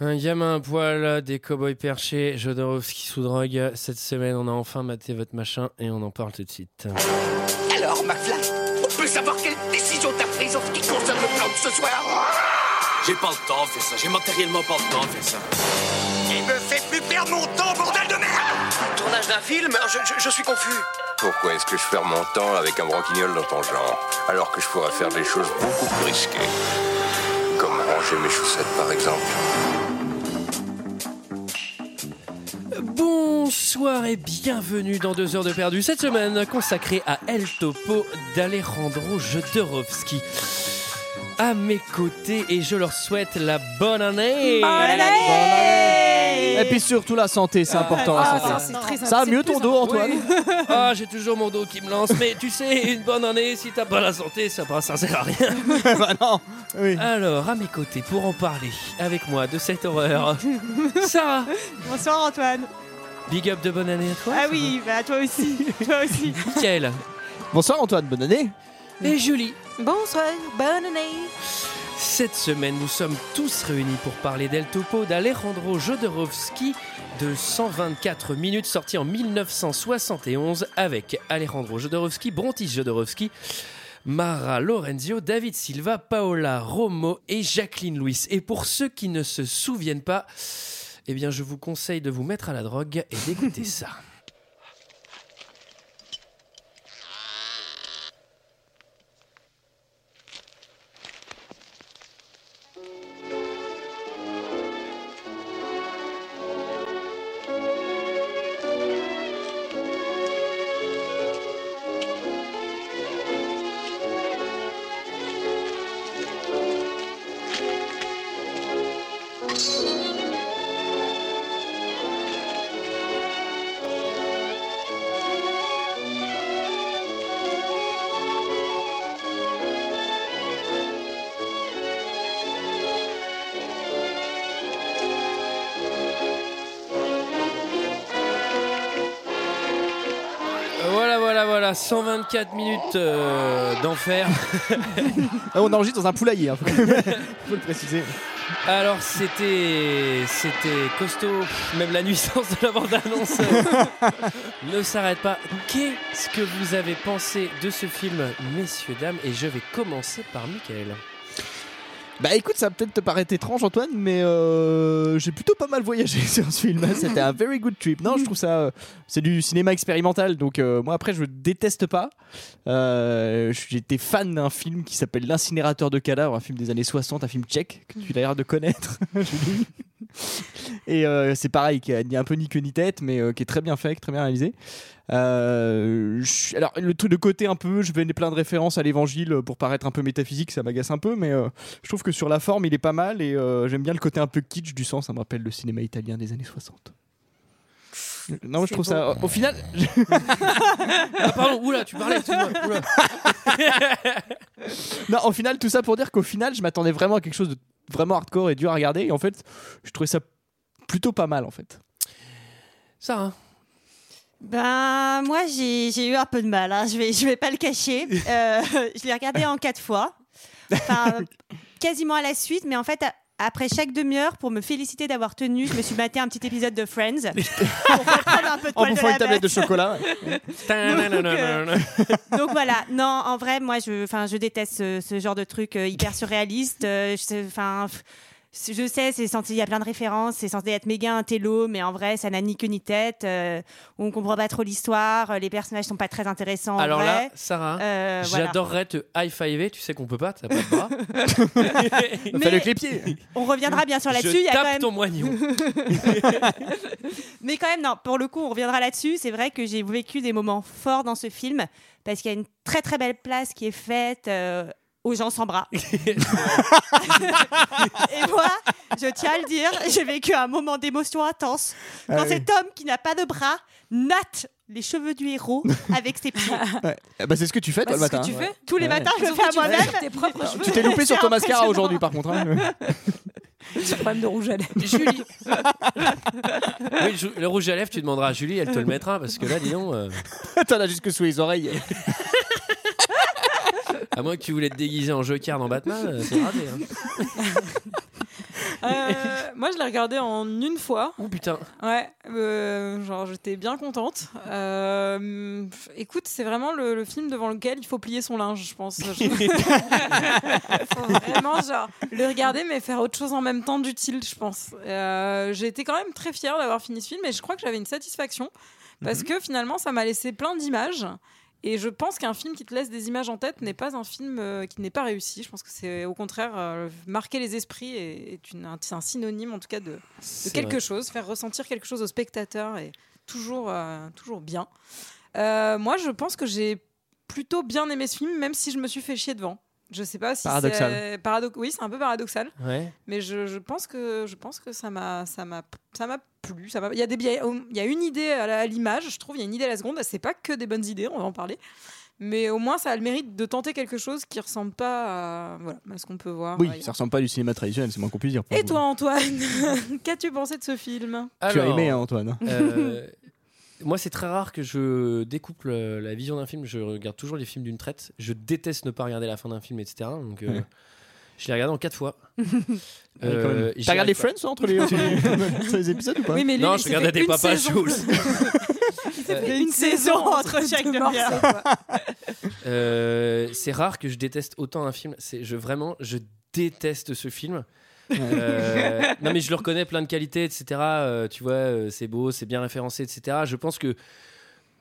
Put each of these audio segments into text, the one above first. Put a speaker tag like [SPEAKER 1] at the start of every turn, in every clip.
[SPEAKER 1] Un gamin à poil, des cow-boys perchés, Jodorowsky sous drogue. Cette semaine, on a enfin maté votre machin et on en parle tout de suite.
[SPEAKER 2] Alors, McFly, on peut savoir quelle décision t'as prise en ce qui concerne le plan de ce soir
[SPEAKER 3] J'ai pas le temps de faire ça, j'ai matériellement pas le temps de faire ça.
[SPEAKER 2] Il me fait plus perdre mon temps, bordel de merde
[SPEAKER 4] Tournage d'un film je, je- je suis confus.
[SPEAKER 5] Pourquoi est-ce que je perds mon temps avec un broquignol dans ton genre, alors que je pourrais faire des choses beaucoup plus risquées Comme ranger mes chaussettes, par exemple.
[SPEAKER 1] Bonsoir et bienvenue dans 2 heures de perdu. Cette semaine consacrée à El Topo d'Alejandro Jodorowsky. À mes côtés et je leur souhaite la bonne année.
[SPEAKER 6] Et puis surtout la santé, c'est important.
[SPEAKER 7] Ah,
[SPEAKER 6] la santé.
[SPEAKER 8] c'est très
[SPEAKER 6] Ah, ça a mieux ton dos, Antoine
[SPEAKER 1] Ah, j'ai toujours mon dos qui me lance, mais tu sais, une bonne année, si t'as pas la santé, ça passe, ça sert à rien.
[SPEAKER 6] Bah non Oui.
[SPEAKER 1] Alors, à mes côtés, pour en parler avec moi de cette horreur, Sarah,
[SPEAKER 8] Bonsoir Antoine.
[SPEAKER 1] big up de bonne année à toi.
[SPEAKER 8] Ah oui, bah toi aussi, toi aussi.
[SPEAKER 1] Mickaël
[SPEAKER 6] Bonsoir Antoine, bonne année
[SPEAKER 1] et Julie.
[SPEAKER 7] Bonsoir, bonne année.
[SPEAKER 1] Cette semaine, nous sommes tous réunis pour parler d'El Topo d'Alejandro Jodorowsky de 124 minutes sorti en 1971 avec Alejandro Jodorowsky, Brontis Jodorowsky, Mara Lorenzio, David Silva, Paola Romo et Jacqueline Louis. Et pour ceux qui ne se souviennent pas, eh bien je vous conseille de vous mettre à la drogue et d'écouter ça. Voilà, voilà, voilà, 124 minutes euh, d'enfer.
[SPEAKER 6] Ah, On enregistre dans un poulailler, hein, faut, faut le préciser.
[SPEAKER 1] Alors c'était c'était costaud, même la nuisance de la bande annonce ne s'arrête pas. Qu'est-ce que vous avez pensé de ce film, messieurs dames Et je vais commencer par Michael.
[SPEAKER 6] Bah écoute, ça va peut-être te paraître étrange Antoine, mais euh, j'ai plutôt pas mal voyagé sur ce film. Hein, C'était un very good trip. Non, je trouve ça... euh, c'est du cinéma expérimental, donc euh, moi après je déteste pas. Euh, J'étais fan d'un film qui s'appelle L'incinérateur de cadavres, un film des années 60, un film tchèque que tu as l'air de connaître. Julie. Et euh, c'est pareil, qui a ni un peu ni queue ni tête, mais euh, qui est très bien fait, très bien réalisé. Euh, je suis- alors le truc de côté un peu, je vais mettre plein de références à l'évangile euh, pour paraître un peu métaphysique, ça m'agace un peu, mais euh, je trouve que sur la forme il est pas mal et euh, j'aime bien le côté un peu kitsch du sang, ça me rappelle le cinéma italien des années 60. Non, je trouve ça. Au final,
[SPEAKER 1] Ah pardon, oula, tu parlais, excuse-moi, oula.
[SPEAKER 6] Non, au final, tout ça pour dire qu'au final, je m'attendais vraiment à quelque chose de vraiment hardcore et dur à regarder. Et en fait, je trouvais ça plutôt pas mal, en fait.
[SPEAKER 1] Sarah.
[SPEAKER 7] Ben, moi, j'ai j'ai eu un peu de mal, hein. je, vais, je vais pas le cacher. Euh, je l'ai regardé en quatre fois, enfin, euh, quasiment à la suite, mais en fait, a- après chaque demi-heure, pour me féliciter d'avoir tenu, je me suis maté un petit épisode de Friends pour reprendre un peu de
[SPEAKER 6] En
[SPEAKER 7] poil de la
[SPEAKER 6] bouffant Oh, une tablette de
[SPEAKER 7] bête.
[SPEAKER 6] chocolat.
[SPEAKER 1] Tananana.
[SPEAKER 7] Donc voilà, non, en vrai, moi, je, enfin, je déteste ce, ce genre de truc euh, hyper surréaliste. euh, je sais- Enfin. pff, Je sais, c'est censé, il y a plein de références, c'est censé être méga un télo, mais en vrai, ça n'a ni queue ni tête. euh, on comprend pas trop l'histoire, euh, les personnages sont pas très intéressants. en
[SPEAKER 1] Alors là,
[SPEAKER 7] vrai.
[SPEAKER 1] Sarah,
[SPEAKER 7] Euh, voilà.
[SPEAKER 1] j'adorerais te high-fiver, tu sais qu'on peut pas, t'as pas de bras.
[SPEAKER 7] Mais
[SPEAKER 6] Fallait que les pieds.
[SPEAKER 7] on reviendra bien sûr là-dessus. il y
[SPEAKER 1] je
[SPEAKER 7] a quand
[SPEAKER 1] tape
[SPEAKER 7] même-
[SPEAKER 1] ton moignon.
[SPEAKER 7] Mais quand même, non, pour le coup, on reviendra là-dessus. C'est vrai que j'ai vécu des moments forts dans ce film parce qu'il y a une très très belle place qui est faite euh, aux gens sans bras. Et moi, je tiens à le dire, j'ai vécu un moment d'émotion intense quand
[SPEAKER 6] Ah oui.
[SPEAKER 7] cet homme qui n'a pas de bras natte les cheveux du héros avec ses pieds.
[SPEAKER 6] Ouais. Eh ben, c'est ce que tu fais,
[SPEAKER 8] Bah,
[SPEAKER 6] toi, le
[SPEAKER 8] c'est ce
[SPEAKER 6] matin.
[SPEAKER 8] que tu
[SPEAKER 6] Ouais.
[SPEAKER 8] fais.
[SPEAKER 7] Tous les
[SPEAKER 6] Ouais.
[SPEAKER 7] matins, je le
[SPEAKER 8] Sauf
[SPEAKER 7] fais à
[SPEAKER 8] que tu
[SPEAKER 7] moi-même.
[SPEAKER 8] fais Tes propres cheveux.
[SPEAKER 6] Tu t'es loupé sur ton mascara
[SPEAKER 8] impressionnant.
[SPEAKER 6] aujourd'hui, par contre. hein.
[SPEAKER 8] Petit problème de rouge à lèvres.
[SPEAKER 1] Julie. oui, le, le rouge à lèvres, tu demanderas à Julie, elle te le mettra, parce que là, dis donc... euh,
[SPEAKER 6] T'en as jusque sous les oreilles.
[SPEAKER 1] À moins que tu voulais te déguiser en Joker dans Batman, euh, c'est raté. hein.
[SPEAKER 9] Euh, moi, je l'ai regardé en une fois.
[SPEAKER 1] Oh putain.
[SPEAKER 9] Ouais, euh, genre j'étais bien contente. Euh, pff, écoute, c'est vraiment le, le film devant lequel il faut plier son linge, je pense. Je- faut vraiment genre le regarder mais faire autre chose en même temps d'utile, je pense. Euh, j'ai été quand même très fière d'avoir fini ce film et je crois que j'avais une satisfaction parce que finalement ça m'a laissé plein d'images. Et je pense qu'un film qui te laisse des images en tête n'est pas un film euh, qui n'est pas réussi. Je pense que c'est au contraire euh, marquer les esprits est, est une- un- c'est un synonyme en tout cas de, de quelque chose, faire ressentir quelque chose au spectateur est toujours, euh, toujours bien. Euh, moi, je pense que j'ai plutôt bien aimé ce film, même si je me suis fait chier devant. Je sais pas si
[SPEAKER 6] Paradoxal.
[SPEAKER 9] c'est paradox- oui, c'est un peu paradoxal,
[SPEAKER 1] Ouais.
[SPEAKER 9] mais je, je pense que je pense que ça m'a ça m'a ça m'a plu. Ça m'a- il y a des biais- il y a une idée à la- à l'image, je trouve, il y a une idée à la seconde. C'est pas que des bonnes idées, on va en parler. Mais au moins, ça a le mérite de tenter quelque chose qui ressemble pas à, voilà, à ce qu'on peut voir.
[SPEAKER 6] Oui,
[SPEAKER 9] ailleurs.
[SPEAKER 6] ça ressemble pas à du cinéma traditionnel, c'est moins qu'on puisse dire. pour
[SPEAKER 9] Et
[SPEAKER 6] vous.
[SPEAKER 9] toi, Antoine, qu'as-tu pensé de ce film
[SPEAKER 6] Tu as
[SPEAKER 1] Alors,
[SPEAKER 6] aimé, hein, Antoine
[SPEAKER 1] euh, moi, c'est très rare que je découple euh, la vision d'un film. Je regarde toujours les films d'une traite. Je déteste ne pas regarder la fin d'un film, etc. Donc, euh,
[SPEAKER 6] Ouais.
[SPEAKER 1] je l'ai regardé en quatre fois. Euh,
[SPEAKER 6] Ouais, quand même.
[SPEAKER 1] j'y
[SPEAKER 6] T'as regardé
[SPEAKER 1] arrive pas.
[SPEAKER 6] Friends toi, entre les, entre les- entre les épisodes ou pas
[SPEAKER 9] Oui, mais lui,
[SPEAKER 1] Non,
[SPEAKER 9] il
[SPEAKER 1] je
[SPEAKER 9] s'est
[SPEAKER 1] regardais
[SPEAKER 9] fait
[SPEAKER 1] des
[SPEAKER 9] une
[SPEAKER 1] papas
[SPEAKER 9] saison.
[SPEAKER 1] Jules.
[SPEAKER 9] Il y a
[SPEAKER 8] Une saison entre chaque
[SPEAKER 9] deux
[SPEAKER 8] demi-heure.
[SPEAKER 9] morceaux, quoi.
[SPEAKER 1] Euh, c'est rare que je déteste autant un film. C'est je vraiment je déteste ce film. Euh, non mais je le reconnais plein de qualités, etc. Euh, tu vois, euh, c'est beau, c'est bien référencé, etc. Je pense que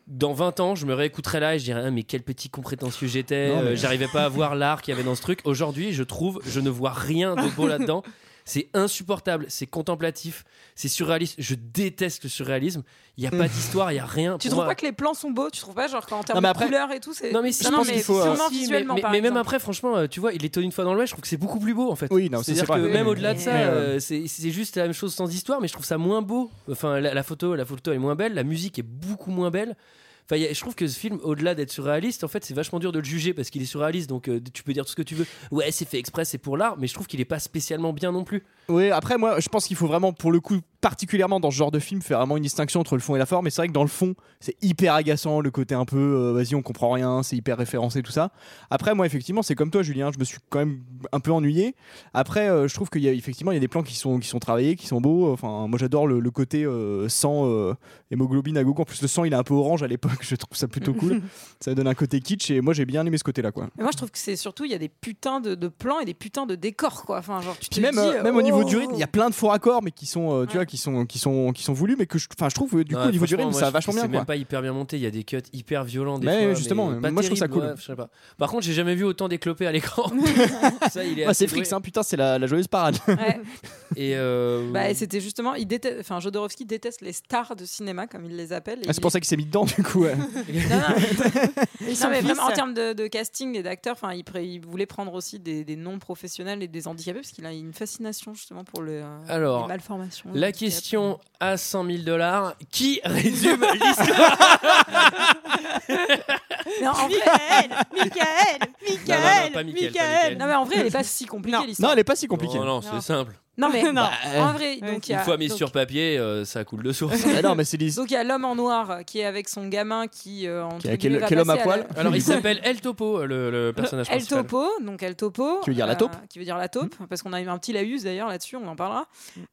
[SPEAKER 1] dans 20 ans, je me réécouterai là et je dirais Ah, mais quel petit comprétentieux j'étais.
[SPEAKER 6] Non, mais-
[SPEAKER 1] Euh, J'arrivais pas à voir l'art qu'il y avait dans ce truc. Aujourd'hui, je trouve, je ne vois rien de beau là-dedans. C'est insupportable, c'est contemplatif, c'est surréaliste. Je déteste le surréalisme. Il n'y
[SPEAKER 6] Mm.
[SPEAKER 1] a pas d'histoire, il n'y a rien.
[SPEAKER 9] Tu
[SPEAKER 1] Pour
[SPEAKER 9] trouves
[SPEAKER 1] moi-
[SPEAKER 9] pas que les plans sont beaux Tu trouves pas, genre, qu'en
[SPEAKER 6] Non,
[SPEAKER 9] termes
[SPEAKER 6] mais
[SPEAKER 9] de
[SPEAKER 6] après-
[SPEAKER 9] couleurs et tout c'est...
[SPEAKER 1] Non mais si,
[SPEAKER 6] Non,
[SPEAKER 1] je
[SPEAKER 6] non,
[SPEAKER 1] pense
[SPEAKER 6] mais
[SPEAKER 1] qu'il faut.
[SPEAKER 6] sûrement
[SPEAKER 1] euh, si, mais-
[SPEAKER 9] visuellement,
[SPEAKER 1] mais,
[SPEAKER 9] par
[SPEAKER 1] mais même
[SPEAKER 9] exemple.
[SPEAKER 1] après, franchement, euh, tu vois, il est tenu une fois dans l'ouest. Je trouve que c'est beaucoup plus beau en fait.
[SPEAKER 6] Oui, non, ça,
[SPEAKER 1] C'est-à-dire
[SPEAKER 6] c'est
[SPEAKER 1] que
[SPEAKER 6] vrai.
[SPEAKER 1] même au-delà de ça,
[SPEAKER 6] Mais, euh,
[SPEAKER 1] euh, c'est c'est juste la même chose sans histoire, mais je trouve ça moins beau. Enfin, la, la photo, la photo est moins belle, la musique est beaucoup moins belle. Enfin, il y a- je trouve que ce film, au-delà d'être surréaliste, en fait, c'est vachement dur de le juger parce qu'il est surréaliste. Donc, euh, tu peux dire tout ce que tu veux. Ouais, c'est fait exprès, c'est pour l'art, mais je trouve qu'il est pas spécialement bien non plus.
[SPEAKER 6] Oui, après, moi, je pense qu'il faut vraiment, pour le coup, particulièrement dans ce genre de film, faire vraiment une distinction entre le fond et la forme. Et c'est vrai que dans le fond, c'est hyper agaçant, le côté un peu, euh, vas-y, on comprend rien, c'est hyper référencé, tout ça. Après, moi, effectivement, c'est comme toi, Julien, je me suis quand même un peu ennuyé. Après, euh, je trouve qu'il y a effectivement il y a des plans qui sont, qui sont travaillés, qui sont beaux. Enfin, moi, j'adore le, le côté euh, sang, euh, hémoglobine à gogo. En plus, le sang, il est un peu orange à l'époque, je trouve ça plutôt cool. ça donne un côté kitsch, et moi, j'ai bien aimé ce côté-là, quoi.
[SPEAKER 9] Mais moi, je trouve que c'est surtout, il y a des putains de, de plans et des putains de décors, quoi. Enfin, genre, tu te
[SPEAKER 6] Puis même,
[SPEAKER 9] dis,
[SPEAKER 6] euh, même au niveau du rythme,
[SPEAKER 9] oh.
[SPEAKER 6] il y a plein de faux raccords, mais qui sont, euh, tu vois, qui sont, qui sont, qui sont voulus, mais que je, enfin, je trouve euh, du coup
[SPEAKER 1] Ouais,
[SPEAKER 6] au niveau du
[SPEAKER 1] franchement,
[SPEAKER 6] rythme,
[SPEAKER 1] moi,
[SPEAKER 6] ça
[SPEAKER 1] je
[SPEAKER 6] va vachement
[SPEAKER 1] trouve que
[SPEAKER 6] bien,
[SPEAKER 1] C'est même
[SPEAKER 6] quoi.
[SPEAKER 1] pas hyper bien monté. Il y a des cuts hyper violents. Des
[SPEAKER 6] Mais
[SPEAKER 1] fois,
[SPEAKER 6] justement,
[SPEAKER 1] mais pas
[SPEAKER 6] moi, je trouve ça
[SPEAKER 1] terribles,
[SPEAKER 6] cool.
[SPEAKER 1] ouais, je sais pas. Par contre, j'ai jamais vu autant d'éclopés à l'écran. ça, il est.
[SPEAKER 6] Ah, c'est hein.
[SPEAKER 1] assez doué.
[SPEAKER 6] Frix, hein, putain, c'est la, la joyeuse parade.
[SPEAKER 9] Ouais.
[SPEAKER 1] Et euh,
[SPEAKER 8] Mm.
[SPEAKER 9] Bah, et c'était justement, il déteste, enfin, Jodorowsky déteste les stars de cinéma, comme il les appelle. et
[SPEAKER 6] Ah, c'est
[SPEAKER 9] il-
[SPEAKER 6] pour ça qu'il s'est mis dedans, du coup. ouais.
[SPEAKER 9] Non, non,
[SPEAKER 8] son
[SPEAKER 9] Non, mais
[SPEAKER 8] fils.
[SPEAKER 9] vraiment, en termes de, de casting et d'acteurs, enfin, il, pré- il voulait prendre aussi des, des non professionnels et des handicapés parce qu'il a une fascination justement pour le, euh,
[SPEAKER 1] Alors,
[SPEAKER 9] les malformations. les
[SPEAKER 1] La
[SPEAKER 9] handicaps.
[SPEAKER 1] question à 100 000 dollars qui résume l'histoire
[SPEAKER 9] Mais en, en vrai,
[SPEAKER 7] Michael Michael
[SPEAKER 1] Non, non, non, pas Michael,
[SPEAKER 7] Michael
[SPEAKER 1] pas
[SPEAKER 7] Michael.
[SPEAKER 9] non, mais en vrai, elle est pas si compliquée
[SPEAKER 6] Non,
[SPEAKER 9] l'histoire.
[SPEAKER 6] elle est pas si compliquée.
[SPEAKER 1] Non, non, c'est
[SPEAKER 9] Non.
[SPEAKER 1] simple.
[SPEAKER 9] Non, mais
[SPEAKER 7] Non.
[SPEAKER 9] en vrai, donc il y
[SPEAKER 1] Une
[SPEAKER 9] a.
[SPEAKER 1] fois mis
[SPEAKER 9] donc-
[SPEAKER 1] sur papier, euh, ça coule de source.
[SPEAKER 6] Ah, non, mais c'est l'histoire.
[SPEAKER 9] donc il y a l'homme en noir euh, qui est avec son gamin qui euh, entre
[SPEAKER 6] Qui est-
[SPEAKER 9] guillemets,
[SPEAKER 6] qui est le-
[SPEAKER 9] va
[SPEAKER 6] qui est l'homme à
[SPEAKER 9] passer
[SPEAKER 6] poil.
[SPEAKER 9] la-
[SPEAKER 1] Alors, il s'appelle El Topo, euh, le, le personnage
[SPEAKER 9] El
[SPEAKER 1] principal.
[SPEAKER 9] Topo, donc El Topo. euh,
[SPEAKER 6] Qui veut dire la taupe. Hmm.
[SPEAKER 9] Qui veut dire la taupe, parce qu'on a eu un petit laïus d'ailleurs là-dessus, on en parlera.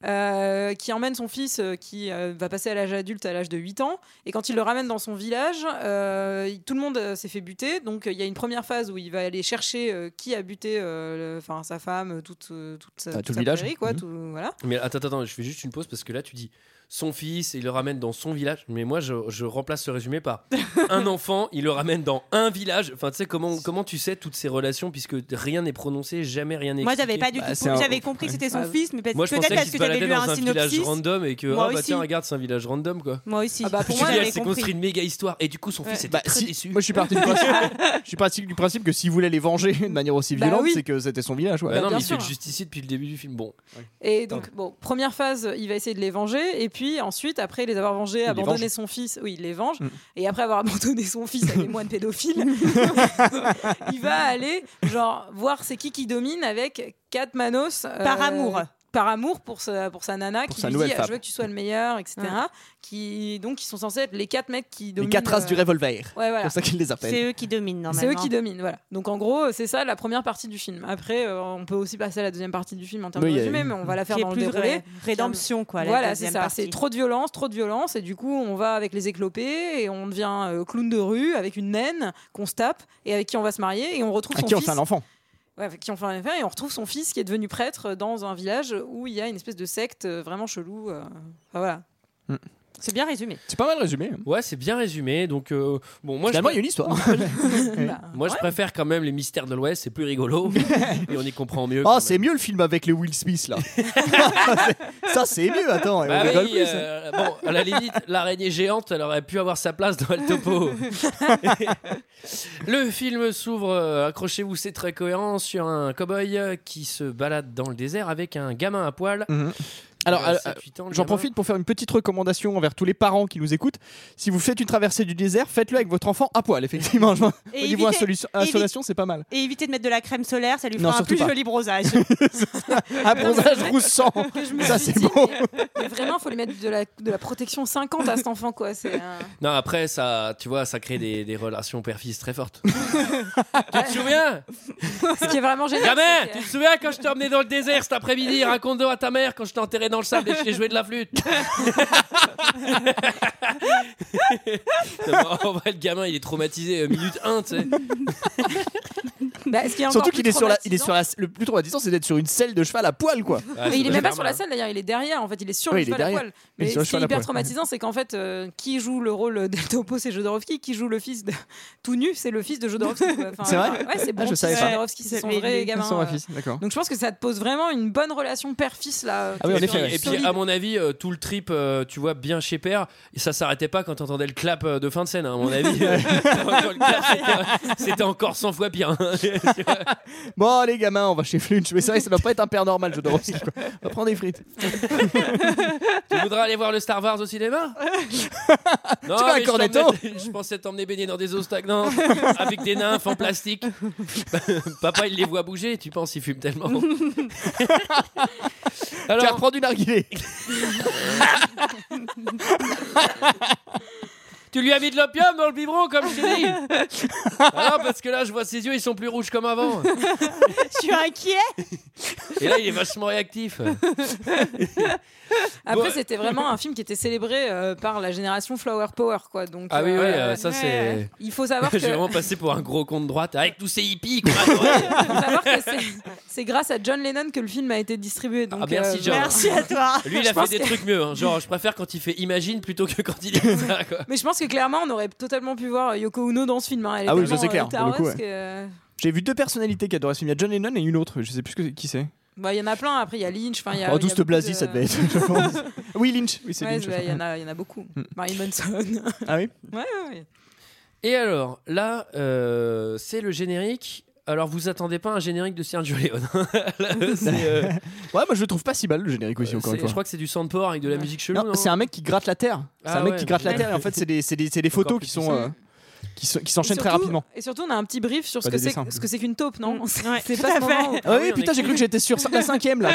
[SPEAKER 9] Euh, qui emmène son fils euh, qui euh, va passer à l'âge adulte à l'âge de 8 ans. Et quand il le ramène dans son village, euh, il- tout le monde euh, s'est fait buter. Donc euh, il y a une première phase où il va aller chercher euh, qui a buté euh, le- enfin, sa femme, toute, euh, toute sa,
[SPEAKER 6] Ah, tout
[SPEAKER 9] toute
[SPEAKER 6] le
[SPEAKER 9] sa
[SPEAKER 6] village.
[SPEAKER 9] prairie, quoi,
[SPEAKER 6] Mhm.
[SPEAKER 9] tout- voilà.
[SPEAKER 1] Mais attends, attends, je fais juste une pause parce que là, tu dis son fils, il le ramène dans son village. Mais moi, je, je remplace ce résumé par un enfant, il le ramène dans un village. Enfin, tu sais, comment, comment tu sais toutes ces relations puisque rien n'est prononcé, jamais rien n'est
[SPEAKER 7] Moi, j'avais
[SPEAKER 1] expliqué.
[SPEAKER 7] pas du tout.
[SPEAKER 6] Bah, c'est un-
[SPEAKER 7] J'avais compris que c'était son
[SPEAKER 9] Ouais.
[SPEAKER 7] fils, mais peut-être
[SPEAKER 1] Moi, je
[SPEAKER 7] peut-être
[SPEAKER 1] pensais
[SPEAKER 7] parce
[SPEAKER 1] qu'il se
[SPEAKER 7] que j'avais
[SPEAKER 1] baladait
[SPEAKER 7] lu
[SPEAKER 1] dans
[SPEAKER 7] un
[SPEAKER 1] un village
[SPEAKER 7] synopsis.
[SPEAKER 1] random et que,
[SPEAKER 7] Moi
[SPEAKER 1] ah bah
[SPEAKER 7] aussi.
[SPEAKER 1] tiens, regarde, c'est un village random quoi.
[SPEAKER 7] Moi aussi.
[SPEAKER 9] Ah bah, pour
[SPEAKER 7] Je
[SPEAKER 1] Puis
[SPEAKER 9] moi,
[SPEAKER 1] il
[SPEAKER 7] l'avais
[SPEAKER 1] s'est
[SPEAKER 7] compris.
[SPEAKER 1] construit une méga histoire et du coup, son
[SPEAKER 7] Ouais.
[SPEAKER 1] fils était
[SPEAKER 6] Bah,
[SPEAKER 1] très
[SPEAKER 6] si-
[SPEAKER 1] déçu.
[SPEAKER 6] moi, je suis parti du principe, je suis parti du principe que s'il voulait les venger de manière aussi
[SPEAKER 9] Bah
[SPEAKER 6] violente,
[SPEAKER 9] oui.
[SPEAKER 6] c'est que c'était son village. ouais.
[SPEAKER 1] Bah non,
[SPEAKER 9] bien
[SPEAKER 1] mais il fait
[SPEAKER 9] sûr.
[SPEAKER 1] le justicier depuis le début du film. Bon,
[SPEAKER 9] Et donc, bon, première phase, il va essayer de les venger. Et puis ensuite, après les avoir vengés,
[SPEAKER 6] les
[SPEAKER 9] abandonner
[SPEAKER 6] venge.
[SPEAKER 9] son fils, oui, il les venge.
[SPEAKER 6] Mm.
[SPEAKER 9] Et après avoir abandonné son fils à des moines pédophiles, il va aller, genre, voir c'est qui qui domine avec quatre manos. euh,
[SPEAKER 7] Par amour.
[SPEAKER 9] par amour pour sa, pour sa nana
[SPEAKER 6] Pour
[SPEAKER 9] qui
[SPEAKER 6] sa
[SPEAKER 9] lui
[SPEAKER 6] nouvelle
[SPEAKER 9] dit ah,
[SPEAKER 6] femme.
[SPEAKER 9] je veux que tu sois le meilleur etc qui donc qui sont censés être les quatre mecs qui
[SPEAKER 6] Les
[SPEAKER 9] dominent
[SPEAKER 6] quatre races du
[SPEAKER 9] euh,
[SPEAKER 6] revolver.
[SPEAKER 9] ouais
[SPEAKER 6] C'est
[SPEAKER 9] voilà
[SPEAKER 6] pour ça qu'ils les appellent.
[SPEAKER 7] C'est eux qui dominent normalement.
[SPEAKER 9] c'est eux qui dominent voilà donc en gros c'est ça la première partie du film après euh, on peut aussi passer à la deuxième partie du film en termes
[SPEAKER 6] Oui,
[SPEAKER 9] de
[SPEAKER 6] il y a
[SPEAKER 9] résumé
[SPEAKER 6] une-
[SPEAKER 9] mais on va la faire
[SPEAKER 7] Qui est
[SPEAKER 9] dans le
[SPEAKER 7] plus
[SPEAKER 9] déroulé
[SPEAKER 7] ré- rédemption quoi. la
[SPEAKER 9] voilà, c'est
[SPEAKER 7] deuxième
[SPEAKER 9] ça. C'est
[SPEAKER 7] partie.
[SPEAKER 9] trop de violence, trop de violence, et du coup, on va avec les éclopés et on devient euh, clown de rue avec une naine qu'on se tape et avec qui on va se marier et on retrouve
[SPEAKER 6] À
[SPEAKER 9] son
[SPEAKER 6] qui on
[SPEAKER 9] fils.
[SPEAKER 6] fait un enfant
[SPEAKER 9] Ouais, avec qui on fait un affaire et on retrouve son fils qui est devenu prêtre dans un village où il y a une espèce de secte euh, vraiment chelou. euh, enfin, voilà.
[SPEAKER 7] C'est bien résumé.
[SPEAKER 6] C'est pas mal résumé.
[SPEAKER 1] Ouais, c'est bien résumé. Donc, euh, bon, moi, je,
[SPEAKER 6] Finalement, il y a une histoire.
[SPEAKER 9] Bah,
[SPEAKER 1] moi je préfère quand même les mystères de l'Ouest, c'est plus rigolo. et on y comprend mieux.
[SPEAKER 6] Ah,
[SPEAKER 1] quand
[SPEAKER 6] c'est
[SPEAKER 1] même.
[SPEAKER 6] mieux le film avec les Will Smith là. ça, c'est mieux. Attends,
[SPEAKER 1] Bah
[SPEAKER 6] on rigole
[SPEAKER 1] oui,
[SPEAKER 6] plus. hein.
[SPEAKER 1] euh, bon, à la limite, l'araignée géante, elle aurait pu avoir sa place dans le topo. le film s'ouvre, euh, accrochez-vous, c'est très cohérent, sur un cow-boy euh, qui se balade dans le désert avec un gamin à poil.
[SPEAKER 6] Mhm. Alors,
[SPEAKER 1] Il a
[SPEAKER 6] euh,
[SPEAKER 1] 7-8 ans, le
[SPEAKER 6] J'en
[SPEAKER 1] gamin.
[SPEAKER 6] profite pour faire une petite recommandation envers tous les parents qui nous écoutent. Si vous faites une traversée du désert, faites-le avec votre enfant à poil, effectivement. Je- Au niveau
[SPEAKER 7] évitez-
[SPEAKER 6] insolution-
[SPEAKER 7] évite-
[SPEAKER 6] insolation, c'est pas mal.
[SPEAKER 7] Et évitez de mettre de la crème solaire, ça lui fera
[SPEAKER 6] Non,
[SPEAKER 7] un
[SPEAKER 6] surtout
[SPEAKER 7] plus
[SPEAKER 6] pas.
[SPEAKER 7] joli bronzage.
[SPEAKER 6] Un bronzage roussant.
[SPEAKER 9] je me
[SPEAKER 6] Ça,
[SPEAKER 9] suis
[SPEAKER 6] c'est
[SPEAKER 9] dit,
[SPEAKER 6] bon.
[SPEAKER 9] mais- mais vraiment, il faut lui mettre de la, de la protection 50 à cet enfant. quoi. C'est un-
[SPEAKER 1] Non, après, ça, tu vois, ça crée des, des relations père-fils très fortes. tu te souviens
[SPEAKER 9] Ce qui est vraiment génial.
[SPEAKER 1] Gamin,
[SPEAKER 9] c'est que-
[SPEAKER 1] tu te souviens quand je t'ai emmené dans le désert cet après-midi Raconte-le à ta mère quand je t'ai enterré dans le sable et je t'ai joué de la flûte. Non, mais en vrai, le gamin, il est traumatisé euh, minute 1, tu sais.
[SPEAKER 9] Bah, ce qui est encore
[SPEAKER 6] Surtout
[SPEAKER 9] plus
[SPEAKER 6] qu'il est sur la, il est
[SPEAKER 9] traumatisant,
[SPEAKER 6] sur la, le plus traumatisant, c'est d'être sur une selle de cheval à poil, quoi.
[SPEAKER 1] Ah,
[SPEAKER 9] Mais il est
[SPEAKER 1] c'est
[SPEAKER 9] même pas
[SPEAKER 1] normal.
[SPEAKER 9] sur la scène d'ailleurs, il est derrière en fait, il est sur
[SPEAKER 6] hein. Oui,
[SPEAKER 9] le
[SPEAKER 6] il est
[SPEAKER 9] cheval à
[SPEAKER 6] derrière.
[SPEAKER 9] poil.
[SPEAKER 6] Il est
[SPEAKER 9] Mais
[SPEAKER 6] sur le
[SPEAKER 9] ce qui est
[SPEAKER 6] cheval à
[SPEAKER 9] hyper
[SPEAKER 6] poil.
[SPEAKER 9] traumatisant, c'est qu'en fait, euh, qui joue le rôle d'El Topo, c'est Jodorowsky, qui joue le fils de tout nu, c'est le fils de Jodorowsky. quoi. Enfin,
[SPEAKER 6] C'est vrai Ah,
[SPEAKER 9] Ouais, c'est bon,
[SPEAKER 6] je savais pas.
[SPEAKER 9] Jodorowsky, c'est son
[SPEAKER 7] Mais
[SPEAKER 9] vrai
[SPEAKER 7] lui,
[SPEAKER 9] gamin.
[SPEAKER 6] Sans
[SPEAKER 9] euh.
[SPEAKER 6] ma fille, d'accord.
[SPEAKER 9] Donc je pense que ça te pose vraiment une bonne relation père-fils là.
[SPEAKER 6] Ah oui, en
[SPEAKER 1] Et
[SPEAKER 9] Sur-
[SPEAKER 1] puis,
[SPEAKER 6] effet, ouais.
[SPEAKER 1] et puis,
[SPEAKER 9] solide.
[SPEAKER 1] à mon avis, euh, tout le trip, euh, tu vois, bien chez Père, et ça s'arrêtait pas quand t'entendais le clap euh, de fin de scène, hein, à mon avis. Euh, quand le clap, c'était- euh, C'était encore 100 fois pire. hein. Tu vois.
[SPEAKER 6] Bon, les gamins, on va chez Flunch. Mais c'est vrai, que ça doit pas être un père normal, je dois quoi. On va prendre des frites.
[SPEAKER 1] Tu voudrais aller voir le Star Wars au cinéma Non,
[SPEAKER 6] vas à
[SPEAKER 1] mais je
[SPEAKER 6] Cornetto
[SPEAKER 1] t'emmenais- Je pensais t'emmener baigner dans des eaux stagnantes avec des nymphes en plastique. Papa, il les voit bouger, tu penses, il fume tellement.
[SPEAKER 6] Tu vas
[SPEAKER 1] Alors,
[SPEAKER 6] reprendre du narguilé.
[SPEAKER 1] tu lui as mis de l'opium dans le biberon, comme je t'ai dit Alors, parce que là, je vois ses yeux, ils sont plus rouges comme avant.
[SPEAKER 7] Je suis inquiet.
[SPEAKER 1] Et là, il est vachement réactif.
[SPEAKER 9] Après,
[SPEAKER 1] Bon.
[SPEAKER 9] c'était vraiment un film qui était célébré euh, par la génération Flower Power quoi. Donc
[SPEAKER 1] Ah oui, oui,
[SPEAKER 9] euh,
[SPEAKER 1] euh, ça c'est.
[SPEAKER 9] il faut savoir
[SPEAKER 1] J'ai
[SPEAKER 9] que
[SPEAKER 1] vraiment passé pour un gros con de droite avec tous ces hippies qu'on adorait.
[SPEAKER 9] faut savoir que c'est- c'est grâce à John Lennon que le film a été distribué. Donc, euh,
[SPEAKER 1] Ah, merci, John.
[SPEAKER 7] Merci à toi.
[SPEAKER 1] Lui, il a
[SPEAKER 9] Je
[SPEAKER 1] fait
[SPEAKER 9] pense
[SPEAKER 1] des
[SPEAKER 9] que-
[SPEAKER 1] trucs mieux. hein. Genre, je préfère quand il fait Imagine plutôt que quand il dit ça, quoi.
[SPEAKER 9] Mais je pense que clairement, on aurait totalement pu voir Yoko Ono dans ce film. hein. Elle est
[SPEAKER 6] Ah oui, ça,
[SPEAKER 9] tellement,
[SPEAKER 6] c'est clair,
[SPEAKER 9] euh,
[SPEAKER 6] pour le coup,
[SPEAKER 9] tarosse
[SPEAKER 6] ouais.
[SPEAKER 9] que-
[SPEAKER 6] J'ai vu deux personnalités qui adoraient ce film. Il y a John Lennon et une autre. Je sais plus que- qui c'est.
[SPEAKER 9] Bah, il y en a plein. Après, il y a Lynch. Enfin, il y a.
[SPEAKER 6] Oh,
[SPEAKER 9] il y a
[SPEAKER 6] douce de
[SPEAKER 9] beaucoup
[SPEAKER 6] Blasi,
[SPEAKER 9] de-
[SPEAKER 6] ça devait être, je pense. Oui, Lynch. Oui, c'est
[SPEAKER 9] Ouais,
[SPEAKER 6] Lynch.
[SPEAKER 9] bah, il y en a, il y en a beaucoup.
[SPEAKER 6] Mm.
[SPEAKER 9] Marilyn Manson.
[SPEAKER 6] Ah oui
[SPEAKER 9] ouais, ouais, ouais.
[SPEAKER 1] Et alors, là, euh, c'est le générique. Alors, vous attendez pas un générique de Sergio Leone. Là, c'est, euh,
[SPEAKER 6] Ouais, moi je le trouve pas si mal le générique
[SPEAKER 9] Euh,
[SPEAKER 6] aussi, encore
[SPEAKER 1] c'est-
[SPEAKER 6] une
[SPEAKER 1] je
[SPEAKER 6] fois.
[SPEAKER 1] crois que c'est du soundport avec de la musique chelou.
[SPEAKER 6] Non,
[SPEAKER 1] non
[SPEAKER 6] c'est un mec qui gratte la terre. C'est
[SPEAKER 1] hein. Ah
[SPEAKER 6] un mec
[SPEAKER 1] ouais.
[SPEAKER 6] qui gratte la terre et en fait, c'est des, c'est des, c'est des photos
[SPEAKER 1] Encore
[SPEAKER 6] qui
[SPEAKER 1] plus
[SPEAKER 6] sont.
[SPEAKER 1] puissant.
[SPEAKER 6] euh, qui sont- qui
[SPEAKER 9] Et
[SPEAKER 6] s'enchaînent très
[SPEAKER 9] surtout-
[SPEAKER 6] rapidement.
[SPEAKER 9] Et surtout, on a un petit brief sur ce
[SPEAKER 6] Pas
[SPEAKER 9] que
[SPEAKER 6] des
[SPEAKER 9] c'est,
[SPEAKER 6] dessins. Mm.
[SPEAKER 9] ce que c'est qu'une taupe, non
[SPEAKER 7] Ouais,
[SPEAKER 9] C'est
[SPEAKER 7] tout
[SPEAKER 9] pas
[SPEAKER 7] à
[SPEAKER 9] ce moment
[SPEAKER 7] fait.
[SPEAKER 9] où-
[SPEAKER 6] Ah oui,
[SPEAKER 1] on
[SPEAKER 6] putain,
[SPEAKER 1] est-
[SPEAKER 6] j'ai cru que j'étais sur cin- la cinquième là.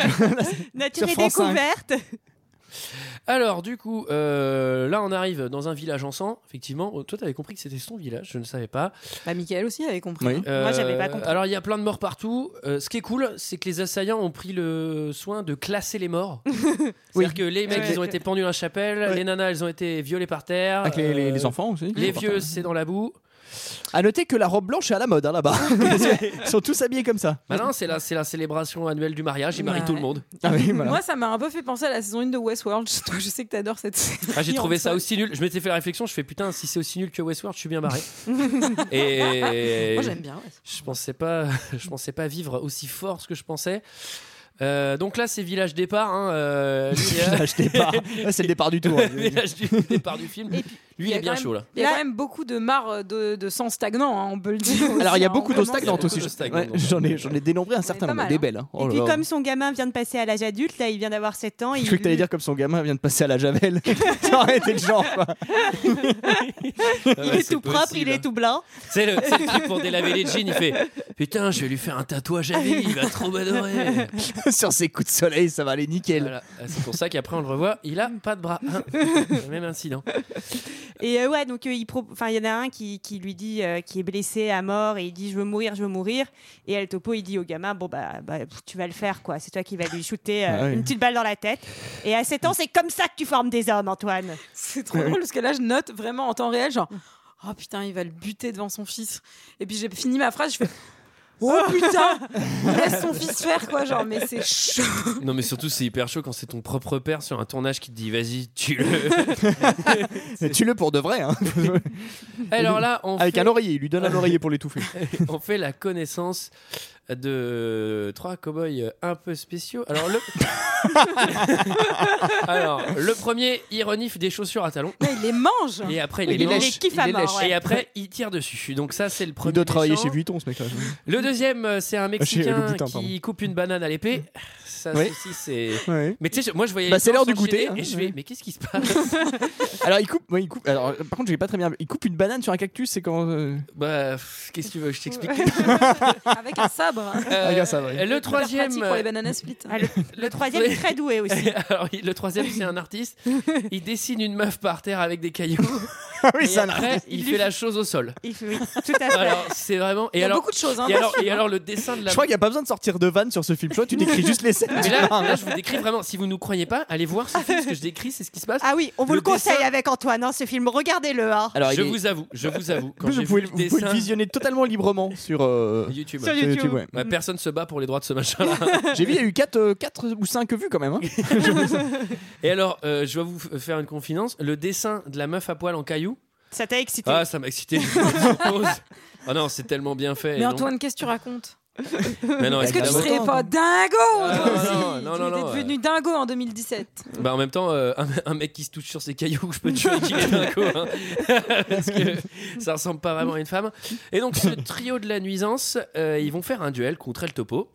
[SPEAKER 7] Nature et
[SPEAKER 6] Sur France cinq.
[SPEAKER 7] découverte.
[SPEAKER 1] Alors, du coup, euh, là, on arrive dans un village en sang. Effectivement, Oh, toi, t'avais compris que c'était son village. Je ne savais pas.
[SPEAKER 9] Bah, Michael aussi avait compris.
[SPEAKER 6] Oui.
[SPEAKER 1] Euh,
[SPEAKER 7] Moi, j'avais pas compris.
[SPEAKER 1] Alors, il y a plein de morts partout. Euh, ce qui est cool, c'est que les assaillants ont pris le soin de classer les morts. C'est-à-dire
[SPEAKER 6] Oui.
[SPEAKER 1] que les mecs,
[SPEAKER 9] Ouais.
[SPEAKER 1] ils ont été pendus à la chapelle.
[SPEAKER 6] Ouais.
[SPEAKER 1] Les nanas, elles ont été violées par terre.
[SPEAKER 6] Avec les, les-
[SPEAKER 1] Euh,
[SPEAKER 6] les enfants aussi.
[SPEAKER 1] Les vieux, c'est dans la boue.
[SPEAKER 6] À noter que la robe blanche est à la mode hein, là-bas. Ils sont tous habillés comme ça.
[SPEAKER 1] Maintenant, Bah c'est la, c'est la célébration annuelle du mariage. Ils marient
[SPEAKER 9] Ouais.
[SPEAKER 1] tout le monde.
[SPEAKER 6] Ah oui, voilà.
[SPEAKER 9] Moi, ça m'a un peu fait penser à la saison 1 de Westworld. Toi, je sais que t'adores cette série.
[SPEAKER 1] Ah, j'ai trouvé ça
[SPEAKER 9] Antoine.
[SPEAKER 1] aussi nul. Je m'étais fait la réflexion. Je fais putain, si c'est aussi nul que Westworld, je suis bien barré. Et
[SPEAKER 9] Moi, j'aime bien. ouais.
[SPEAKER 1] je pensais pas, je pensais pas vivre aussi fort ce que je pensais. Euh, donc là, c'est village départ. Hein, euh,
[SPEAKER 6] Village départ. Là, c'est le départ du tour. hein.
[SPEAKER 1] village du départ du film.
[SPEAKER 7] Et puis,
[SPEAKER 1] Lui, il
[SPEAKER 9] Il y a
[SPEAKER 1] est bien
[SPEAKER 9] quand même-
[SPEAKER 1] chaud là.
[SPEAKER 9] Il y a
[SPEAKER 7] Là-
[SPEAKER 9] quand même beaucoup de marre euh, de, de sang stagnant, hein, on peut le dire. aussi,
[SPEAKER 6] Alors il y a
[SPEAKER 9] hein,
[SPEAKER 6] beaucoup
[SPEAKER 9] on
[SPEAKER 6] d'eau
[SPEAKER 9] commence-
[SPEAKER 6] stagnante aussi.
[SPEAKER 1] beaucoup d'eau
[SPEAKER 6] je-
[SPEAKER 1] stagnante,
[SPEAKER 6] ouais, J'en ai, j'en ai dénombré un certain
[SPEAKER 9] pas
[SPEAKER 6] nombre,
[SPEAKER 9] mal,
[SPEAKER 6] des
[SPEAKER 9] hein.
[SPEAKER 6] belles. hein. Oh
[SPEAKER 7] Et
[SPEAKER 6] là
[SPEAKER 7] puis
[SPEAKER 6] là.
[SPEAKER 7] comme son gamin vient de passer à l'âge adulte, là il vient d'avoir 7 ans.
[SPEAKER 6] Je
[SPEAKER 7] il-
[SPEAKER 6] croyais que t'allais dire comme son gamin vient de passer à la javel. Ça aurait été le genre. quoi.
[SPEAKER 7] Il est tout propre, il est tout blanc.
[SPEAKER 1] C'est le, c'est le truc pour délaver les jeans. Il fait Putain, je vais lui faire un tatouage à vie, il va trop m'adorer.
[SPEAKER 6] Sur ses coups de soleil, ça va aller nickel.
[SPEAKER 1] Voilà. C'est pour ça qu'après, on le revoit, il a pas de bras. Hein. Le Même incident.
[SPEAKER 7] Et euh, ouais, donc euh, il pro- enfin, il y en a un qui, qui lui dit, euh, qui est blessé à mort, et il dit je veux mourir, je veux mourir. Et El Topo, il dit au gamin, bon bah, bah, pff, tu vas le faire quoi, c'est toi qui vas lui shooter euh,
[SPEAKER 6] Ah oui.
[SPEAKER 7] une petite balle dans la tête. Et à 7 ans, c'est comme ça que tu formes des hommes, Antoine.
[SPEAKER 9] C'est trop drôle parce que là, je note vraiment en temps réel, genre, oh putain, il va le buter devant son fils. Et puis j'ai fini ma phrase, je fais. Oh putain Laisse son fils faire quoi, genre, mais c'est chaud
[SPEAKER 1] Non, mais surtout, c'est hyper chaud quand c'est ton propre père sur un tournage qui te dit Vas-y, tue-le.
[SPEAKER 6] Tue-le pour de vrai. hein.
[SPEAKER 1] Alors là, on
[SPEAKER 6] Avec
[SPEAKER 1] fait-
[SPEAKER 6] un oreiller, il lui donne un oreiller pour l'étouffer.
[SPEAKER 1] on fait la connaissance de trois cow-boys un peu spéciaux. Alors le, Alors, le premier, il renifle des chaussures à talons.
[SPEAKER 9] Mais il les mange
[SPEAKER 1] Et après, il,
[SPEAKER 6] Il
[SPEAKER 1] les
[SPEAKER 6] les
[SPEAKER 1] mange.
[SPEAKER 6] lèche.
[SPEAKER 7] kiffe à
[SPEAKER 6] il les
[SPEAKER 7] mort,
[SPEAKER 6] lèche.
[SPEAKER 7] ouais.
[SPEAKER 1] Et euh, après, il tire dessus. Donc ça, c'est le premier.
[SPEAKER 6] Il doit travailler
[SPEAKER 1] méchant.
[SPEAKER 6] chez Ah, Vuitton, ce mec-là.
[SPEAKER 1] Le deuxième, euh, c'est un Mexicain
[SPEAKER 6] Louis Vuitton,
[SPEAKER 1] qui coupe une banane à l'épée. Ça
[SPEAKER 6] Oui.
[SPEAKER 1] aussi, c'est.
[SPEAKER 6] Ouais.
[SPEAKER 1] Mais tu sais, je- moi, je voyais.
[SPEAKER 6] Bah,
[SPEAKER 1] les
[SPEAKER 6] c'est
[SPEAKER 1] gens
[SPEAKER 6] l'heure du
[SPEAKER 1] s'enchaîner
[SPEAKER 6] goûter, hein.
[SPEAKER 1] Et je vais, mais qu'est-ce qui se passe
[SPEAKER 6] Alors il coupe, ouais, il coupe. Alors euh, par contre, j'ai pas très bien. Il coupe une banane sur un cactus, c'est quand. euh,
[SPEAKER 1] Bah, pff, qu'est-ce que tu veux que Je t'explique.
[SPEAKER 9] Avec un sabre
[SPEAKER 1] Euh,
[SPEAKER 6] regarde Ah, ça, ouais.
[SPEAKER 1] Le
[SPEAKER 9] Hyper pratique
[SPEAKER 1] troisième. euh,
[SPEAKER 9] pour les bananes split.
[SPEAKER 7] Ah, le, le troisième est très doué aussi.
[SPEAKER 1] Alors, il- le troisième, c'est un artiste. Il dessine une meuf par terre avec des cailloux.
[SPEAKER 6] Ah oui,
[SPEAKER 1] et
[SPEAKER 6] ça. là.
[SPEAKER 1] après, il fait la chose au sol.
[SPEAKER 7] Il fait- oui, tout à fait.
[SPEAKER 1] Alors, c'est vraiment.
[SPEAKER 9] Il
[SPEAKER 1] Et
[SPEAKER 9] y a
[SPEAKER 1] alors,
[SPEAKER 9] beaucoup de choses. Hein,
[SPEAKER 1] et alors, et alors, le dessin de la.
[SPEAKER 6] Je crois qu'il n'y a pas besoin de sortir de vanne sur ce film. Je crois que tu décris juste les scènes.
[SPEAKER 1] Mais là,
[SPEAKER 6] hein.
[SPEAKER 1] là, je vous décris vraiment. Si vous ne nous croyez pas, allez voir ce film. Ce que je décris, c'est ce qui se passe.
[SPEAKER 7] Ah oui, on vous
[SPEAKER 1] Le
[SPEAKER 7] le, conseille
[SPEAKER 1] dessin-
[SPEAKER 7] avec Antoine, hein, ce film, regardez-le. hein.
[SPEAKER 6] Alors, il
[SPEAKER 1] je
[SPEAKER 6] est-
[SPEAKER 1] vous avoue, je vous avoue. Quand
[SPEAKER 6] vous
[SPEAKER 1] j'ai
[SPEAKER 6] pouvez,
[SPEAKER 1] vu
[SPEAKER 6] le-
[SPEAKER 1] le
[SPEAKER 6] vous pouvez
[SPEAKER 1] dessin
[SPEAKER 6] le visionner totalement librement sur. euh,
[SPEAKER 1] YouTube.
[SPEAKER 7] Sur
[SPEAKER 1] ouais.
[SPEAKER 7] YouTube.
[SPEAKER 6] ouais.
[SPEAKER 1] Ouais, personne se bat pour les droits de ce machin-là.
[SPEAKER 6] J'ai vu, il y a eu 4, ou 5 vues quand même. hein.
[SPEAKER 1] Et alors, euh, je vais vous f- faire une confidence. Le dessin de la meuf à poil en caillou.
[SPEAKER 7] Ça t'a excité.
[SPEAKER 1] Ah, ça m'a excité. je vous propose. Ah non, c'est tellement bien fait.
[SPEAKER 9] Mais
[SPEAKER 1] non.
[SPEAKER 9] Antoine, qu'est-ce que tu racontes
[SPEAKER 1] Mais non,
[SPEAKER 6] Est-ce
[SPEAKER 9] Est-ce que tu
[SPEAKER 1] évidemment.
[SPEAKER 9] serais
[SPEAKER 6] autant,
[SPEAKER 9] pas dingo
[SPEAKER 1] Ah,
[SPEAKER 9] toi
[SPEAKER 1] non,
[SPEAKER 9] aussi
[SPEAKER 1] non, non, non,
[SPEAKER 9] Tu
[SPEAKER 1] non,
[SPEAKER 9] es devenu dingo en 2017.
[SPEAKER 1] Bah en même temps, euh, un, un mec qui se touche sur ses cailloux, je peux te dire qu'il est dingo. Hein. Parce que ça ressemble pas vraiment à une femme. Et donc, ce trio de la nuisance, euh, ils vont faire un duel contre El Topo.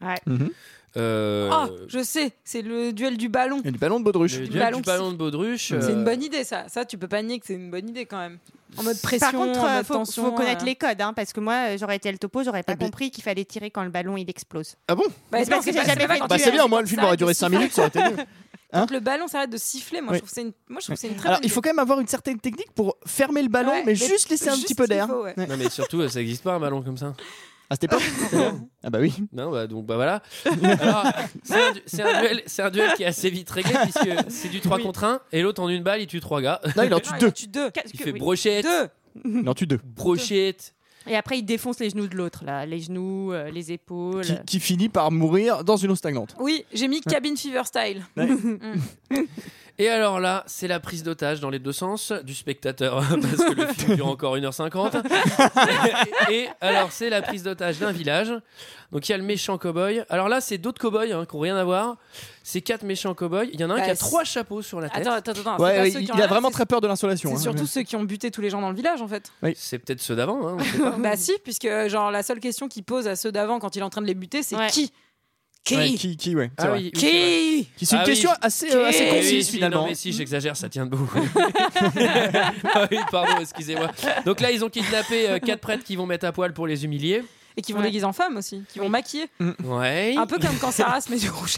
[SPEAKER 7] Ouais.
[SPEAKER 6] Mhm.
[SPEAKER 1] Euh,
[SPEAKER 9] Ah, je sais, c'est le duel du ballon.
[SPEAKER 6] Il y a du ballon de baudruche.
[SPEAKER 1] le
[SPEAKER 9] du
[SPEAKER 1] duel
[SPEAKER 9] ballon
[SPEAKER 1] du
[SPEAKER 9] qui
[SPEAKER 1] ballon de Baudruche.
[SPEAKER 9] C'est
[SPEAKER 1] euh,
[SPEAKER 9] une bonne idée, ça. Ça, tu peux pas nier que c'est une bonne idée quand même. En mode pression,
[SPEAKER 7] Par contre,
[SPEAKER 9] en
[SPEAKER 7] euh,
[SPEAKER 9] mode
[SPEAKER 7] faut,
[SPEAKER 9] tension.
[SPEAKER 7] faut connaître
[SPEAKER 9] euh.
[SPEAKER 7] les codes, hein, parce que moi, euh, j'aurais été le topo, j'aurais pas
[SPEAKER 6] Ah, mais-
[SPEAKER 7] compris qu'il fallait tirer quand le ballon il explose.
[SPEAKER 6] Ah bon
[SPEAKER 9] Bah,
[SPEAKER 7] Mais
[SPEAKER 9] c'est
[SPEAKER 7] parce que
[SPEAKER 9] c'est
[SPEAKER 7] j'ai
[SPEAKER 9] pas-
[SPEAKER 7] jamais hein.
[SPEAKER 9] c'est pas
[SPEAKER 7] fait
[SPEAKER 9] quand
[SPEAKER 7] de
[SPEAKER 6] Bah,
[SPEAKER 9] tu
[SPEAKER 6] c'est
[SPEAKER 9] as-
[SPEAKER 6] bien, moi le
[SPEAKER 9] quand
[SPEAKER 6] film
[SPEAKER 9] ça
[SPEAKER 6] aurait
[SPEAKER 9] arrête
[SPEAKER 6] duré
[SPEAKER 9] de
[SPEAKER 6] 5
[SPEAKER 9] siffler.
[SPEAKER 6] minutes, ça aurait été mieux.
[SPEAKER 9] Quand le ballon s'arrête de siffler, moi
[SPEAKER 6] Oui.
[SPEAKER 9] je trouve que c'est une, moi, je trouve que c'est une très
[SPEAKER 6] Alors,
[SPEAKER 9] bonne
[SPEAKER 6] Ah, il faut quand même avoir une certaine technique pour fermer le ballon,
[SPEAKER 9] Ouais,
[SPEAKER 6] mais
[SPEAKER 9] mais
[SPEAKER 6] juste laisser un
[SPEAKER 9] juste
[SPEAKER 6] petit peu
[SPEAKER 9] ce qu'il
[SPEAKER 6] d'air.
[SPEAKER 9] faut, ouais.
[SPEAKER 6] Ouais.
[SPEAKER 1] Non mais surtout euh, ça n'existe pas un ballon comme ça.
[SPEAKER 6] Ah, c'était pas Ah, bah oui.
[SPEAKER 1] Non bah donc bah voilà. Alors, c'est un, du- c'est un duel, c'est un duel qui est assez vite réglé puisque c'est du 3 contre 1 et l'autre en une balle il tue trois gars.
[SPEAKER 6] Non, il en
[SPEAKER 9] idée.
[SPEAKER 6] tue
[SPEAKER 9] Non,
[SPEAKER 6] deux.
[SPEAKER 9] il tue deux.
[SPEAKER 7] Qu'est-ce
[SPEAKER 1] Il
[SPEAKER 7] que-
[SPEAKER 1] fait
[SPEAKER 7] oui.
[SPEAKER 1] brochette,
[SPEAKER 9] Deux.
[SPEAKER 6] Il en tue deux.
[SPEAKER 1] brochette.
[SPEAKER 7] Et après, il défonce les genoux de l'autre, là, les genoux, euh, les épaules.
[SPEAKER 6] Qui, qui finit par mourir dans une eau stagnante.
[SPEAKER 9] Oui, j'ai mis cabine fever style.
[SPEAKER 1] Et alors là, c'est la prise d'otage dans les deux sens du spectateur hein, parce que le film dure encore 1h50. et alors c'est la prise d'otage d'un village. Donc il y a le méchant cowboy. Alors là, c'est d'autres cowboys hein, qui n'ont rien à voir. C'est quatre méchants cowboys. Il y en a un
[SPEAKER 9] Bah,
[SPEAKER 1] qui a
[SPEAKER 9] c'est-
[SPEAKER 1] trois chapeaux sur la tête.
[SPEAKER 9] Attends, attends, attends. c'est
[SPEAKER 6] Ouais,
[SPEAKER 9] pas
[SPEAKER 6] ouais,
[SPEAKER 9] ceux
[SPEAKER 6] il,
[SPEAKER 9] qui
[SPEAKER 6] il
[SPEAKER 9] en
[SPEAKER 6] a
[SPEAKER 9] restent,
[SPEAKER 6] vraiment
[SPEAKER 9] c'est-
[SPEAKER 6] très peur de l'insolation.
[SPEAKER 9] C'est
[SPEAKER 6] hein.
[SPEAKER 9] surtout ceux qui ont buté tous les gens dans le village en fait.
[SPEAKER 1] C'est peut-être ceux d'avant. hein, on sait pas.
[SPEAKER 9] Bah si, puisque genre la seule question qu'il pose à ceux d'avant quand il est en train de les buter, c'est
[SPEAKER 7] Ouais.
[SPEAKER 9] qui Qui
[SPEAKER 6] Ouais, qui, qui, ouais. c'est
[SPEAKER 1] Ah
[SPEAKER 6] vrai.
[SPEAKER 1] oui, oui, c'est vrai.
[SPEAKER 9] Qui
[SPEAKER 6] Qui- C'est une
[SPEAKER 1] Ah oui.
[SPEAKER 6] question assez, euh, assez
[SPEAKER 9] Qui-
[SPEAKER 1] Eh
[SPEAKER 6] concise
[SPEAKER 1] oui, si,
[SPEAKER 6] finalement.
[SPEAKER 1] non, mais si, j'exagère, ça tient debout. ah oui, pardon, excusez-moi. Donc là, ils ont kidnappé euh, quatre prêtres qui vont mettre à poil pour les humilier.
[SPEAKER 9] Et qui vont
[SPEAKER 7] Ouais.
[SPEAKER 9] déguiser en femme aussi, qui vont maquiller.
[SPEAKER 1] Ouais.
[SPEAKER 9] Un peu comme quand Sarah se met du rouge.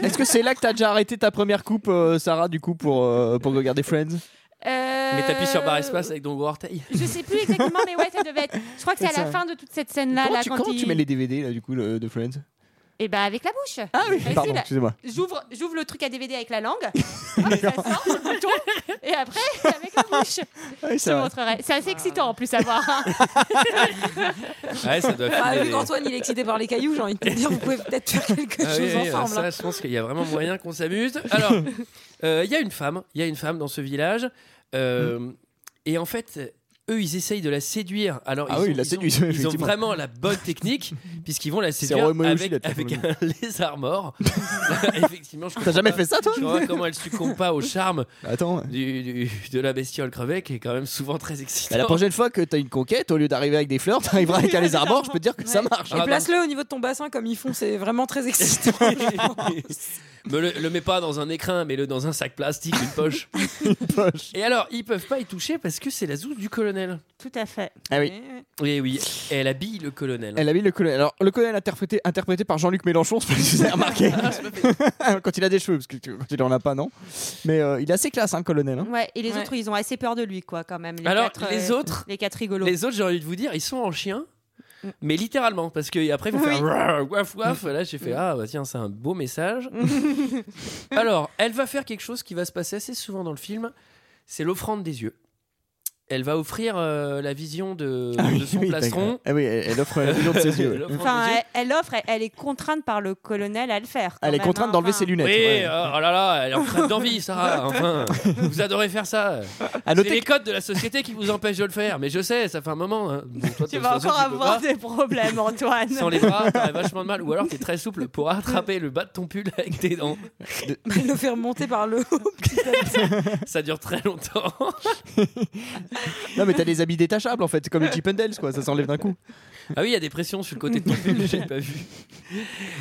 [SPEAKER 6] Est-ce que c'est là que t'as déjà arrêté ta première coupe, euh, Sarah, du coup, pour, euh, pour regarder Friends
[SPEAKER 1] Mais t'appuies sur barre espace avec ton gros orteil.
[SPEAKER 7] Euh, Je sais plus exactement, mais ouais, ça devait être. Je crois que c'est à la fin de toute cette scène-là.
[SPEAKER 6] Comment,
[SPEAKER 7] là,
[SPEAKER 6] tu,
[SPEAKER 7] quand
[SPEAKER 6] comment
[SPEAKER 7] il-
[SPEAKER 6] tu mets les DVD là, du coup, le- de Friends
[SPEAKER 7] Eh ben, avec la bouche.
[SPEAKER 6] Ah oui,
[SPEAKER 7] Vas-y,
[SPEAKER 6] pardon,
[SPEAKER 7] là.
[SPEAKER 6] excusez-moi.
[SPEAKER 7] J'ouvre, j'ouvre le truc à DVD avec la langue, hop, ça sort, je le tourne, et après avec la bouche.
[SPEAKER 6] Ah
[SPEAKER 7] Je
[SPEAKER 6] oui,
[SPEAKER 7] te
[SPEAKER 6] c'est vrai.
[SPEAKER 7] montrerai. C'est assez excitant en plus à voir. hein.
[SPEAKER 1] Ouais, ça doit
[SPEAKER 9] Ah,
[SPEAKER 1] filer
[SPEAKER 9] vu
[SPEAKER 1] des-
[SPEAKER 9] qu'Antoine il est excité par les cailloux, j'ai envie de te dire, vous pouvez peut-être faire quelque
[SPEAKER 1] Ah oui,
[SPEAKER 9] chose
[SPEAKER 1] oui, euh,
[SPEAKER 9] ensemble.
[SPEAKER 1] ça,
[SPEAKER 9] hein.
[SPEAKER 1] je pense qu'il y a vraiment moyen qu'on s'amuse. Alors, euh,
[SPEAKER 6] Mm.
[SPEAKER 1] il y a une femme, il y a une femme dans ce village, euh, et en fait, eux, ils essayent de la séduire. Alors,
[SPEAKER 6] Ah
[SPEAKER 1] ils,
[SPEAKER 6] oui,
[SPEAKER 1] ont,
[SPEAKER 6] ils la
[SPEAKER 1] ils ont-
[SPEAKER 6] séduisent,
[SPEAKER 1] ils ont
[SPEAKER 6] effectivement.
[SPEAKER 1] vraiment la bonne technique, puisqu'ils vont la
[SPEAKER 6] C'est
[SPEAKER 1] séduire
[SPEAKER 6] Romeo et
[SPEAKER 1] avec,
[SPEAKER 6] Juliette, la
[SPEAKER 1] avec
[SPEAKER 6] formule.
[SPEAKER 1] un lézard mort. Effectivement, je
[SPEAKER 6] T'as
[SPEAKER 1] comprends
[SPEAKER 6] jamais
[SPEAKER 1] pas-
[SPEAKER 6] fait ça, toi Bah,
[SPEAKER 1] Je vois comment elle succombe pas au charme
[SPEAKER 6] Attends.
[SPEAKER 1] du, du- de la bestiole crevée, qui est quand même souvent très excitante.
[SPEAKER 6] Bah, la prochaine fois que t'as une conquête, au lieu d'arriver avec des fleurs, t'arriveras avec un lézard mort, je peux te dire que ça
[SPEAKER 9] Ouais.
[SPEAKER 6] marche.
[SPEAKER 1] Ah,
[SPEAKER 9] Et
[SPEAKER 1] non.
[SPEAKER 9] place-le au niveau de ton bassin comme ils font, c'est vraiment très excitant. Bah,
[SPEAKER 1] Me le, le mets pas dans un écrin, mets-le dans un sac plastique, une poche.
[SPEAKER 6] Poche.
[SPEAKER 1] Et alors, ils peuvent pas y toucher parce que c'est la zouze du colonel.
[SPEAKER 7] Tout à fait.
[SPEAKER 6] Ah oui.
[SPEAKER 9] Ouais, ouais.
[SPEAKER 1] Et Eh oui, elle habille le colonel.
[SPEAKER 6] Elle a mis le colonel. Alors, le colonel interprété, interprété par Jean-Luc Mélenchon, je sais pas si vous avez remarqué. quand il a des cheveux, parce que tu- quand il en a pas, non. Mais euh, il est assez classe, hein, le colonel. hein.
[SPEAKER 7] Ouais, et les
[SPEAKER 9] Ouais.
[SPEAKER 7] autres, ils ont assez peur de lui, quoi, quand même. Les
[SPEAKER 1] Alors,
[SPEAKER 7] quatre,
[SPEAKER 1] les
[SPEAKER 7] euh,
[SPEAKER 1] autres-
[SPEAKER 7] Les quatre rigolos.
[SPEAKER 1] Les autres, j'ai envie de vous dire, ils sont en chien,
[SPEAKER 7] Mm.
[SPEAKER 1] mais littéralement, parce que après, ils vont
[SPEAKER 7] Oui.
[SPEAKER 1] faire Rar, waf waf. Là, j'ai fait ah bah tiens, c'est un beau message. Alors, elle va faire quelque chose qui va se passer assez souvent dans le film, c'est l'offrande des yeux. Elle va offrir euh, la vision de,
[SPEAKER 6] Ah
[SPEAKER 1] de son
[SPEAKER 6] oui,
[SPEAKER 1] plastron.
[SPEAKER 6] d'accord. Ah oui, elle elle offre la vision de ses yeux.
[SPEAKER 1] L'offrande
[SPEAKER 7] Enfin,
[SPEAKER 1] des yeux.
[SPEAKER 7] elle, elle offre, elle, elle est contrainte par le colonel à le faire. quand
[SPEAKER 6] Elle est
[SPEAKER 7] même,
[SPEAKER 6] contrainte
[SPEAKER 7] hein,
[SPEAKER 6] d'enlever
[SPEAKER 7] enfin.
[SPEAKER 6] ses lunettes.
[SPEAKER 1] Oui,
[SPEAKER 6] ouais.
[SPEAKER 1] euh, oh là là, elle est en train d'envie, Sarah. Enfin, vous adorez faire ça.
[SPEAKER 6] À
[SPEAKER 1] C'est
[SPEAKER 6] noter
[SPEAKER 1] les codes de la société qui vous empêchent de le faire. Mais je sais, ça fait un moment. hein. Bon, toi, de
[SPEAKER 7] Tu
[SPEAKER 1] toute
[SPEAKER 7] vas
[SPEAKER 1] façon,
[SPEAKER 7] encore
[SPEAKER 1] tu peux pas.
[SPEAKER 7] avoir des problèmes, Antoine.
[SPEAKER 1] Sans les bras, t'aurais vachement de mal. Ou alors, t'es très souple pour attraper le bas de ton pull avec tes dents.
[SPEAKER 9] le faire monter par le haut.
[SPEAKER 1] Ça dure très longtemps.
[SPEAKER 6] Non, mais t'as des habits détachables en fait, c'est comme les Chip and Dale's, quoi, ça s'enlève d'un coup.
[SPEAKER 1] Ah oui, il y a des pressions sur le côté de ton pull, j'ai pas vu.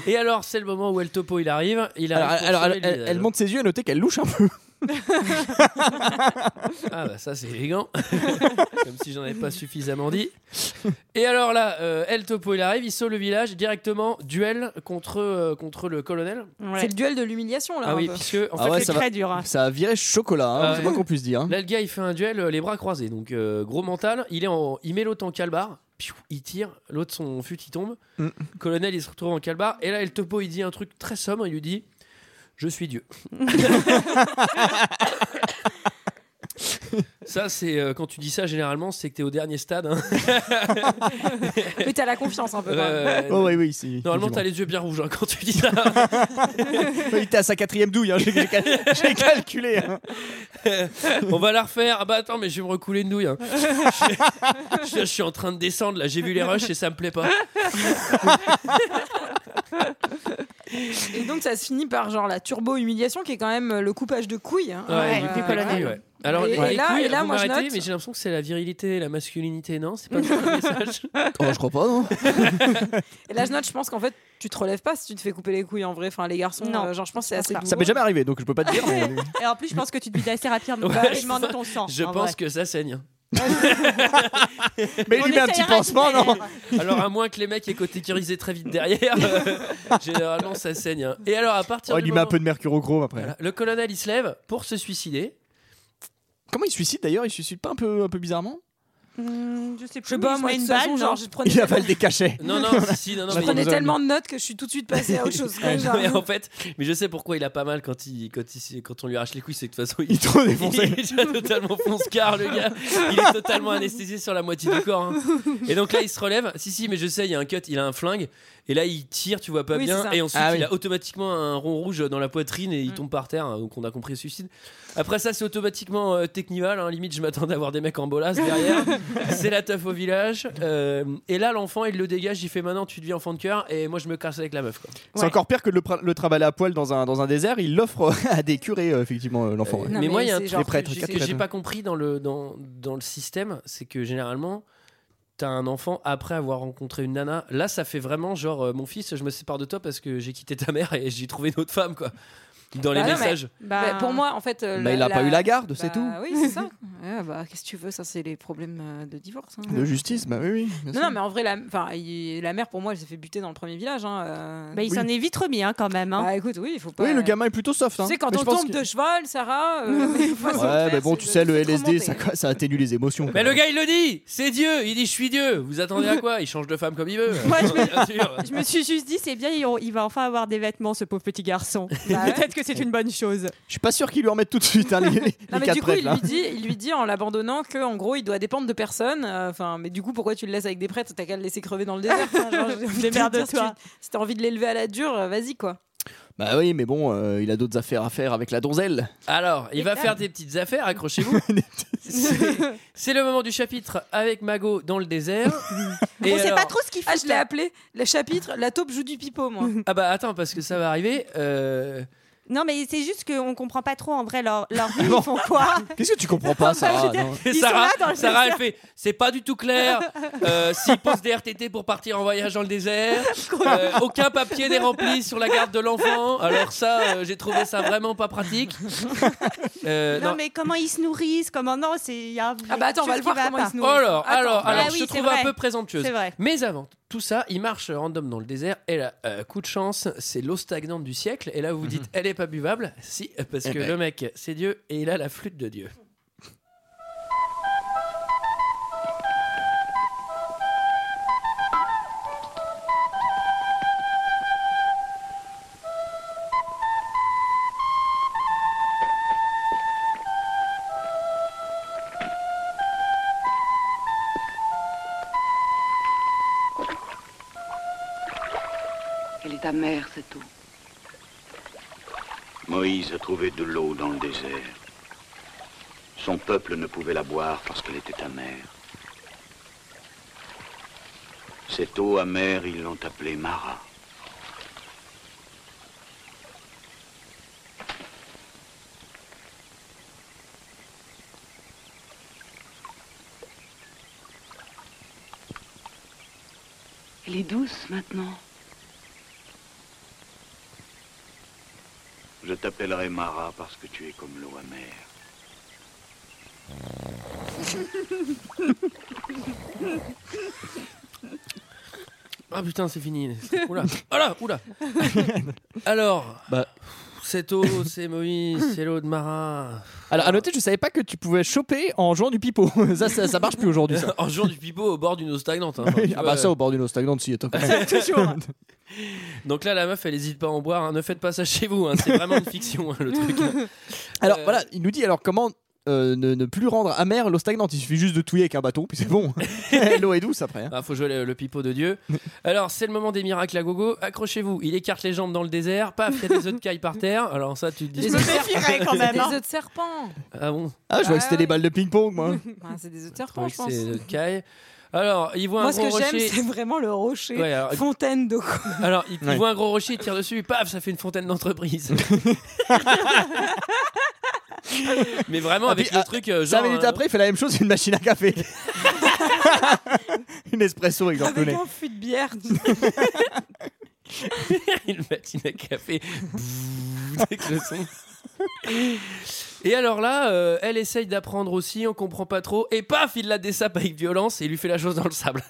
[SPEAKER 1] Et alors, c'est le moment où El Topo il arrive. Il
[SPEAKER 6] Alors,
[SPEAKER 1] arrive pour
[SPEAKER 6] alors,
[SPEAKER 1] sauver
[SPEAKER 6] elle, elle-
[SPEAKER 1] les- euh,
[SPEAKER 6] elle monte ses yeux, à noter qu'elle louche un peu.
[SPEAKER 1] Ah bah ça c'est élégant. Comme si j'en avais pas suffisamment dit. Et alors là, euh, El Topo il arrive, il sauve le village directement, duel contre, euh, contre le colonel.
[SPEAKER 7] Ouais.
[SPEAKER 9] C'est le duel de l'humiliation là.
[SPEAKER 1] Ah
[SPEAKER 9] un
[SPEAKER 1] oui,
[SPEAKER 9] peu.
[SPEAKER 1] puisque en
[SPEAKER 6] Ah
[SPEAKER 1] fait,
[SPEAKER 6] ouais,
[SPEAKER 7] C'est
[SPEAKER 6] ça va.
[SPEAKER 7] très dur. hein.
[SPEAKER 6] Ça a viré chocolat, hein,
[SPEAKER 1] Ah
[SPEAKER 6] c'est
[SPEAKER 1] ouais.
[SPEAKER 6] pas qu'on puisse dire. hein.
[SPEAKER 1] Là, le gars, il fait un duel, euh, les bras croisés. Donc, euh, gros mental. Il, est en, il met l'autre en calbar. Piou, il tire. L'autre, son fut, il tombe.
[SPEAKER 6] Mm.
[SPEAKER 1] Colonel, il se retrouve en calbar. Et là, El Topo, il dit un truc très sombre. Il lui dit Je suis Dieu. ça, c'est euh, quand tu dis ça, généralement, c'est que t'es au dernier stade. hein.
[SPEAKER 9] Mais t'as la confiance un peu. quand même.
[SPEAKER 1] Euh,
[SPEAKER 6] Oh, oui, oui, si.
[SPEAKER 1] Normalement, t'as
[SPEAKER 6] effectivement.
[SPEAKER 1] les yeux bien rouges hein, quand tu dis ça.
[SPEAKER 6] Il était à sa quatrième douille, hein, j'ai j'ai cal- j'ai calculé. hein.
[SPEAKER 1] On va la refaire. Ah bah attends, mais je vais me recouler une douille. hein. Je, je- je suis en train de descendre là. J'ai vu les rushs et ça me plaît pas.
[SPEAKER 9] Et donc ça se finit par genre la turbo humiliation qui est quand même euh, le coupage de couilles. hein.
[SPEAKER 1] Ouais,
[SPEAKER 9] Euh,
[SPEAKER 1] du coup, colonel.
[SPEAKER 9] ouais.
[SPEAKER 1] ouais. Alors, les-
[SPEAKER 9] Et- et
[SPEAKER 1] les
[SPEAKER 9] là-
[SPEAKER 1] couilles,
[SPEAKER 9] et là,
[SPEAKER 1] vous
[SPEAKER 9] moi, je
[SPEAKER 1] m'arrêtez,
[SPEAKER 9] note-
[SPEAKER 1] mais j'ai l'impression que c'est la virilité et la masculinité, non C'est pas ça le message
[SPEAKER 6] Oh, je crois pas, non
[SPEAKER 9] Et là je note, je pense qu'en fait tu te relèves pas si tu te fais couper les couilles en vrai. Enfin les garçons,
[SPEAKER 7] Non.
[SPEAKER 9] euh, genre je pense que c'est
[SPEAKER 7] Ça
[SPEAKER 9] assez.
[SPEAKER 6] Ça
[SPEAKER 9] douloureux.
[SPEAKER 6] m'est jamais arrivé, donc je peux pas te dire. mais-
[SPEAKER 7] Et en plus, je pense que tu te vides assez rapidement
[SPEAKER 1] Ouais,
[SPEAKER 7] rapidement de
[SPEAKER 1] je-
[SPEAKER 7] ton sang.
[SPEAKER 1] Je
[SPEAKER 7] en
[SPEAKER 1] pense
[SPEAKER 7] vrai.
[SPEAKER 1] que ça saigne. hein.
[SPEAKER 6] Mais il
[SPEAKER 7] On
[SPEAKER 6] lui met un petit
[SPEAKER 7] essaiera
[SPEAKER 6] pansement,
[SPEAKER 7] de faire
[SPEAKER 6] non
[SPEAKER 1] Alors, à moins que les mecs aient cotécurisé très vite derrière, euh, généralement, ça saigne. hein. Et alors, à partir
[SPEAKER 6] Oh, Il
[SPEAKER 1] du
[SPEAKER 6] lui met un
[SPEAKER 1] moment-
[SPEAKER 6] peu de mercurochrome après.
[SPEAKER 1] Voilà, le colonel, il se lève pour se suicider.
[SPEAKER 6] Comment il se suicide d'ailleurs Il se suicide pas un peu, un peu bizarrement
[SPEAKER 7] Hmm, je sais plus.
[SPEAKER 9] Je sais
[SPEAKER 7] il
[SPEAKER 9] pas,
[SPEAKER 7] se
[SPEAKER 9] moi,
[SPEAKER 7] met une
[SPEAKER 9] de toute
[SPEAKER 7] balle,
[SPEAKER 9] façon,
[SPEAKER 7] genre.
[SPEAKER 9] genre, je prenais,
[SPEAKER 6] Il avale des cachets.
[SPEAKER 1] Non, non, si, si, non, non,
[SPEAKER 6] Je
[SPEAKER 1] mais-
[SPEAKER 9] je prenais
[SPEAKER 6] Dans un
[SPEAKER 9] tellement de notes que je suis tout de suite passée à autre chose. quoi, genre.
[SPEAKER 1] mais en fait, mais je sais pourquoi il a pas mal quand, il, quand, il- quand on lui arrache les couilles, c'est que de toute façon,
[SPEAKER 6] Il est trop défoncé.
[SPEAKER 1] Il est déjà totalement fonce-car, le gars. Il est totalement anesthésié sur la moitié du corps. hein. Et donc là, il se relève. Si, si, mais je sais, il y a un cut, il a un flingue. Et là, il tire, tu vois pas
[SPEAKER 9] Oui, c'est
[SPEAKER 1] bien.
[SPEAKER 9] ça.
[SPEAKER 1] Et ensuite,
[SPEAKER 6] Ah
[SPEAKER 1] il
[SPEAKER 6] oui.
[SPEAKER 1] a automatiquement un rond rouge dans la poitrine et il
[SPEAKER 9] Mm.
[SPEAKER 1] tombe par terre. hein, Donc on a compris le suicide. Après ça, c'est automatiquement euh, Technival. hein. Limite, je m'attendais à voir des mecs en bolas derrière. c'est la teuf au village. Euh, et là, l'enfant, il le dégage. Il fait maintenant, tu deviens enfant de cœur. Et moi, je me casse avec la meuf. quoi.
[SPEAKER 6] C'est encore pire que de le, pra- le travailler à poil dans un, dans un désert. Il l'offre à des curés, euh, effectivement, euh, l'enfant.
[SPEAKER 1] Euh,
[SPEAKER 6] ouais.
[SPEAKER 1] mais,
[SPEAKER 9] Non,
[SPEAKER 1] moi, il y a un
[SPEAKER 9] c'est
[SPEAKER 1] truc
[SPEAKER 9] genre-
[SPEAKER 6] Les prêtres,
[SPEAKER 1] que
[SPEAKER 6] quatre
[SPEAKER 1] j'ai
[SPEAKER 6] prêtres.
[SPEAKER 1] pas compris dans le, dans, dans le système, c'est que généralement, t'as un enfant après avoir rencontré une nana. Là, ça fait vraiment genre, euh, mon fils, je me sépare de toi parce que j'ai quitté ta mère et j'ai trouvé une autre femme, quoi. Dans les
[SPEAKER 9] Bah non, mais-
[SPEAKER 1] messages.
[SPEAKER 9] Bah, pour moi, en fait. euh,
[SPEAKER 6] Bah, il a pas eu la garde, c'est
[SPEAKER 9] Bah,
[SPEAKER 6] tout.
[SPEAKER 9] Oui, c'est ça. Ouais, bah, Qu'est-ce que tu veux Ça, c'est les problèmes euh, de divorce. hein.
[SPEAKER 6] De justice, bah oui, oui. bien
[SPEAKER 9] Non,
[SPEAKER 6] sûr.
[SPEAKER 9] non, mais en vrai, la, enfin, il- la mère, pour moi, elle s'est fait buter dans le premier village. Hein, euh.
[SPEAKER 7] Bah, il s'en est vite remis, hein, quand même. hein.
[SPEAKER 9] Bah, écoute, oui, il faut pas.
[SPEAKER 6] Oui, le gamin est plutôt soft.
[SPEAKER 9] Tu
[SPEAKER 6] Hein.
[SPEAKER 9] sais, quand
[SPEAKER 6] Mais
[SPEAKER 9] on
[SPEAKER 6] je pense
[SPEAKER 9] tombe
[SPEAKER 6] que-
[SPEAKER 9] de cheval, Sarah. euh, mais faut se
[SPEAKER 6] Ouais,
[SPEAKER 9] refaire,
[SPEAKER 6] mais bon,
[SPEAKER 9] c'est
[SPEAKER 6] tu
[SPEAKER 9] de-
[SPEAKER 6] sais,
[SPEAKER 9] de
[SPEAKER 6] le
[SPEAKER 9] te
[SPEAKER 6] LSD,
[SPEAKER 9] remonter.
[SPEAKER 6] ça, ça atténue les émotions.
[SPEAKER 1] Mais le gars, il le dit, c'est Dieu. Il dit, je suis Dieu. Vous attendez à quoi Il change de femme comme il veut.
[SPEAKER 7] Moi, je-
[SPEAKER 1] Bien sûr.
[SPEAKER 9] Ah,
[SPEAKER 7] Je me suis juste dit, c'est bien, il il va enfin avoir des vêtements, ce pauvre petit garçon.
[SPEAKER 9] Bah ouais.
[SPEAKER 7] Peut-être que c'est une bonne chose.
[SPEAKER 6] Je suis pas sûr qu'il lui en mette tout de suite, hein, les, les
[SPEAKER 9] Non, mais
[SPEAKER 6] quatre
[SPEAKER 9] du coup,
[SPEAKER 6] prêtres,
[SPEAKER 9] il
[SPEAKER 6] là.
[SPEAKER 9] lui, dit, il lui dit en l'abandonnant que, en gros, il doit dépendre de personne. euh, Enfin, mais du coup, pourquoi tu le laisses avec des prêtres T'as qu'à le laisser crever dans le désert. enfin, genre, j'ai envie de te dire,
[SPEAKER 7] Démerde-toi.
[SPEAKER 9] Si tu- si t'as envie de l'élever à la dure, euh, vas-y, quoi.
[SPEAKER 6] Bah oui, mais bon, euh, il a d'autres affaires à faire avec la donzelle.
[SPEAKER 1] Alors, il va faire des petites affaires, accrochez-vous. C'est- C'est le moment du chapitre avec Mago dans le désert. Et
[SPEAKER 7] On sait
[SPEAKER 1] alors-
[SPEAKER 7] pas trop ce qu'il
[SPEAKER 9] Ah,
[SPEAKER 7] fait.
[SPEAKER 9] je l'ai appelé le chapitre La taupe joue du pipeau, moi.
[SPEAKER 1] Ah bah attends, parce que ça va arriver. euh,
[SPEAKER 7] Non, mais c'est juste qu'on comprend pas trop en vrai leur, leur vie, ils font quoi.
[SPEAKER 6] Qu'est-ce que tu comprends pas, Sarah non
[SPEAKER 1] Et
[SPEAKER 7] Ils sont
[SPEAKER 1] Sarah,
[SPEAKER 7] là dans le
[SPEAKER 1] Sarah, elle
[SPEAKER 7] désert.
[SPEAKER 1] fait c'est pas du tout clair. Euh, S'ils posent des RTT pour partir en voyage dans le désert, euh, aucun papier n'est rempli sur la garde de l'enfant. Alors, ça, euh, j'ai trouvé ça vraiment pas pratique. Euh,
[SPEAKER 7] non,
[SPEAKER 1] non.
[SPEAKER 7] mais comment ils se nourrissent, comment non, c'est il y a
[SPEAKER 9] Ah, bah attends, on va le voir comment il se nourrit.
[SPEAKER 1] Alors,
[SPEAKER 9] Attends.
[SPEAKER 1] Oh alors,
[SPEAKER 7] Ah
[SPEAKER 1] alors,
[SPEAKER 7] oui,
[SPEAKER 1] je te
[SPEAKER 7] c'est
[SPEAKER 1] trouve
[SPEAKER 7] vrai.
[SPEAKER 1] un peu présomptueuse.
[SPEAKER 7] C'est vrai.
[SPEAKER 1] Mais avant tout ça, il marche random dans le désert. Et là, euh, coup de chance, c'est l'eau stagnante du siècle. Et là, vous vous dites, elle est pas buvable. Si, parce
[SPEAKER 6] Mhm. Eh
[SPEAKER 1] que
[SPEAKER 6] ben.
[SPEAKER 1] le mec, c'est Dieu et il a la flûte de Dieu.
[SPEAKER 10] Elle est amère, c'est tout.
[SPEAKER 2] Moïse a trouvé de l'eau dans le désert. Son peuple ne pouvait la boire parce qu'elle était amère. Cette eau amère, ils l'ont appelée Mara.
[SPEAKER 10] Elle est douce maintenant.
[SPEAKER 2] Je t'appellerai Mara parce que tu es comme l'eau amère.
[SPEAKER 1] Ah putain, c'est fini. Oula, oula, oula. Alors,
[SPEAKER 6] Bah.
[SPEAKER 1] cette eau, c'est Moïse, c'est l'eau de Marin.
[SPEAKER 6] Alors, à noter, je savais pas que tu pouvais choper en jouant du pipeau. ça, ça, ça marche plus aujourd'hui, ça.
[SPEAKER 1] en jouant du pipeau au bord d'une eau stagnante. hein. Enfin, tu
[SPEAKER 6] ah bah
[SPEAKER 1] vois,
[SPEAKER 6] ça, au bord d'une eau stagnante, si, attends.
[SPEAKER 1] Donc là, la meuf, elle hésite pas à en boire. hein. Ne faites pas ça chez vous. hein. C'est vraiment une fiction, hein, le truc.
[SPEAKER 6] Alors
[SPEAKER 1] Euh,
[SPEAKER 6] voilà, il nous dit alors comment euh, ne, ne plus rendre amère l'eau stagnante. Il suffit juste de touiller avec un bâton, puis c'est bon. l'eau est douce après. hein.
[SPEAKER 1] Ah, faut jouer le, le pipeau de Dieu. Alors, c'est le moment des miracles à gogo. Accrochez-vous. Il écarte les jambes dans le désert. Paf, il y a des œufs de caille par terre. Alors, ça, tu te dis.
[SPEAKER 9] Les
[SPEAKER 7] Je me
[SPEAKER 9] autres serpents.
[SPEAKER 7] méfierais quand
[SPEAKER 9] C'est
[SPEAKER 7] même.
[SPEAKER 9] des
[SPEAKER 7] hein.
[SPEAKER 9] œufs de serpent.
[SPEAKER 1] Ah bon
[SPEAKER 6] Ah, je vois que
[SPEAKER 9] Ah
[SPEAKER 6] c'était
[SPEAKER 9] oui.
[SPEAKER 6] des balles de ping-pong, moi.
[SPEAKER 9] Enfin, c'est des œufs de
[SPEAKER 1] Je
[SPEAKER 9] serpent,
[SPEAKER 1] trouvais
[SPEAKER 9] je
[SPEAKER 1] que c'est
[SPEAKER 9] pense.
[SPEAKER 1] des œufs de caille. Alors, il voit un
[SPEAKER 9] Moi, ce
[SPEAKER 1] gros
[SPEAKER 9] que j'aime,
[SPEAKER 1] rocher.
[SPEAKER 9] c'est vraiment le rocher.
[SPEAKER 1] Ouais, alors,
[SPEAKER 9] Fontaine d'eau.
[SPEAKER 1] Alors, il, il
[SPEAKER 6] Ouais.
[SPEAKER 1] voit un gros rocher, il tire dessus, paf, ça fait une fontaine d'entreprise. Mais vraiment,
[SPEAKER 6] Ah,
[SPEAKER 1] avec
[SPEAKER 6] puis,
[SPEAKER 1] le
[SPEAKER 6] ah,
[SPEAKER 1] truc. euh, genre,
[SPEAKER 6] Cinq minutes
[SPEAKER 1] euh,
[SPEAKER 6] après, il fait la même chose, une machine à café. une espresso
[SPEAKER 9] Avec
[SPEAKER 6] exemplaire.
[SPEAKER 9] un fût de bière.
[SPEAKER 1] une machine à café. Bzzz, avec le son. Et alors là, euh, elle essaye d'apprendre aussi, on comprend pas trop, et paf, il la dessape avec violence et il lui fait la chose dans le sable.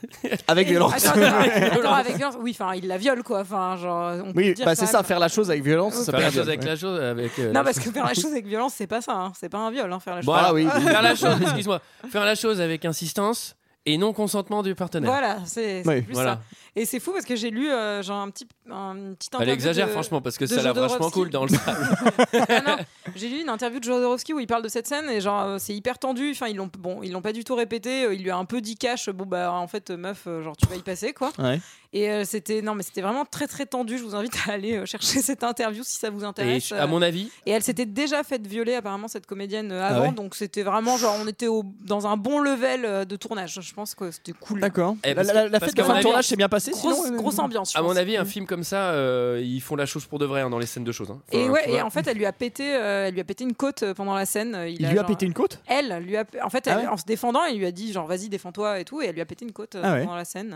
[SPEAKER 6] Avec violence.
[SPEAKER 9] Attends, attends, attends, avec violence. Oui, enfin, il la viole, quoi. Enfin, genre, on peut
[SPEAKER 6] Oui,
[SPEAKER 9] dire
[SPEAKER 6] bah
[SPEAKER 9] quand
[SPEAKER 6] c'est
[SPEAKER 9] même-
[SPEAKER 6] ça, faire la chose avec violence. ça
[SPEAKER 1] Faire
[SPEAKER 6] peut
[SPEAKER 1] la
[SPEAKER 6] être
[SPEAKER 1] chose
[SPEAKER 6] bien,
[SPEAKER 1] avec
[SPEAKER 6] ouais.
[SPEAKER 1] la chose. Avec, euh, la
[SPEAKER 9] Non, parce que faire la chose avec violence, c'est pas ça. hein. C'est pas un viol, hein, faire la chose.
[SPEAKER 1] Bon,
[SPEAKER 6] Ah
[SPEAKER 1] alors,
[SPEAKER 6] oui.
[SPEAKER 1] Faire la chose, excuse-moi. Faire la chose avec insistance et non consentement du partenaire.
[SPEAKER 9] Voilà, c'est c'est
[SPEAKER 6] Oui.
[SPEAKER 9] plus
[SPEAKER 1] Voilà.
[SPEAKER 9] ça. Et c'est fou parce que j'ai lu euh, genre un petit un petit
[SPEAKER 1] Elle
[SPEAKER 9] interview
[SPEAKER 1] exagère
[SPEAKER 9] de-
[SPEAKER 1] franchement parce que
[SPEAKER 9] de
[SPEAKER 1] ça l'a
[SPEAKER 9] Jodorowsky.
[SPEAKER 1] vachement cool dans le sable.
[SPEAKER 9] Ah non, j'ai lu une interview de Jodorowsky où il parle de cette scène et genre euh, c'est hyper tendu. Enfin ils l'ont bon ils l'ont pas du tout répété. Euh, Il lui a un peu dit cash. Bon bah en fait euh, meuf euh, genre tu vas y passer quoi.
[SPEAKER 6] Ouais.
[SPEAKER 9] Et euh, c'était non mais c'était vraiment très très tendu. Je vous invite à aller euh, chercher cette interview si ça vous
[SPEAKER 1] Et
[SPEAKER 9] intéresse. euh,
[SPEAKER 1] à mon avis,
[SPEAKER 9] Et elle s'était déjà faite violer apparemment cette comédienne euh,
[SPEAKER 6] Ah
[SPEAKER 9] avant
[SPEAKER 6] ouais
[SPEAKER 9] donc c'était vraiment genre on était au- dans un bon level euh, de tournage. Je pense que c'était cool.
[SPEAKER 6] D'accord.
[SPEAKER 1] Eh,
[SPEAKER 6] la
[SPEAKER 1] parce
[SPEAKER 6] la-
[SPEAKER 1] que-
[SPEAKER 6] la
[SPEAKER 1] parce
[SPEAKER 6] fête de
[SPEAKER 1] qu'à
[SPEAKER 6] fin
[SPEAKER 1] mon
[SPEAKER 6] de
[SPEAKER 1] avis,
[SPEAKER 6] tournage s'est bien passée.
[SPEAKER 9] Grosse,
[SPEAKER 6] sinon, euh,
[SPEAKER 9] grosse ambiance. je
[SPEAKER 1] à
[SPEAKER 9] pense.
[SPEAKER 1] mon avis, un film comme ça, euh, ils font la chose pour de vrai hein, dans les scènes de choses. hein. Enfin,
[SPEAKER 9] Et
[SPEAKER 1] tu
[SPEAKER 9] ouais,
[SPEAKER 1] vois.
[SPEAKER 9] et en fait, elle lui a pété, euh, elle lui a pété une côte euh, pendant la scène. euh,
[SPEAKER 6] Il lui a
[SPEAKER 9] genre-
[SPEAKER 6] pété une côte
[SPEAKER 9] Elle lui a, en fait,
[SPEAKER 6] Ah
[SPEAKER 9] elle-
[SPEAKER 6] ouais
[SPEAKER 9] en se défendant, elle lui a dit genre vas-y défends-toi et tout, et elle lui a pété une côte euh,
[SPEAKER 6] Ah ouais.
[SPEAKER 9] pendant la scène.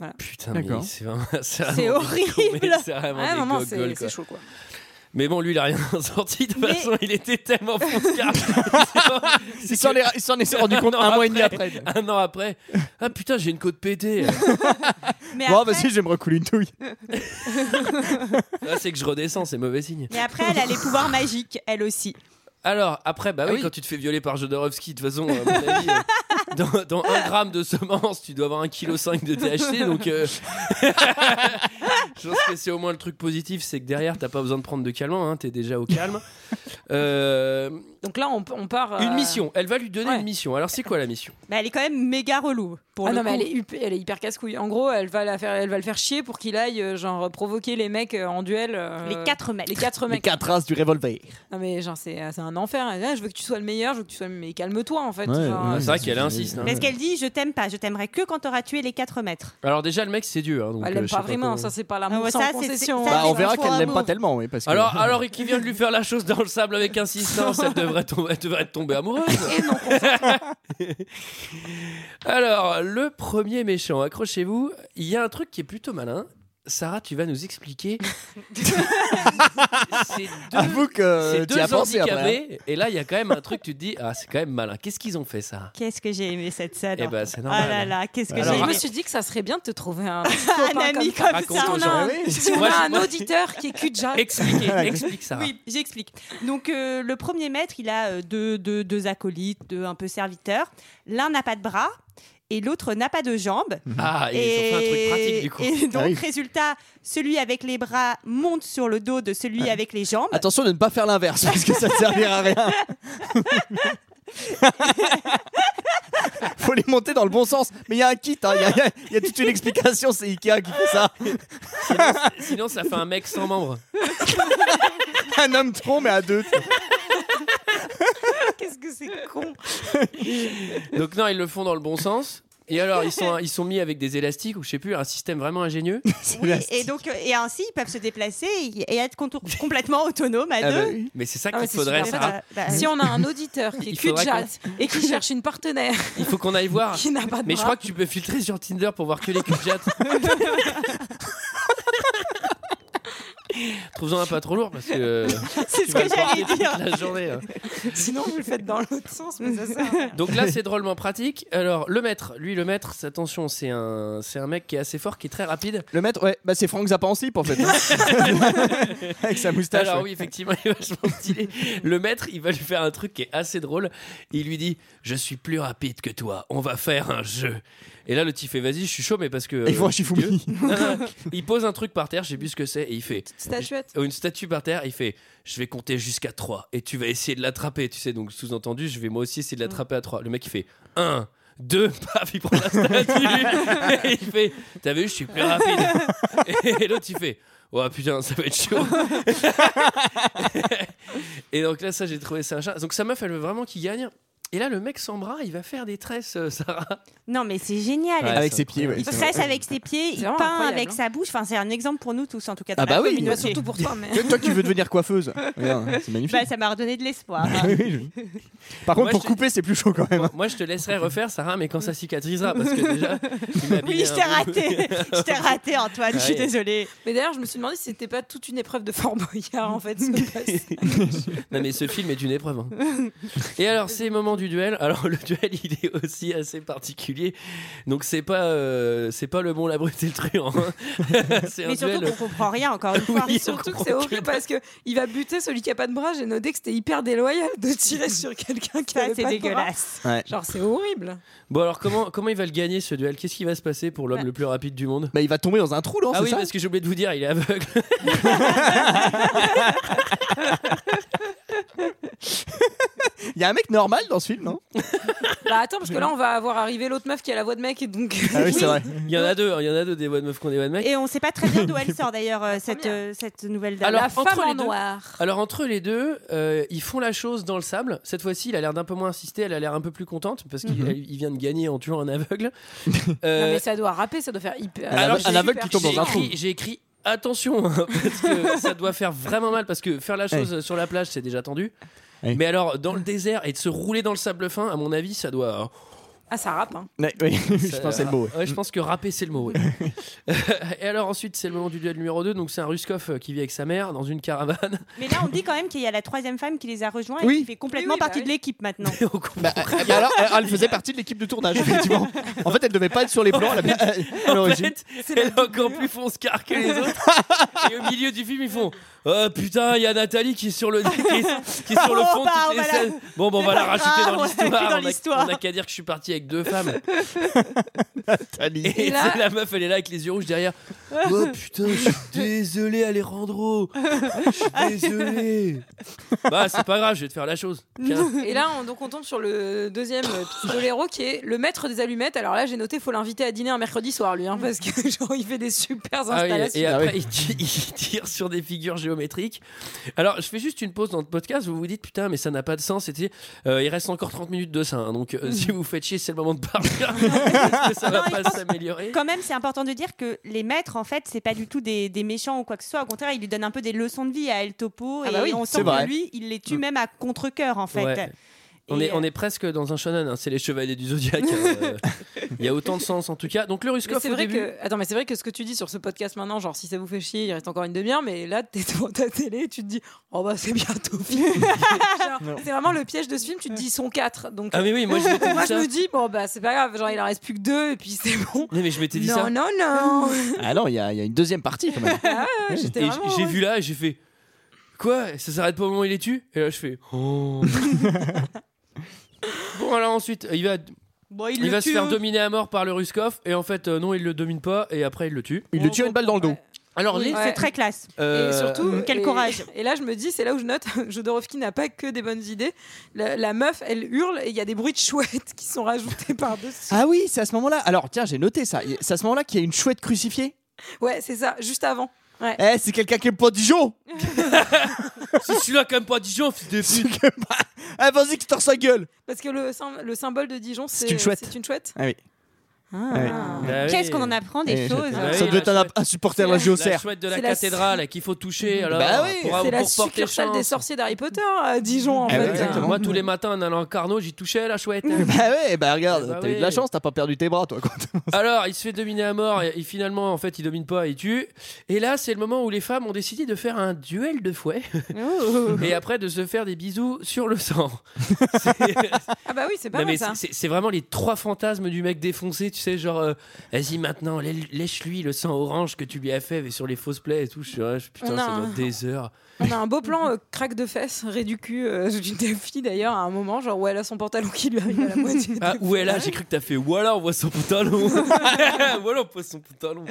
[SPEAKER 9] euh.
[SPEAKER 1] Putain, mais
[SPEAKER 6] D'accord.
[SPEAKER 1] c'est vraiment- c'est
[SPEAKER 9] C'est
[SPEAKER 1] vraiment des cons, mais
[SPEAKER 9] horrible.
[SPEAKER 1] C'est vraiment
[SPEAKER 9] Ah
[SPEAKER 1] des
[SPEAKER 9] non non,
[SPEAKER 1] gogoles,
[SPEAKER 9] c'est
[SPEAKER 1] quoi.
[SPEAKER 9] c'est chaud quoi.
[SPEAKER 1] Mais bon, lui, il a rien sorti. De toute
[SPEAKER 7] Mais-
[SPEAKER 1] façon, il était tellement fonce-car.
[SPEAKER 6] Il s'en est- il s'en est rendu compte
[SPEAKER 1] Non,
[SPEAKER 6] un mois et demi
[SPEAKER 1] après.
[SPEAKER 6] après.
[SPEAKER 1] Un an après, ah putain, j'ai une côte pétée.
[SPEAKER 7] Mais
[SPEAKER 6] Bon,
[SPEAKER 7] après-
[SPEAKER 6] vas-y, je vais me recouler une touille.
[SPEAKER 1] Là, Ah, c'est que je redescends, c'est mauvais signe.
[SPEAKER 7] mais après, elle a les pouvoirs magiques, elle aussi.
[SPEAKER 1] Alors, après, bah
[SPEAKER 6] Ah
[SPEAKER 1] oui,
[SPEAKER 6] oui.
[SPEAKER 1] quand tu te fais violer par Jodorowsky, de toute façon, à mon avis, euh, dans, dans un gramme de semences, tu dois avoir un kilo 5 de THC, donc euh, je pense que c'est au moins le truc positif, c'est que derrière, t'as pas besoin de prendre de calmant, hein, t'es déjà au calme. Euh,
[SPEAKER 9] Donc là, on, on part. euh,
[SPEAKER 1] Une mission. Elle va lui donner
[SPEAKER 9] ouais.
[SPEAKER 1] une mission. Alors, c'est quoi la mission
[SPEAKER 7] Mais elle est quand même méga relou. Pour
[SPEAKER 9] ah
[SPEAKER 7] le
[SPEAKER 9] non, mais
[SPEAKER 7] coup.
[SPEAKER 9] elle est, hup- elle est hyper casse-couille. En gros, elle va, la faire, elle va le faire chier pour qu'il aille, euh, genre, provoquer les mecs euh, en duel. euh,
[SPEAKER 7] Les quatre mecs.
[SPEAKER 9] Les quatre
[SPEAKER 6] Les
[SPEAKER 9] mecs.
[SPEAKER 6] quatre races du revolver.
[SPEAKER 9] Non, mais genre, c'est c'est un enfer. Elle dit, Ah, je veux que tu sois le meilleur, je veux que tu sois. le- Mais calme-toi, en fait.
[SPEAKER 6] Ouais,
[SPEAKER 9] Genre, euh,
[SPEAKER 6] ouais.
[SPEAKER 1] C'est vrai qu'elle insiste. hein.
[SPEAKER 7] Parce qu'elle dit Je t'aime pas, je t'aimerai que quand t'auras tué les quatre maîtres.
[SPEAKER 1] Alors, déjà, le mec, c'est Dieu. hein, donc,
[SPEAKER 9] Elle
[SPEAKER 1] euh,
[SPEAKER 9] l'aime
[SPEAKER 1] je sais
[SPEAKER 9] pas vraiment,
[SPEAKER 1] comment-
[SPEAKER 9] ça c'est pas l'amour
[SPEAKER 7] Ah ouais,
[SPEAKER 9] sans
[SPEAKER 7] ça, c'est-
[SPEAKER 9] concession.
[SPEAKER 7] c'est- ça,
[SPEAKER 6] Bah,
[SPEAKER 7] c'est
[SPEAKER 6] on
[SPEAKER 7] un
[SPEAKER 6] verra
[SPEAKER 7] faux
[SPEAKER 6] qu'elle l'aime
[SPEAKER 7] amour.
[SPEAKER 6] pas tellement, oui, parce que.
[SPEAKER 1] Alors, alors, et qui vient de lui faire la chose dans le sable avec insistance, elle devrait tomber, elle devrait tomber amoureuse. alors, le premier méchant, accrochez-vous, il y a un truc qui est plutôt malin. Sarah, tu vas nous expliquer. Ces deux,
[SPEAKER 6] Avoue que
[SPEAKER 1] ces
[SPEAKER 6] tu
[SPEAKER 1] deux
[SPEAKER 6] as pensé après. hein.
[SPEAKER 1] handicapés, et là, il y a quand même un truc, tu te dis, ah, c'est quand même malin. Qu'est-ce qu'ils ont fait, ça
[SPEAKER 7] Qu'est-ce que j'ai aimé cette scène.
[SPEAKER 1] Eh ben, c'est normal.
[SPEAKER 7] Ah là là, qu'est-ce que
[SPEAKER 1] Alors,
[SPEAKER 7] j'ai
[SPEAKER 9] je me
[SPEAKER 7] aimé.
[SPEAKER 9] suis dit que ça serait bien de te trouver un, petit
[SPEAKER 7] Un
[SPEAKER 9] copain
[SPEAKER 7] ami
[SPEAKER 9] comme ça.
[SPEAKER 1] Raconte
[SPEAKER 7] comme ça.
[SPEAKER 1] aux
[SPEAKER 9] Si on a
[SPEAKER 1] gens.
[SPEAKER 9] un,
[SPEAKER 6] Ah oui.
[SPEAKER 9] si on
[SPEAKER 1] Moi,
[SPEAKER 9] a
[SPEAKER 1] je-
[SPEAKER 9] un
[SPEAKER 1] moi-
[SPEAKER 9] auditeur qui est cul de jatte.
[SPEAKER 1] Expliquez, explique, Sarah.
[SPEAKER 7] Oui, j'explique. Donc, euh, le premier maître, il a euh, deux, deux- deux acolytes, deux un peu serviteurs. L'un n'a pas de bras et l'autre n'a pas de jambes.
[SPEAKER 1] Ah, ils ont fait un truc pratique, du coup.
[SPEAKER 7] et donc,
[SPEAKER 6] Ah oui.
[SPEAKER 7] résultat, celui avec les bras monte sur le dos de celui
[SPEAKER 1] Ah.
[SPEAKER 7] avec les jambes.
[SPEAKER 6] Attention de ne pas faire l'inverse, parce que ça ne servira à rien. Faut les monter dans le bon sens. Mais il y a un kit, hein, il y a- il y, a- il y a toute une explication, c'est Ikea qui fait ça.
[SPEAKER 1] Sinon, ça fait un mec sans membre.
[SPEAKER 6] Un homme tronc, mais à deux.
[SPEAKER 9] Qu'est-ce que c'est con
[SPEAKER 1] Donc non, ils le font dans le bon sens. Et alors, ils sont, ils sont mis avec des élastiques ou je sais plus, un système vraiment ingénieux.
[SPEAKER 6] C'est
[SPEAKER 7] Oui,
[SPEAKER 6] élastique.
[SPEAKER 7] et donc euh, et ainsi ils peuvent se déplacer et et être contour- complètement autonomes à
[SPEAKER 6] Ah bah
[SPEAKER 7] deux.
[SPEAKER 6] oui.
[SPEAKER 1] Mais c'est ça
[SPEAKER 9] Ah
[SPEAKER 1] qu'il
[SPEAKER 9] ouais, c'est
[SPEAKER 1] faudrait,
[SPEAKER 9] super
[SPEAKER 1] Sarah.
[SPEAKER 7] Bah, bah,
[SPEAKER 9] Si on a un auditeur qui est
[SPEAKER 1] Il
[SPEAKER 9] cul de
[SPEAKER 1] faudrait
[SPEAKER 9] jatte et qui cherche une partenaire
[SPEAKER 1] Il faut qu'on aille voir.
[SPEAKER 9] qui n'a pas de
[SPEAKER 1] Mais je
[SPEAKER 9] bras,
[SPEAKER 1] crois que tu peux filtrer sur Tinder pour voir que les culs de jatte. Trouve-en un pas trop lourd parce que euh,
[SPEAKER 7] c'est
[SPEAKER 1] tu
[SPEAKER 7] ce
[SPEAKER 1] vas
[SPEAKER 7] que
[SPEAKER 1] le porter
[SPEAKER 7] j'allais
[SPEAKER 1] toute
[SPEAKER 7] dire.
[SPEAKER 1] la journée. hein.
[SPEAKER 9] sinon vous le faites dans l'autre sens. Mais ça sert à rien.
[SPEAKER 1] Donc là, c'est drôlement pratique. Alors, le maître, lui, le maître, c'est- attention, c'est un, c'est un mec qui est assez fort, qui est très rapide.
[SPEAKER 6] Le maître, ouais, bah c'est Franck Zappa en slip en fait. hein. Avec sa moustache.
[SPEAKER 1] Alors
[SPEAKER 6] ouais.
[SPEAKER 1] oui, effectivement, il est vachement stylé. Le maître, il va lui faire un truc qui est assez drôle. Il lui dit "Je suis plus rapide que toi. On va faire un jeu." Et là, le type fait "Vas-y, je suis chaud, mais parce que."
[SPEAKER 6] Et il faut
[SPEAKER 1] euh,
[SPEAKER 6] un Shifumi.
[SPEAKER 1] Non, non, non. il pose un truc par terre, je sais plus ce que c'est, et il fait
[SPEAKER 9] Statuette.
[SPEAKER 1] Oh, une statue par terre. Il fait "Je vais compter jusqu'à 3 et tu vas essayer de l'attraper." Tu sais, donc sous-entendu, je vais moi aussi essayer de l'attraper à 3 Le mec, il fait 1 2 paf, il prend la statue. et il fait "T'as vu, je suis plus rapide." Et l'autre, il fait Oh putain, ça va être chaud. et donc là, ça, j'ai trouvé ça un chat. Donc sa meuf, elle veut vraiment qu'il gagne. Et là, le mec sans bras, il va faire des tresses, euh, Sarah.
[SPEAKER 7] Non mais c'est génial.
[SPEAKER 1] Ouais.
[SPEAKER 6] Avec
[SPEAKER 1] c'est
[SPEAKER 6] ses pieds, ouais.
[SPEAKER 7] Il tresse avec ses pieds, il
[SPEAKER 9] vraiment
[SPEAKER 7] peint
[SPEAKER 9] incroyable,
[SPEAKER 7] avec
[SPEAKER 9] hein.
[SPEAKER 7] sa bouche. Enfin, c'est un exemple pour nous tous en tout cas. dans
[SPEAKER 6] Ah
[SPEAKER 7] la
[SPEAKER 6] bah oui,
[SPEAKER 7] communauté.
[SPEAKER 9] Bah, surtout pour toi, mais.
[SPEAKER 6] Toi qui veux devenir coiffeuse. Regarde, C'est magnifique.
[SPEAKER 7] Bah, ça m'a redonné de l'espoir.
[SPEAKER 6] Oui, oui, Ah. je- Par
[SPEAKER 1] Moi,
[SPEAKER 6] contre, pour
[SPEAKER 1] je-
[SPEAKER 6] couper, c'est plus chaud quand même. hein.
[SPEAKER 1] Moi, je te laisserai refaire, Sarah, mais quand ça cicatrisera. Parce que déjà, tu m'as
[SPEAKER 7] Oui,
[SPEAKER 1] mis
[SPEAKER 7] je
[SPEAKER 1] un
[SPEAKER 7] t'ai
[SPEAKER 1] peu-
[SPEAKER 7] raté. Je t'ai raté, Antoine. Je suis
[SPEAKER 1] Ouais.
[SPEAKER 7] désolée.
[SPEAKER 9] Mais d'ailleurs, je me suis demandé si c'était pas toute une épreuve de Fort Boyard en fait. ce poste.
[SPEAKER 1] Non, mais ce film est une épreuve. hein. Et alors, ces moments du duel. Alors, le duel, il est aussi assez particulier. Donc, c'est pas, euh, c'est pas le bon, la brute et le truand. hein. c'est un
[SPEAKER 7] Mais surtout
[SPEAKER 1] duel.
[SPEAKER 7] qu'on comprend rien encore une fois.
[SPEAKER 1] Oui, on
[SPEAKER 9] Surtout que
[SPEAKER 1] comprend
[SPEAKER 9] c'est
[SPEAKER 1] que
[SPEAKER 9] horrible parce que il va buter celui qui a pas de bras. J'ai noté que c'était hyper déloyal de tirer sur quelqu'un qui
[SPEAKER 7] Ça,
[SPEAKER 9] avait
[SPEAKER 7] c'est
[SPEAKER 9] pas de bras.
[SPEAKER 7] dégueulasse.
[SPEAKER 9] Genre c'est horrible.
[SPEAKER 1] Bon, alors, comment, comment il va le gagner, ce duel Qu'est-ce qui va se passer pour l'homme le plus rapide du monde
[SPEAKER 6] Bah, il va tomber dans un trou, non
[SPEAKER 1] Ah
[SPEAKER 6] c'est
[SPEAKER 1] oui,
[SPEAKER 6] ça
[SPEAKER 1] parce que j'ai oublié de vous dire, il est aveugle.
[SPEAKER 6] Il y a un mec normal dans ce film, non
[SPEAKER 9] Bah attends parce que là on va avoir arrivé l'autre meuf qui a la voix de mec et donc.
[SPEAKER 6] Ah oui, c'est vrai.
[SPEAKER 1] Il y en a deux, hein, il y en a deux des voix de meufs qu'on des voix de mecs.
[SPEAKER 7] Et on sait pas très bien d'où elle sort d'ailleurs euh, cette,
[SPEAKER 9] première.
[SPEAKER 7] euh, cette nouvelle dame.
[SPEAKER 1] Alors,
[SPEAKER 9] la
[SPEAKER 1] entre
[SPEAKER 9] femme en
[SPEAKER 1] les deux-
[SPEAKER 9] noir.
[SPEAKER 1] Alors entre les deux, euh, ils font la chose dans le sable. Cette fois-ci, il a l'air d'un peu moins insisté, elle a l'air un peu plus contente parce qu'il elle- il vient de gagner en tuant un aveugle. Euh,
[SPEAKER 9] Non mais ça doit rapper, ça doit faire hyper. Ah, bah,
[SPEAKER 6] Un
[SPEAKER 1] Alors,
[SPEAKER 6] aveugle- un aveugle qui tombe
[SPEAKER 1] j'ai
[SPEAKER 6] dans un trou.
[SPEAKER 1] écrit, j'ai écrit attention hein, parce que ça doit faire vraiment mal parce que faire la chose euh, sur la plage c'est déjà tendu.
[SPEAKER 6] Ouais.
[SPEAKER 1] Mais alors dans le désert et de se rouler dans le sable fin, à mon avis, ça dois
[SPEAKER 9] Ah ça rappe. Hein.
[SPEAKER 6] Ouais, oui, je
[SPEAKER 1] Ça-
[SPEAKER 6] pense que c'est le mot. ouais.
[SPEAKER 1] Ouais, je pense que rapper, c'est le mot. oui. et alors, ensuite, c'est le moment du duel numéro 2. Donc, c'est un Ruskov euh, qui vit avec sa mère dans une caravane.
[SPEAKER 7] Mais là, on dit quand même qu'il y a la troisième femme qui les a rejoints et
[SPEAKER 6] Oui.
[SPEAKER 7] qui fait complètement
[SPEAKER 9] Oui, oui, bah
[SPEAKER 7] partie de
[SPEAKER 9] oui.
[SPEAKER 7] l'équipe maintenant.
[SPEAKER 1] On comprend
[SPEAKER 6] Bah, euh, bah alors, euh, elle faisait partie de l'équipe de tournage, effectivement. En fait, elle devait pas être sur les plans à la- à
[SPEAKER 1] En
[SPEAKER 6] l'origine.
[SPEAKER 1] fait, elle est encore plus fonce-car que les autres. et au milieu du film, ils font Oh putain, il y a Nathalie qui est sur le, qui est, qui est sur le
[SPEAKER 7] Oh,
[SPEAKER 1] fond de
[SPEAKER 7] bah,
[SPEAKER 1] toutes
[SPEAKER 7] on
[SPEAKER 1] les
[SPEAKER 7] va la-
[SPEAKER 1] scènes. Bon, bon, on va
[SPEAKER 7] C'est
[SPEAKER 1] la
[SPEAKER 7] pas
[SPEAKER 1] rajouter
[SPEAKER 7] grave,
[SPEAKER 1] dans
[SPEAKER 7] on l'a inclus
[SPEAKER 1] l'histoire. On
[SPEAKER 7] dans
[SPEAKER 1] a-
[SPEAKER 7] l'histoire.
[SPEAKER 1] On n'a qu'à dire que je suis parti avec avec deux femmes.
[SPEAKER 6] Nathalie.
[SPEAKER 1] Et,
[SPEAKER 9] Et là-
[SPEAKER 1] la meuf, elle est là avec les yeux rouges derrière. Oh putain, je suis désolé, Alejandro. Je suis désolé. Bah, c'est pas grave, je vais te faire la chose. Tiens.
[SPEAKER 9] Et là, on, donc on tombe sur le deuxième euh, pistolero qui est le maître des allumettes. Alors là, j'ai noté, faut l'inviter à dîner un mercredi soir, lui, hein, parce que genre, il fait des super
[SPEAKER 1] Mm. Ah oui,
[SPEAKER 9] installations.
[SPEAKER 1] et après, il, ti- il tire sur des figures géométriques. Alors, je fais juste une pause dans le podcast. Vous vous dites, putain, mais ça n'a pas de sens. Et tu sais, euh, il reste encore 30 minutes de ça. hein. donc,
[SPEAKER 9] Mm.
[SPEAKER 1] euh, si vous faites chier, c'est le moment de partir. Parce que ça va
[SPEAKER 7] Non, mais
[SPEAKER 1] pas s'améliorer.
[SPEAKER 7] Quand même, c'est important de dire que les maîtres, en fait, c'est pas du tout des, des méchants ou quoi que ce soit. Au contraire, ils lui donnent un peu des leçons de vie à El Topo.
[SPEAKER 9] Ah
[SPEAKER 7] et
[SPEAKER 9] bah oui,
[SPEAKER 7] on
[SPEAKER 6] c'est
[SPEAKER 7] sent
[SPEAKER 6] vrai.
[SPEAKER 7] que lui, il les tue même à contre-coeur, en fait.
[SPEAKER 1] Ouais. On
[SPEAKER 7] Et,
[SPEAKER 1] est, on
[SPEAKER 9] euh,
[SPEAKER 1] est presque dans un shonen, hein. c'est les chevaliers du zodiaque. hein. Euh, Il y a autant de sens en tout cas. Donc le
[SPEAKER 9] Mais
[SPEAKER 1] Ruskov
[SPEAKER 9] c'est
[SPEAKER 1] au
[SPEAKER 9] vrai
[SPEAKER 1] début.
[SPEAKER 9] que attends mais c'est vrai que ce que tu dis sur ce podcast maintenant genre si ça vous fait chier il reste encore une demi-heure mais là t'es devant ta télé tu te dis oh bah c'est bientôt fini Genre,
[SPEAKER 6] Non.
[SPEAKER 9] c'est vraiment le piège de ce film tu te dis ils sont quatre donc euh,
[SPEAKER 1] Ah mais oui, moi je m'étais
[SPEAKER 9] moi
[SPEAKER 1] dit
[SPEAKER 9] je
[SPEAKER 1] ça.
[SPEAKER 9] me dis bon bah c'est pas grave genre il en reste plus que deux et puis c'est bon
[SPEAKER 1] Non mais je m'étais dit
[SPEAKER 9] non
[SPEAKER 1] ça.
[SPEAKER 9] non non
[SPEAKER 6] Ah non, il y, a il y a une deuxième partie quand même.
[SPEAKER 9] Ouais, j'étais
[SPEAKER 1] Et j-
[SPEAKER 9] vraiment-
[SPEAKER 1] j'ai vu là et j'ai fait quoi Ça s'arrête pas au moment où il les tue Et là je fais oh. Bon alors ensuite il va,
[SPEAKER 7] euh, Bon, il,
[SPEAKER 1] il
[SPEAKER 7] le
[SPEAKER 1] va se
[SPEAKER 7] tue. hein.
[SPEAKER 1] faire dominer à mort par le Ruskov et en fait euh, non il le domine pas et après il le tue.
[SPEAKER 6] Il lui tire une balle dans le dos.
[SPEAKER 1] Alors
[SPEAKER 9] Oui.
[SPEAKER 1] les-
[SPEAKER 7] C'est
[SPEAKER 9] Ouais.
[SPEAKER 7] très classe.
[SPEAKER 1] euh,
[SPEAKER 9] Et surtout,
[SPEAKER 7] Quel
[SPEAKER 9] et-
[SPEAKER 7] courage.
[SPEAKER 9] Et là, je me dis, c'est là où je note, Jodorowsky n'a pas que des bonnes idées. La, la meuf, elle hurle et il y a des bruits de chouettes qui sont rajoutés par-dessus.
[SPEAKER 6] Ah oui, c'est à ce moment-là. Alors tiens, j'ai noté ça. C'est à ce moment-là qu'il y a une chouette crucifiée.
[SPEAKER 9] Ouais, c'est ça, juste avant.
[SPEAKER 6] Eh, c'est quelqu'un qui est pas Dijon.
[SPEAKER 1] c'est celui-là quand même pas Dijon fils de pute.
[SPEAKER 6] Ah vas-y, qui tord sa gueule.
[SPEAKER 9] Parce que le, sym- le symbole de Dijon, c'est
[SPEAKER 6] C'est une chouette.
[SPEAKER 9] C'est une chouette.
[SPEAKER 6] Ah oui.
[SPEAKER 9] Ah.
[SPEAKER 6] Ah oui.
[SPEAKER 1] Bah oui.
[SPEAKER 7] Qu'est-ce qu'on en apprend des
[SPEAKER 6] Eh,
[SPEAKER 7] choses hein
[SPEAKER 1] Ah
[SPEAKER 6] ça
[SPEAKER 1] oui,
[SPEAKER 6] doit
[SPEAKER 1] la
[SPEAKER 6] être un,
[SPEAKER 1] chouette.
[SPEAKER 6] un supporter de la
[SPEAKER 1] la
[SPEAKER 6] JOCR.
[SPEAKER 1] chouette de la
[SPEAKER 9] C'est la-
[SPEAKER 1] cathédrale qu'il faut toucher alors
[SPEAKER 6] Bah oui.
[SPEAKER 1] pour,
[SPEAKER 9] C'est la
[SPEAKER 1] pour porter
[SPEAKER 9] succursale des
[SPEAKER 1] chance.
[SPEAKER 9] sorciers d'Harry Potter euh, à Dijon, en
[SPEAKER 6] Ah
[SPEAKER 1] Eh
[SPEAKER 9] fait.
[SPEAKER 1] oui,
[SPEAKER 6] ouais, exactement.
[SPEAKER 1] Moi, tous les matins, en allant à Carnot, j'y touchais la chouette.
[SPEAKER 6] Bah ouais, bah regarde,
[SPEAKER 1] Eh bah
[SPEAKER 6] t'as eu de
[SPEAKER 1] oui.
[SPEAKER 6] la chance, t'as pas perdu tes bras toi. Quoi.
[SPEAKER 1] Alors, il se fait dominer à mort et, et finalement, en fait, il domine pas, il tue. Et là, c'est le moment où les femmes ont décidé de faire un duel de fouet et après de se faire des bisous sur le sang. C'est-
[SPEAKER 9] Ah bah oui, c'est pas
[SPEAKER 1] Non, mais
[SPEAKER 9] mal ça.
[SPEAKER 1] c'est- c'est c'est vraiment les trois fantasmes du mec défoncé, tu sais, genre, euh, vas-y maintenant, lè- lèche-lui le sang orange que tu lui as fait mais sur les fausses plaies et tout. Je suis là, je- putain,
[SPEAKER 9] On a
[SPEAKER 1] ça
[SPEAKER 9] un-
[SPEAKER 1] doit être des heures.
[SPEAKER 9] On a un beau plan euh, crack de fesses, ré du cul euh, d'une des filles d'ailleurs à un moment, genre où elle a son pantalon qui lui arrive à la moitié.
[SPEAKER 1] Ah, où est là J'ai cru que t'as fait voilà, on voit son pantalon. voilà, on pose son pantalon.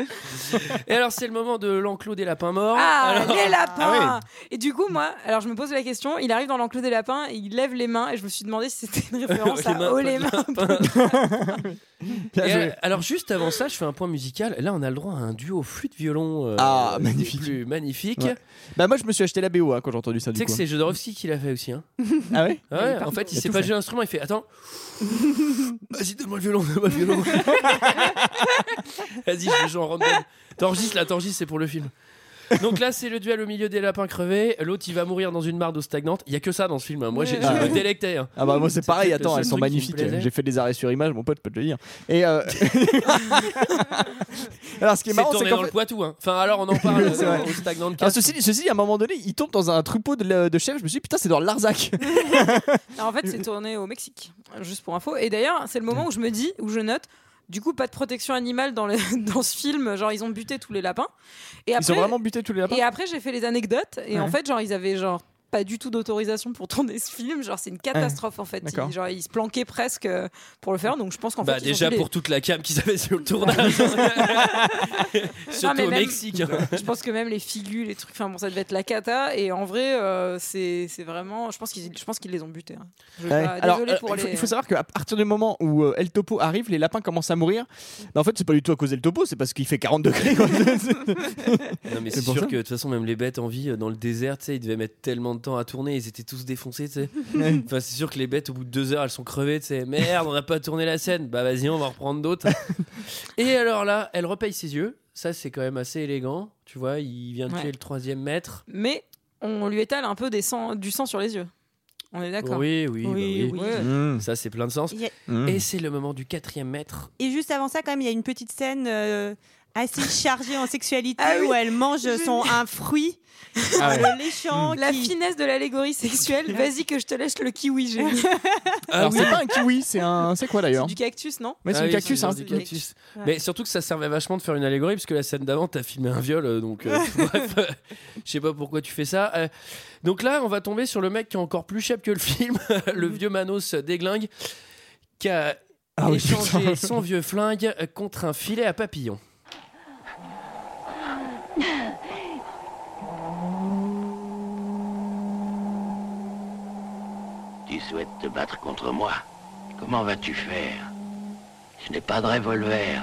[SPEAKER 1] Et alors, c'est le moment de l'enclos des lapins morts.
[SPEAKER 9] Ah,
[SPEAKER 1] Alors-
[SPEAKER 9] les lapins Et du coup, moi, alors je me pose la question, il arrive dans l'enclos des lapins, et il lève les mains, et je me suis demandé si c'était une référence
[SPEAKER 1] Les mains,
[SPEAKER 9] à Oh
[SPEAKER 1] pas
[SPEAKER 9] les
[SPEAKER 1] de
[SPEAKER 9] mains
[SPEAKER 1] lapins.
[SPEAKER 6] Bien
[SPEAKER 1] Et,
[SPEAKER 6] joué.
[SPEAKER 1] euh, alors, juste avant ça, je fais un point musical. Là, on a le droit à un duo flûte-violon. euh,
[SPEAKER 6] Ah,
[SPEAKER 1] des
[SPEAKER 6] magnifique.
[SPEAKER 1] plus magnifique.
[SPEAKER 6] Ouais. Bah moi je me suis acheté la BO hein, quand j'ai entendu ça
[SPEAKER 1] Tu
[SPEAKER 6] du
[SPEAKER 1] sais que
[SPEAKER 6] coup.
[SPEAKER 1] c'est Jodorowsky qui l'a fait aussi. Hein.
[SPEAKER 6] Ah ouais
[SPEAKER 1] Ouais, en fait, il
[SPEAKER 6] Il a
[SPEAKER 1] sait
[SPEAKER 6] tout
[SPEAKER 1] pas
[SPEAKER 6] fait.
[SPEAKER 1] jouer l'instrument. Il fait Attends, vas-y, donne-moi le violon. Donne-moi le violon. vas-y, je le joue en random. T'enregistres là, t'enregistres, c'est pour le film. Donc là, c'est le duel au milieu des lapins crevés. L'autre, il va mourir dans une mare d'eau stagnante. Il y a que ça dans ce film. hein. Moi, j'ai- je
[SPEAKER 6] Ah
[SPEAKER 1] me
[SPEAKER 6] ouais.
[SPEAKER 1] délectais. hein.
[SPEAKER 6] Ah bah moi c'est pareil,
[SPEAKER 1] peut-être le
[SPEAKER 6] attends,
[SPEAKER 1] seul
[SPEAKER 6] elles
[SPEAKER 1] truc qui
[SPEAKER 6] sont
[SPEAKER 1] me
[SPEAKER 6] magnifiques.
[SPEAKER 1] plaisait.
[SPEAKER 6] J'ai fait des arrêts sur image, mon pote, je peux te le dire. Et euh, alors ce qui est
[SPEAKER 1] C'est
[SPEAKER 6] marrant,
[SPEAKER 1] tourné
[SPEAKER 6] c'est
[SPEAKER 1] dans
[SPEAKER 6] qu'en
[SPEAKER 1] le
[SPEAKER 6] fait...
[SPEAKER 1] Poitou. hein. Enfin, alors, on en parle
[SPEAKER 6] C'est
[SPEAKER 1] euh,
[SPEAKER 6] vrai.
[SPEAKER 1] au stagnant de
[SPEAKER 6] Alors,
[SPEAKER 1] Castres.
[SPEAKER 6] ceci, ceci, dit, à un moment donné, il tombe dans un troupeau de, la- de chefs. Je me suis dit, putain, c'est dans le Larzac.
[SPEAKER 9] Alors, en fait, c'est tourné au Mexique, juste pour info. Et d'ailleurs, c'est le moment où je me dis, où je note, du coup, pas de protection animale dans, le- dans ce film. Genre, ils ont buté tous les lapins. Et
[SPEAKER 6] Ils ont
[SPEAKER 9] après,
[SPEAKER 6] vraiment buté tous les lapins.
[SPEAKER 9] et après j'ai fait les anecdotes. Et en
[SPEAKER 6] Ouais.
[SPEAKER 9] fait, genre, ils avaient genre pas du tout d'autorisation pour tourner ce film. Genre, c'est une catastrophe, en fait.
[SPEAKER 6] D'accord.
[SPEAKER 9] Ils, genre, ils se planquaient presque euh, pour le faire. Donc, je pense qu'en
[SPEAKER 1] Bah,
[SPEAKER 9] fait, ils ont
[SPEAKER 1] déjà
[SPEAKER 9] fait les-
[SPEAKER 1] pour toute la cam qu'ils avaient sur le tournage.
[SPEAKER 9] Non,
[SPEAKER 1] Surtout
[SPEAKER 9] mais
[SPEAKER 1] au
[SPEAKER 9] même-
[SPEAKER 1] Mexique. hein.
[SPEAKER 9] Je pense que même les figules, les trucs, enfin bon, ça devait être la cata. Et en vrai, euh, c'est c'est vraiment. Je pense qu'ils je pense qu'ils les ont butés. hein. Je vais
[SPEAKER 6] Ouais.
[SPEAKER 9] pas-
[SPEAKER 6] Alors,
[SPEAKER 9] désolé
[SPEAKER 6] euh,
[SPEAKER 9] pour
[SPEAKER 6] il, faut,
[SPEAKER 9] les.
[SPEAKER 6] il faut savoir qu'à partir du moment où euh, El Topo arrive, les lapins commencent à mourir. Mais en fait, c'est pas du tout à cause d'El Topo, c'est parce qu'il fait 40 degrés. quoi.
[SPEAKER 1] Non, mais
[SPEAKER 6] C'est
[SPEAKER 1] c'est
[SPEAKER 6] pour
[SPEAKER 1] sûr
[SPEAKER 6] ça.
[SPEAKER 1] que de toute façon, même les bêtes en vie euh, dans le désert, tu sais, ils devaient mettre tellement de temps à tourner, ils étaient tous défoncés, tu sais.
[SPEAKER 6] Ouais.
[SPEAKER 1] Enfin, c'est sûr que les bêtes, au bout de deux heures, elles sont crevées, tu sais. Merde, on n'a pas tourné la scène. Bah, vas-y, on va en reprendre d'autres. Et alors là, elle repaye ses yeux. Ça, c'est quand même assez élégant. Tu vois, il vient de
[SPEAKER 9] Ouais.
[SPEAKER 1] tuer le troisième maître.
[SPEAKER 9] Mais on lui étale un peu des sang, du sang sur les yeux. On est d'accord.
[SPEAKER 1] Oui, oui, bah oui.
[SPEAKER 9] oui. Ouais.
[SPEAKER 6] Mmh,
[SPEAKER 1] Ça, c'est plein de sens.
[SPEAKER 7] Il y a-
[SPEAKER 6] mmh.
[SPEAKER 1] Et c'est le moment du quatrième maître.
[SPEAKER 7] Et juste avant ça, quand même, il y a une petite scène euh, assez chargée en sexualité
[SPEAKER 9] Ah oui.
[SPEAKER 7] où elle mange son, un fruit
[SPEAKER 6] Ah ouais.
[SPEAKER 7] en le
[SPEAKER 1] Mm. Mmh.
[SPEAKER 7] léchant.
[SPEAKER 9] La
[SPEAKER 7] qui-
[SPEAKER 9] finesse de l'allégorie sexuelle. Vas-y que je te laisse le kiwi. j'ai mis.
[SPEAKER 1] Ah
[SPEAKER 6] Alors,
[SPEAKER 1] oui.
[SPEAKER 6] c'est pas un kiwi, c'est un. C'est quoi d'ailleurs
[SPEAKER 9] du cactus, non
[SPEAKER 6] Mais c'est
[SPEAKER 1] Ah
[SPEAKER 6] du
[SPEAKER 1] oui,
[SPEAKER 6] cactus,
[SPEAKER 1] c'est
[SPEAKER 6] hein.
[SPEAKER 1] du cactus. Mais surtout que ça servait vachement de faire une allégorie, parce que la scène d'avant, t'as filmé un viol, euh, donc euh, bref, euh, je sais pas pourquoi tu fais ça. Euh, donc là, on va tomber sur le mec qui est encore plus chèpe que le film, le vieux Manos déglingue, qui a
[SPEAKER 6] Ah oui,
[SPEAKER 1] échanger
[SPEAKER 6] putain.
[SPEAKER 1] son vieux flingue euh, contre un filet à papillons.
[SPEAKER 2] Tu souhaites te battre contre moi Comment vas-tu faire Je n'ai pas de revolver.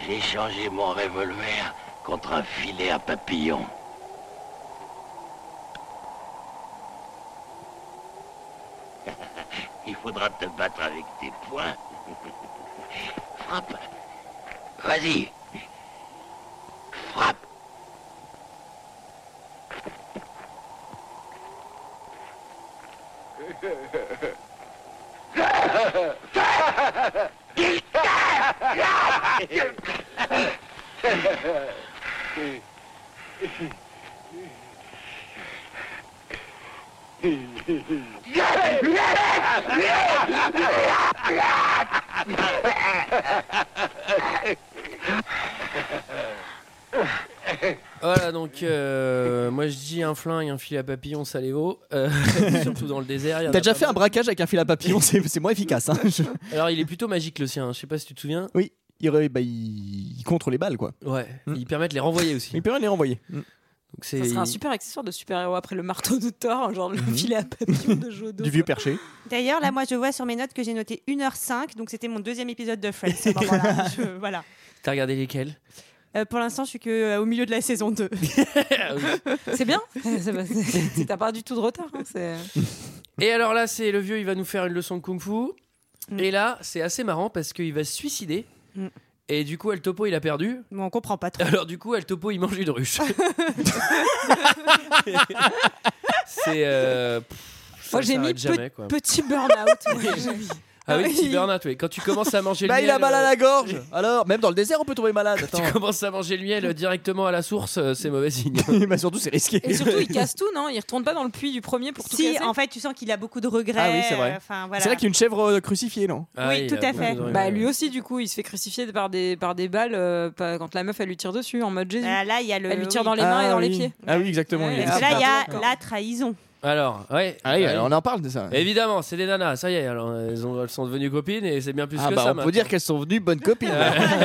[SPEAKER 2] J'ai changé mon revolver contre un filet à papillons. Il faudra te battre avec tes poings. Frappe. Vas-y. Frappe.
[SPEAKER 1] Voilà, donc euh, moi je dis un flingue, un filet à papillons, ça les vaut. Euh, surtout dans le désert. il y en a
[SPEAKER 6] T'as déjà
[SPEAKER 1] pas
[SPEAKER 6] fait un
[SPEAKER 1] mal.
[SPEAKER 6] braquage avec un fil à papillon, c'est c'est moins efficace. hein. Je-
[SPEAKER 1] Alors il est plutôt magique le sien, hein. je sais pas si tu te souviens.
[SPEAKER 6] Oui, il, re- bah, il- il contre les balles, quoi.
[SPEAKER 1] Ouais,
[SPEAKER 6] Mm.
[SPEAKER 1] il permet de les renvoyer aussi.
[SPEAKER 6] Il peut rien les renvoyer.
[SPEAKER 1] Donc c'est
[SPEAKER 9] Ça serait un super accessoire de super-héros après le marteau de Thor, genre
[SPEAKER 1] Mmh.
[SPEAKER 9] le filet à papillon de Jodo.
[SPEAKER 6] Du vieux perché.
[SPEAKER 7] D'ailleurs, là, moi, je vois sur mes notes que j'ai noté 1h05, donc c'était mon deuxième épisode de Friends. à ce moment-là. Je- voilà.
[SPEAKER 1] T'as regardé lesquels
[SPEAKER 7] Euh, pour l'instant, je suis que euh, au milieu de la saison 2.
[SPEAKER 1] Ah oui.
[SPEAKER 9] C'est bien. C'est pas- c'est- T'as pas du tout de retard. hein, c'est-
[SPEAKER 1] Et alors là, c'est le vieux, il va nous faire une leçon de kung-fu. Et là, c'est assez marrant parce qu'il va se suicider.
[SPEAKER 7] Mm.
[SPEAKER 1] Et du coup, El Topo, il a perdu.
[SPEAKER 7] Mais on comprend pas trop.
[SPEAKER 1] Alors du coup, El Topo, il mange une ruche. c'est... euh, pff, ça
[SPEAKER 9] Moi, j'ai
[SPEAKER 1] s'arrête
[SPEAKER 9] mis
[SPEAKER 1] jamais, quoi.
[SPEAKER 9] Petit burn-out. moi, j'ai mis.
[SPEAKER 1] Ah oui,
[SPEAKER 9] Ah oui.
[SPEAKER 1] petit burn-out, oui. Quand tu commences à manger
[SPEAKER 6] Bah,
[SPEAKER 1] le
[SPEAKER 6] il a
[SPEAKER 1] miel,
[SPEAKER 6] mal à
[SPEAKER 1] euh,
[SPEAKER 6] la gorge. Alors, même dans le désert, on peut tomber malade.
[SPEAKER 1] Tu
[SPEAKER 6] Attends.
[SPEAKER 1] commences à manger le miel euh, directement à la source, euh, c'est mauvais signe.
[SPEAKER 6] bah, surtout, c'est risqué.
[SPEAKER 9] Et surtout, il casse tout, non Il retourne pas dans le puits du premier pour tout
[SPEAKER 7] Si,
[SPEAKER 9] casser.
[SPEAKER 7] en fait, tu sens qu'il a beaucoup de regrets.
[SPEAKER 6] Ah oui, c'est vrai.
[SPEAKER 7] euh, Enfin, voilà.
[SPEAKER 6] C'est là qu'il y a une chèvre euh, crucifiée, non
[SPEAKER 1] Ah, il
[SPEAKER 7] tout
[SPEAKER 1] a
[SPEAKER 7] à
[SPEAKER 1] beaucoup
[SPEAKER 7] fait.
[SPEAKER 1] de-
[SPEAKER 9] Bah lui aussi du coup il se fait crucifier par des, par des balles euh, pas- quand la meuf elle lui tire dessus en mode Jésus.
[SPEAKER 7] Ah, là, il y a le.
[SPEAKER 9] elle lui tire
[SPEAKER 7] oui.
[SPEAKER 9] dans les mains et dans les
[SPEAKER 6] oui.
[SPEAKER 9] pieds.
[SPEAKER 6] Ah oui, exactement.
[SPEAKER 9] Ouais,
[SPEAKER 6] il y a des
[SPEAKER 9] et
[SPEAKER 7] Et là, il y a
[SPEAKER 9] D'accord.
[SPEAKER 7] la trahison.
[SPEAKER 1] Alors, ouais.
[SPEAKER 6] Ah oui,
[SPEAKER 1] ouais.
[SPEAKER 6] on en parle de ça.
[SPEAKER 1] Évidemment, c'est des nanas, ça y est. Alors, elles, ont- elles sont devenues copines et c'est bien plus
[SPEAKER 6] Ah
[SPEAKER 1] que
[SPEAKER 6] bah,
[SPEAKER 1] ça. Ah
[SPEAKER 6] on peut dire qu'elles sont venues bonnes copines.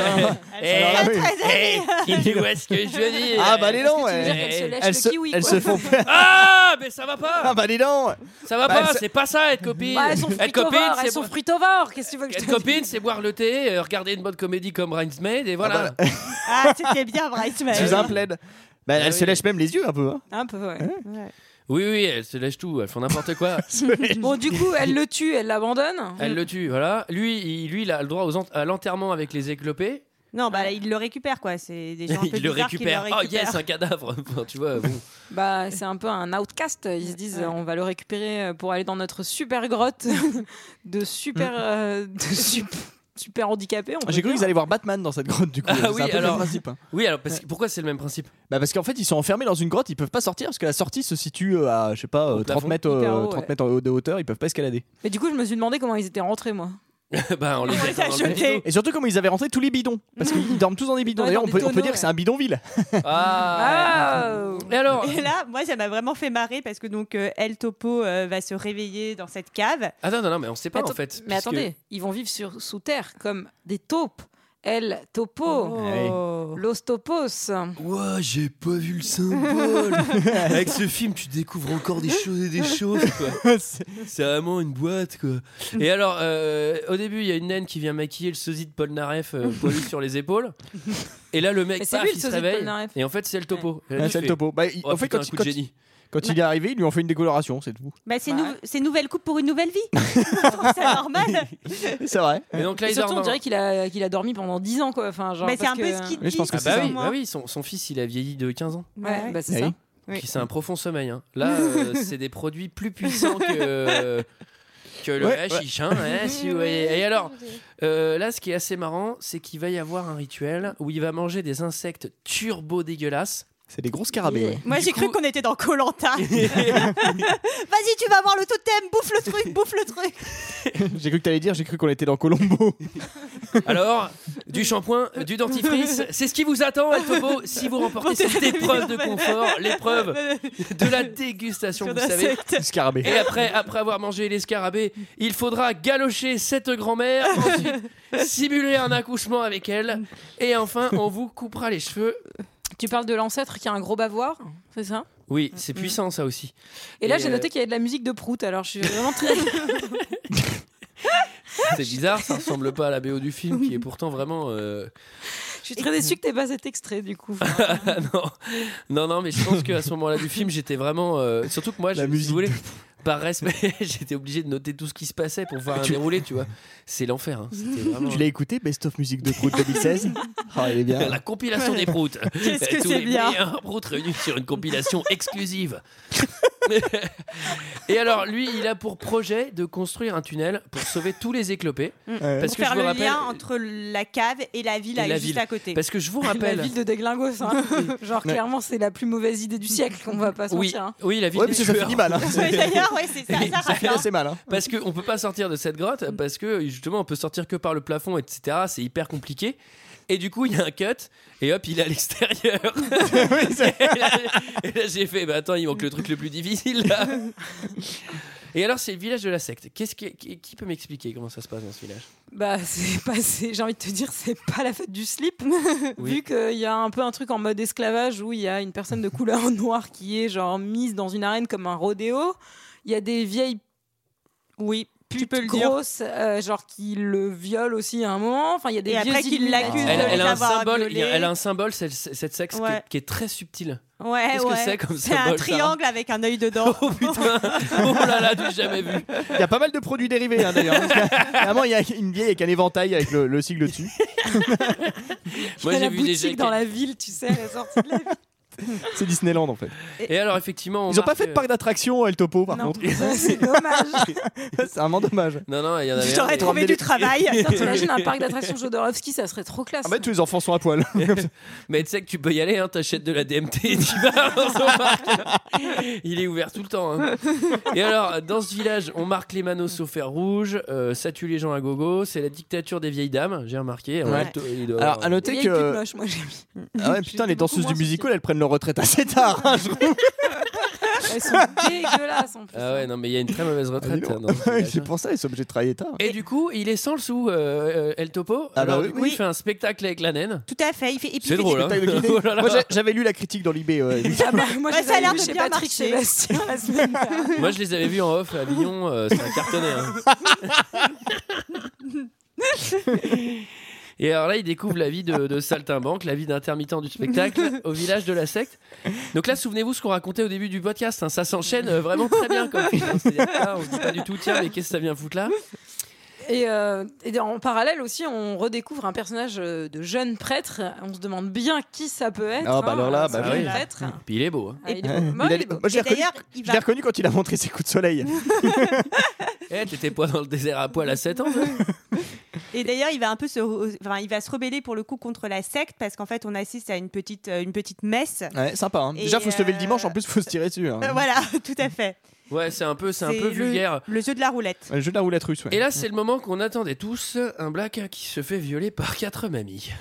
[SPEAKER 1] Eh,
[SPEAKER 6] Alors là, Ah oui.
[SPEAKER 1] eh, il dit où est-ce que je dis
[SPEAKER 6] Ah bah, les
[SPEAKER 9] Est-ce que tu
[SPEAKER 6] non.
[SPEAKER 9] veux dire
[SPEAKER 6] elles-
[SPEAKER 9] qu'elle se lèche
[SPEAKER 6] Elles
[SPEAKER 9] le
[SPEAKER 6] se,
[SPEAKER 9] kiwi,
[SPEAKER 6] elles
[SPEAKER 9] quoi
[SPEAKER 6] se font faire.
[SPEAKER 1] Ah, mais ça va pas
[SPEAKER 6] Ah bah dis donc
[SPEAKER 1] Ça va
[SPEAKER 6] Bah,
[SPEAKER 1] pas,
[SPEAKER 6] elles se-
[SPEAKER 1] c'est pas ça être copine
[SPEAKER 9] Bah, elles sont
[SPEAKER 1] Être
[SPEAKER 9] fruitovores,
[SPEAKER 1] copine,
[SPEAKER 9] elles
[SPEAKER 1] c'est
[SPEAKER 9] sont
[SPEAKER 1] bo-
[SPEAKER 9] fruitovores. Qu'est-ce que tu veux que je
[SPEAKER 1] être
[SPEAKER 9] te
[SPEAKER 1] copine, c'est boire le thé, euh, regarder une bonne comédie comme Ryan's Maid et
[SPEAKER 6] bah,
[SPEAKER 1] voilà.
[SPEAKER 7] Ah, c'était bien, Bryce. mais-
[SPEAKER 6] Sous un plaid. Bah,
[SPEAKER 1] Ah
[SPEAKER 6] elles se
[SPEAKER 1] oui.
[SPEAKER 6] lèchent même les yeux un peu. hein.
[SPEAKER 9] dise Un peu. ouais.
[SPEAKER 1] Oui, oui, elles se lèchent tout, elles font n'importe quoi.
[SPEAKER 9] Bon du coup elle le tue, elle l'abandonne.
[SPEAKER 1] elles le tuent, voilà. Lui, il, lui, il a le droit aux ent- à l'enterrement avec les éclopés.
[SPEAKER 7] Non, bah, il le récupère, quoi. C'est des gens un peu
[SPEAKER 1] il le
[SPEAKER 7] bizarres qui
[SPEAKER 1] récupère.
[SPEAKER 7] le
[SPEAKER 1] Oh yes,
[SPEAKER 7] récupèrent.
[SPEAKER 1] un cadavre. Enfin, tu vois, bon.
[SPEAKER 9] Bah c'est un peu un outcast. Ils se disent on va le récupérer euh, pour aller dans notre super grotte de super euh, de sup- super handicapé.
[SPEAKER 6] Mm. Ah, J'ai cru qu'ils allaient voir Batman dans cette grotte du coup.
[SPEAKER 1] Ah
[SPEAKER 6] C'est
[SPEAKER 1] oui,
[SPEAKER 6] un peu
[SPEAKER 1] alors.
[SPEAKER 6] le principe. hein.
[SPEAKER 1] Oui, alors parce que- pourquoi c'est le même principe
[SPEAKER 6] Bah parce qu'en fait ils sont enfermés dans une grotte, ils peuvent pas sortir parce que la sortie se situe euh, à je sais pas euh, 30
[SPEAKER 1] plafond.
[SPEAKER 6] mètres, euh,
[SPEAKER 9] Hyper haut,
[SPEAKER 6] 30
[SPEAKER 9] ouais.
[SPEAKER 6] mètres en haut de hauteur, ils peuvent pas escalader.
[SPEAKER 9] Mais du coup je me suis demandé comment ils étaient rentrés moi.
[SPEAKER 1] Bah, on les
[SPEAKER 7] On
[SPEAKER 1] jette
[SPEAKER 7] les a
[SPEAKER 1] dans le
[SPEAKER 7] jetés.
[SPEAKER 1] bidon.
[SPEAKER 6] Et surtout comment ils avaient rentré tous les bidons parce qu'ils dorment tous dans des bidons.
[SPEAKER 9] Ah. Ouais,
[SPEAKER 6] D'ailleurs
[SPEAKER 9] dans
[SPEAKER 6] on
[SPEAKER 9] des
[SPEAKER 6] peut, on peut
[SPEAKER 9] tonneaux,
[SPEAKER 6] dire que
[SPEAKER 9] ouais.
[SPEAKER 6] c'est un bidonville.
[SPEAKER 1] Ah.
[SPEAKER 9] Ah
[SPEAKER 1] Et alors
[SPEAKER 7] Et là, moi, ça m'a vraiment fait marrer parce que donc euh, El Topo euh, va se réveiller dans cette cave.
[SPEAKER 1] Attends, non, non, mais on sait pas
[SPEAKER 9] Attends-
[SPEAKER 1] en fait.
[SPEAKER 9] Mais
[SPEAKER 1] puisque-
[SPEAKER 9] attendez, ils vont vivre sur, sous terre comme des taupes. El
[SPEAKER 7] Oh.
[SPEAKER 9] topo, los topos.
[SPEAKER 1] Ouah, j'ai pas vu le symbole. Avec ce film, tu découvres encore des choses et des choses. quoi. C'est vraiment une boîte. quoi. Et alors, euh, au début, il y a une naine qui vient maquiller le sosie de Paul Naref euh, poilu sur les épaules. Et là, le mec,
[SPEAKER 9] Mais c'est
[SPEAKER 1] paf,
[SPEAKER 9] lui, le
[SPEAKER 1] il se
[SPEAKER 9] sosie de Paul
[SPEAKER 1] réveille.
[SPEAKER 9] Naref.
[SPEAKER 1] Et en fait, c'est le topo. Et là,
[SPEAKER 6] Ah,
[SPEAKER 1] tu
[SPEAKER 6] c'est le
[SPEAKER 1] fais,
[SPEAKER 6] topo. Bah, il-
[SPEAKER 1] Oh,
[SPEAKER 6] en fait
[SPEAKER 1] putain,
[SPEAKER 6] quand,
[SPEAKER 1] un
[SPEAKER 6] il-
[SPEAKER 1] coup de
[SPEAKER 6] quand il-
[SPEAKER 1] génie.
[SPEAKER 6] quand il est arrivé, ils lui ont fait une décoloration, c'est tout.
[SPEAKER 7] Bah, c'est
[SPEAKER 9] Ouais.
[SPEAKER 7] nou- c'est nouvelle coupe pour une nouvelle vie. Je trouve ça normal.
[SPEAKER 6] C'est vrai.
[SPEAKER 1] Et donc là,
[SPEAKER 9] Et
[SPEAKER 1] il
[SPEAKER 9] surtout,
[SPEAKER 1] dort
[SPEAKER 9] on
[SPEAKER 1] dans-
[SPEAKER 9] dirait qu'il a, qu'il a dormi pendant 10 ans, quoi. Enfin, genre,
[SPEAKER 7] Bah, c'est
[SPEAKER 9] parce
[SPEAKER 7] un peu ce qu'il
[SPEAKER 6] Oui,
[SPEAKER 7] dit.
[SPEAKER 6] je pense que
[SPEAKER 1] Ah
[SPEAKER 6] c'est
[SPEAKER 1] bah
[SPEAKER 6] ça.
[SPEAKER 1] oui, bah oui, son, son fils, il a vieilli de 15 ans.
[SPEAKER 9] Ouais, bah, c'est
[SPEAKER 6] Ah
[SPEAKER 9] ça.
[SPEAKER 6] oui.
[SPEAKER 7] Oui.
[SPEAKER 1] Qui c'est un profond sommeil. hein. Là, euh, c'est des produits plus puissants que, que le
[SPEAKER 6] Ouais,
[SPEAKER 1] hashish. hein, hein, si vous voyez. Et alors, euh, là, ce qui est assez marrant, c'est qu'il va y avoir un rituel où il va manger des insectes turbo dégueulasses.
[SPEAKER 6] C'est des gros scarabées. ouais.
[SPEAKER 7] Moi,
[SPEAKER 1] Du
[SPEAKER 7] j'ai cru
[SPEAKER 1] coup-
[SPEAKER 7] qu'on était dans Colanta. Vas-y, tu vas voir le totem, bouffe le truc, bouffe le truc.
[SPEAKER 6] J'ai cru que t'allais dire, j'ai cru qu'on était dans Colombo.
[SPEAKER 1] Alors, du shampoing, euh, du dentifrice, c'est ce qui vous attend, El Topo, si vous remportez cette épreuve de confort, l'épreuve de la dégustation, vous savez.
[SPEAKER 6] Scarabée.
[SPEAKER 1] Et après, après avoir mangé les scarabées, il faudra galocher cette grand-mère, ensuite simuler un accouchement avec elle, et enfin, on vous coupera les cheveux.
[SPEAKER 9] Tu parles de l'ancêtre qui a un gros bavoir, c'est ça
[SPEAKER 1] Oui, c'est puissant ça aussi.
[SPEAKER 9] Mm. Et là,
[SPEAKER 1] Et,
[SPEAKER 9] j'ai
[SPEAKER 1] euh,
[SPEAKER 9] noté qu'il y avait de la musique de prout, alors je suis vraiment très.
[SPEAKER 1] euh, C'est bizarre, ça ressemble pas à la BO du film qui est pourtant vraiment. euh,
[SPEAKER 9] Je suis très déçue que t'aies pas cet extrait du coup.
[SPEAKER 1] Ah non. non, non, mais je pense qu'à ce moment-là du film, j'étais vraiment. euh, Surtout que moi, je,
[SPEAKER 6] La
[SPEAKER 1] si
[SPEAKER 6] musique.
[SPEAKER 1] vous voulez, par respect, j'étais obligé de noter tout ce qui se passait pour voir un
[SPEAKER 6] Tu-
[SPEAKER 1] déroulé, tu vois. C'est l'enfer. hein. C'était vraiment-
[SPEAKER 6] Tu l'as écouté, Best of Music de Prout 2016 Ah, il est bien.
[SPEAKER 1] La compilation des proutes.
[SPEAKER 8] Qu'est-ce que
[SPEAKER 1] Tous
[SPEAKER 8] c'est
[SPEAKER 1] les
[SPEAKER 8] bien.
[SPEAKER 1] meilleurs proutes réunis sur une compilation exclusive. Et alors, lui, il a pour projet de construire un tunnel pour sauver tous les éclopés.
[SPEAKER 6] Ouais.
[SPEAKER 1] Parce
[SPEAKER 7] Pour
[SPEAKER 1] que je
[SPEAKER 7] faire
[SPEAKER 1] vous
[SPEAKER 7] le
[SPEAKER 1] rappelle.
[SPEAKER 7] lien entre la cave et la ville
[SPEAKER 1] Et
[SPEAKER 7] à-
[SPEAKER 1] la
[SPEAKER 7] juste
[SPEAKER 1] ville.
[SPEAKER 7] à côté.
[SPEAKER 1] Parce que je vous
[SPEAKER 9] La
[SPEAKER 1] rappelle.
[SPEAKER 9] ville de Déglingos, hein. genre
[SPEAKER 6] Ouais.
[SPEAKER 9] clairement c'est la plus mauvaise idée du siècle, on va pas se
[SPEAKER 1] Oui,
[SPEAKER 9] mentir. hein.
[SPEAKER 1] oui, la ville
[SPEAKER 6] Ouais,
[SPEAKER 1] des
[SPEAKER 6] parce que ça
[SPEAKER 1] tueurs.
[SPEAKER 6] finit mal. Hein.
[SPEAKER 7] Ouais, D'ailleurs, ouais, c'est ça, ça
[SPEAKER 6] Ça finit assez mal. Hein.
[SPEAKER 1] Parce qu'on peut pas sortir de cette grotte, parce que justement on peut sortir que par le plafond, etc. C'est hyper compliqué. Et du coup, il y a un cut, et hop, il est à l'extérieur.
[SPEAKER 6] Oui, c'est-
[SPEAKER 1] et là, et là, j'ai fait, bah attends, il manque le truc le plus difficile là. Et alors, c'est le village de la secte. Qu'est-ce qui, qui- qui peut m'expliquer comment ça se passe dans ce village
[SPEAKER 9] Bah c'est pas, c'est- j'ai envie de te dire, c'est pas la fête du slip,
[SPEAKER 1] Oui.
[SPEAKER 9] vu qu'il y a un peu un truc en mode esclavage où il y a une personne de couleur noire qui est genre mise dans une arène comme un rodéo. Il y a des vieilles
[SPEAKER 7] Oui, tu peux le dire.
[SPEAKER 9] grosses, euh, genre qui le violent aussi à un moment. Enfin il y a des
[SPEAKER 7] Et
[SPEAKER 9] vieux
[SPEAKER 7] après qu'ils
[SPEAKER 9] illuminatis.
[SPEAKER 7] l'accusent.
[SPEAKER 1] elle,
[SPEAKER 7] de
[SPEAKER 1] elle
[SPEAKER 7] les
[SPEAKER 1] a un
[SPEAKER 7] avoir
[SPEAKER 1] symbole, il y a-
[SPEAKER 7] violés.
[SPEAKER 1] elle a un symbole, c'est- c'est- cette sexe qui est-
[SPEAKER 7] Ouais.
[SPEAKER 1] qui, est très subtil.
[SPEAKER 7] Ouais,
[SPEAKER 1] Qu'est-ce que
[SPEAKER 7] ouais.
[SPEAKER 1] c'est comme
[SPEAKER 7] C'est un
[SPEAKER 1] symbole, Sarah
[SPEAKER 7] triangle avec un œil dedans.
[SPEAKER 1] Oh putain Oh là là, du jamais vu
[SPEAKER 6] Il y a pas mal de produits dérivés hein, d'ailleurs. Vraiment, il y a une vieille avec un éventail avec le, le sigle dessus.
[SPEAKER 9] Il y
[SPEAKER 1] Moi,
[SPEAKER 9] a
[SPEAKER 1] j'ai
[SPEAKER 9] la
[SPEAKER 1] vu déjà.
[SPEAKER 9] boutique dans la ville, tu sais, à la sortie de la ville.
[SPEAKER 6] C'est Disneyland en fait.
[SPEAKER 1] Et alors, effectivement. on
[SPEAKER 6] Ils ont pas
[SPEAKER 1] marque- euh,
[SPEAKER 6] fait de parc d'attractions, El Topo par
[SPEAKER 9] Non.
[SPEAKER 6] contre.
[SPEAKER 9] Ça, c'est dommage.
[SPEAKER 6] C'est vraiment dommage.
[SPEAKER 1] Non, non, il y en avait.
[SPEAKER 7] Je
[SPEAKER 1] un,
[SPEAKER 7] t'aurais
[SPEAKER 1] mais-
[SPEAKER 7] trouvé du travail.
[SPEAKER 9] Putain, T'imagines un parc d'attractions Jodorowsky, ça serait trop classe.
[SPEAKER 6] Ah bah tous les enfants sont à poil.
[SPEAKER 1] Mais tu sais que tu peux y aller, hein, t'achètes de la DMT et tu vas dans son parc. Il est ouvert tout le temps. hein. Et alors, dans ce village, on marque les manos au fer rouge, euh, ça tue les gens à gogo, c'est la dictature des vieilles dames, j'ai remarqué.
[SPEAKER 6] Ouais.
[SPEAKER 1] Ouais, il doit
[SPEAKER 6] Alors
[SPEAKER 1] avoir-
[SPEAKER 6] à
[SPEAKER 9] Des
[SPEAKER 6] noter
[SPEAKER 9] vieilles putes
[SPEAKER 6] que
[SPEAKER 9] moches, moi j'ai mis.
[SPEAKER 6] ah ouais, putain les
[SPEAKER 9] J'étais beaucoup
[SPEAKER 6] danseuses
[SPEAKER 9] moins
[SPEAKER 6] du musical
[SPEAKER 9] sensible.
[SPEAKER 6] elles prennent leur retraite assez tard. hein, je trouve.
[SPEAKER 9] Elles sont dégueulasses en plus.
[SPEAKER 1] Ah ouais, non, mais il y a une très mauvaise retraite. hein, dans ce
[SPEAKER 6] Ouais,
[SPEAKER 1] village,
[SPEAKER 6] C'est
[SPEAKER 1] hein.
[SPEAKER 6] pour ça ils sont obligés de travailler tard.
[SPEAKER 1] Et du coup, il est sans le sou, euh, euh, El Topo.
[SPEAKER 6] Ah bah
[SPEAKER 1] alors,
[SPEAKER 6] oui,
[SPEAKER 1] du coup,
[SPEAKER 7] oui.
[SPEAKER 1] il fait un spectacle avec la naine.
[SPEAKER 7] Tout à fait. Il fait, et puis
[SPEAKER 1] C'est
[SPEAKER 7] il fait
[SPEAKER 1] drôle, hein.
[SPEAKER 6] Spectacle de qualité.
[SPEAKER 1] Oh là là.
[SPEAKER 6] Moi j'ai- j'avais lu la critique dans l'IB. ouais.
[SPEAKER 9] Ah bah, moi,
[SPEAKER 7] Ouais,
[SPEAKER 9] je
[SPEAKER 7] ça a
[SPEAKER 9] les avais
[SPEAKER 7] l'air
[SPEAKER 9] vus
[SPEAKER 7] de
[SPEAKER 9] chez
[SPEAKER 7] bien
[SPEAKER 9] Patrick
[SPEAKER 7] marcher.
[SPEAKER 9] Sébastien la semaine dernière.
[SPEAKER 1] Moi, je les avais vus en off à Lyon, euh, ça a cartonné. hein. hein. Et alors là, il découvre la vie de, de saltimbanque, la vie d'intermittent du spectacle au village de la secte. Donc là, souvenez-vous ce qu'on racontait au début du podcast, hein, ça s'enchaîne euh, vraiment très bien. Comme film, hein. C'est-à-dire que là, on se dit pas du tout, tiens, mais qu'est-ce que ça vient foutre là
[SPEAKER 9] Et, euh, et en parallèle aussi, on redécouvre un personnage euh, de jeune prêtre. On se demande bien qui ça peut être.
[SPEAKER 6] Ah bah
[SPEAKER 9] hein,
[SPEAKER 6] alors là,
[SPEAKER 9] ce
[SPEAKER 6] bah
[SPEAKER 9] jeune
[SPEAKER 1] oui.
[SPEAKER 9] prêtre.
[SPEAKER 1] Puis il est beau. hein.
[SPEAKER 9] Ah, il est
[SPEAKER 6] Ouais.
[SPEAKER 9] beau. Bah
[SPEAKER 6] Il
[SPEAKER 9] oui,
[SPEAKER 6] a-
[SPEAKER 9] il est beau.
[SPEAKER 6] Moi je l'ai
[SPEAKER 7] Et
[SPEAKER 6] reconnu,
[SPEAKER 7] d'ailleurs, il
[SPEAKER 6] je
[SPEAKER 7] va
[SPEAKER 6] l'ai reconnu quand il a montré ses coups de soleil.
[SPEAKER 1] Eh, t'étais pas dans le désert à poil à 7 ans toi
[SPEAKER 7] Et d'ailleurs, il va un peu se, re- enfin, il va se rebeller pour le coup contre la secte parce qu'en fait, on assiste à une petite, euh, une petite messe.
[SPEAKER 1] Ah
[SPEAKER 6] Ouais, sympa. hein.
[SPEAKER 7] Et
[SPEAKER 6] Déjà faut se lever le
[SPEAKER 7] euh,
[SPEAKER 6] dimanche en plus faut se tirer dessus. hein.
[SPEAKER 7] Euh, voilà, tout à fait.
[SPEAKER 1] Ouais, c'est un peu, c'est un peu
[SPEAKER 7] le-
[SPEAKER 1] vulgaire.
[SPEAKER 7] Le jeu de la roulette.
[SPEAKER 6] Le jeu de la roulette russe. ouais.
[SPEAKER 1] Et là, c'est le moment qu'on attendait tous, un black qui se fait violer par quatre mamies.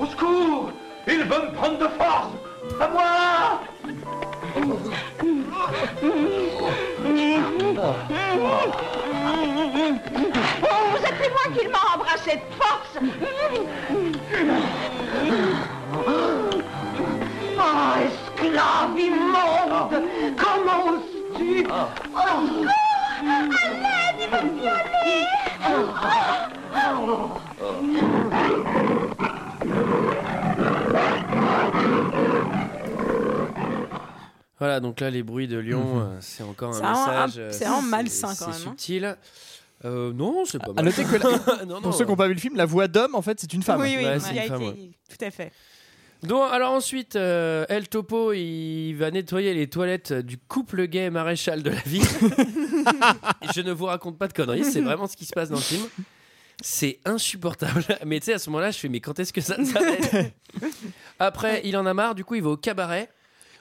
[SPEAKER 2] Au secours Il va me prendre de force À moi
[SPEAKER 10] Qu'il m'a embrassé de force Oh, esclave immonde Comment oses-tu
[SPEAKER 1] Voilà, donc là, les bruits de Lyon,
[SPEAKER 6] Mhm.
[SPEAKER 1] euh, c'est encore un
[SPEAKER 9] C'est vraiment un-
[SPEAKER 1] message. euh,
[SPEAKER 9] c'est vraiment malsain, quand même,
[SPEAKER 1] C'est
[SPEAKER 9] hein.
[SPEAKER 1] subtil. Euh, non, c'est pas
[SPEAKER 6] À
[SPEAKER 1] mal.
[SPEAKER 6] noter que la-
[SPEAKER 1] non, non,
[SPEAKER 6] pour ceux qui n'ont pas vu le film, la voix d'homme en fait c'est une femme.
[SPEAKER 7] Oui, oui,
[SPEAKER 1] Ouais,
[SPEAKER 7] il
[SPEAKER 1] c'est
[SPEAKER 7] y a
[SPEAKER 1] une femme,
[SPEAKER 7] été- tout à fait.
[SPEAKER 1] Donc, alors ensuite, euh, El Topo, il va nettoyer les toilettes du couple gay maréchal de la ville. Je ne vous raconte pas de conneries, c'est vraiment ce qui se passe dans le film. C'est insupportable. Mais tu sais, à ce moment-là, je fais, mais quand est-ce que ça s'arrête Après, il en a marre, du coup, il va au cabaret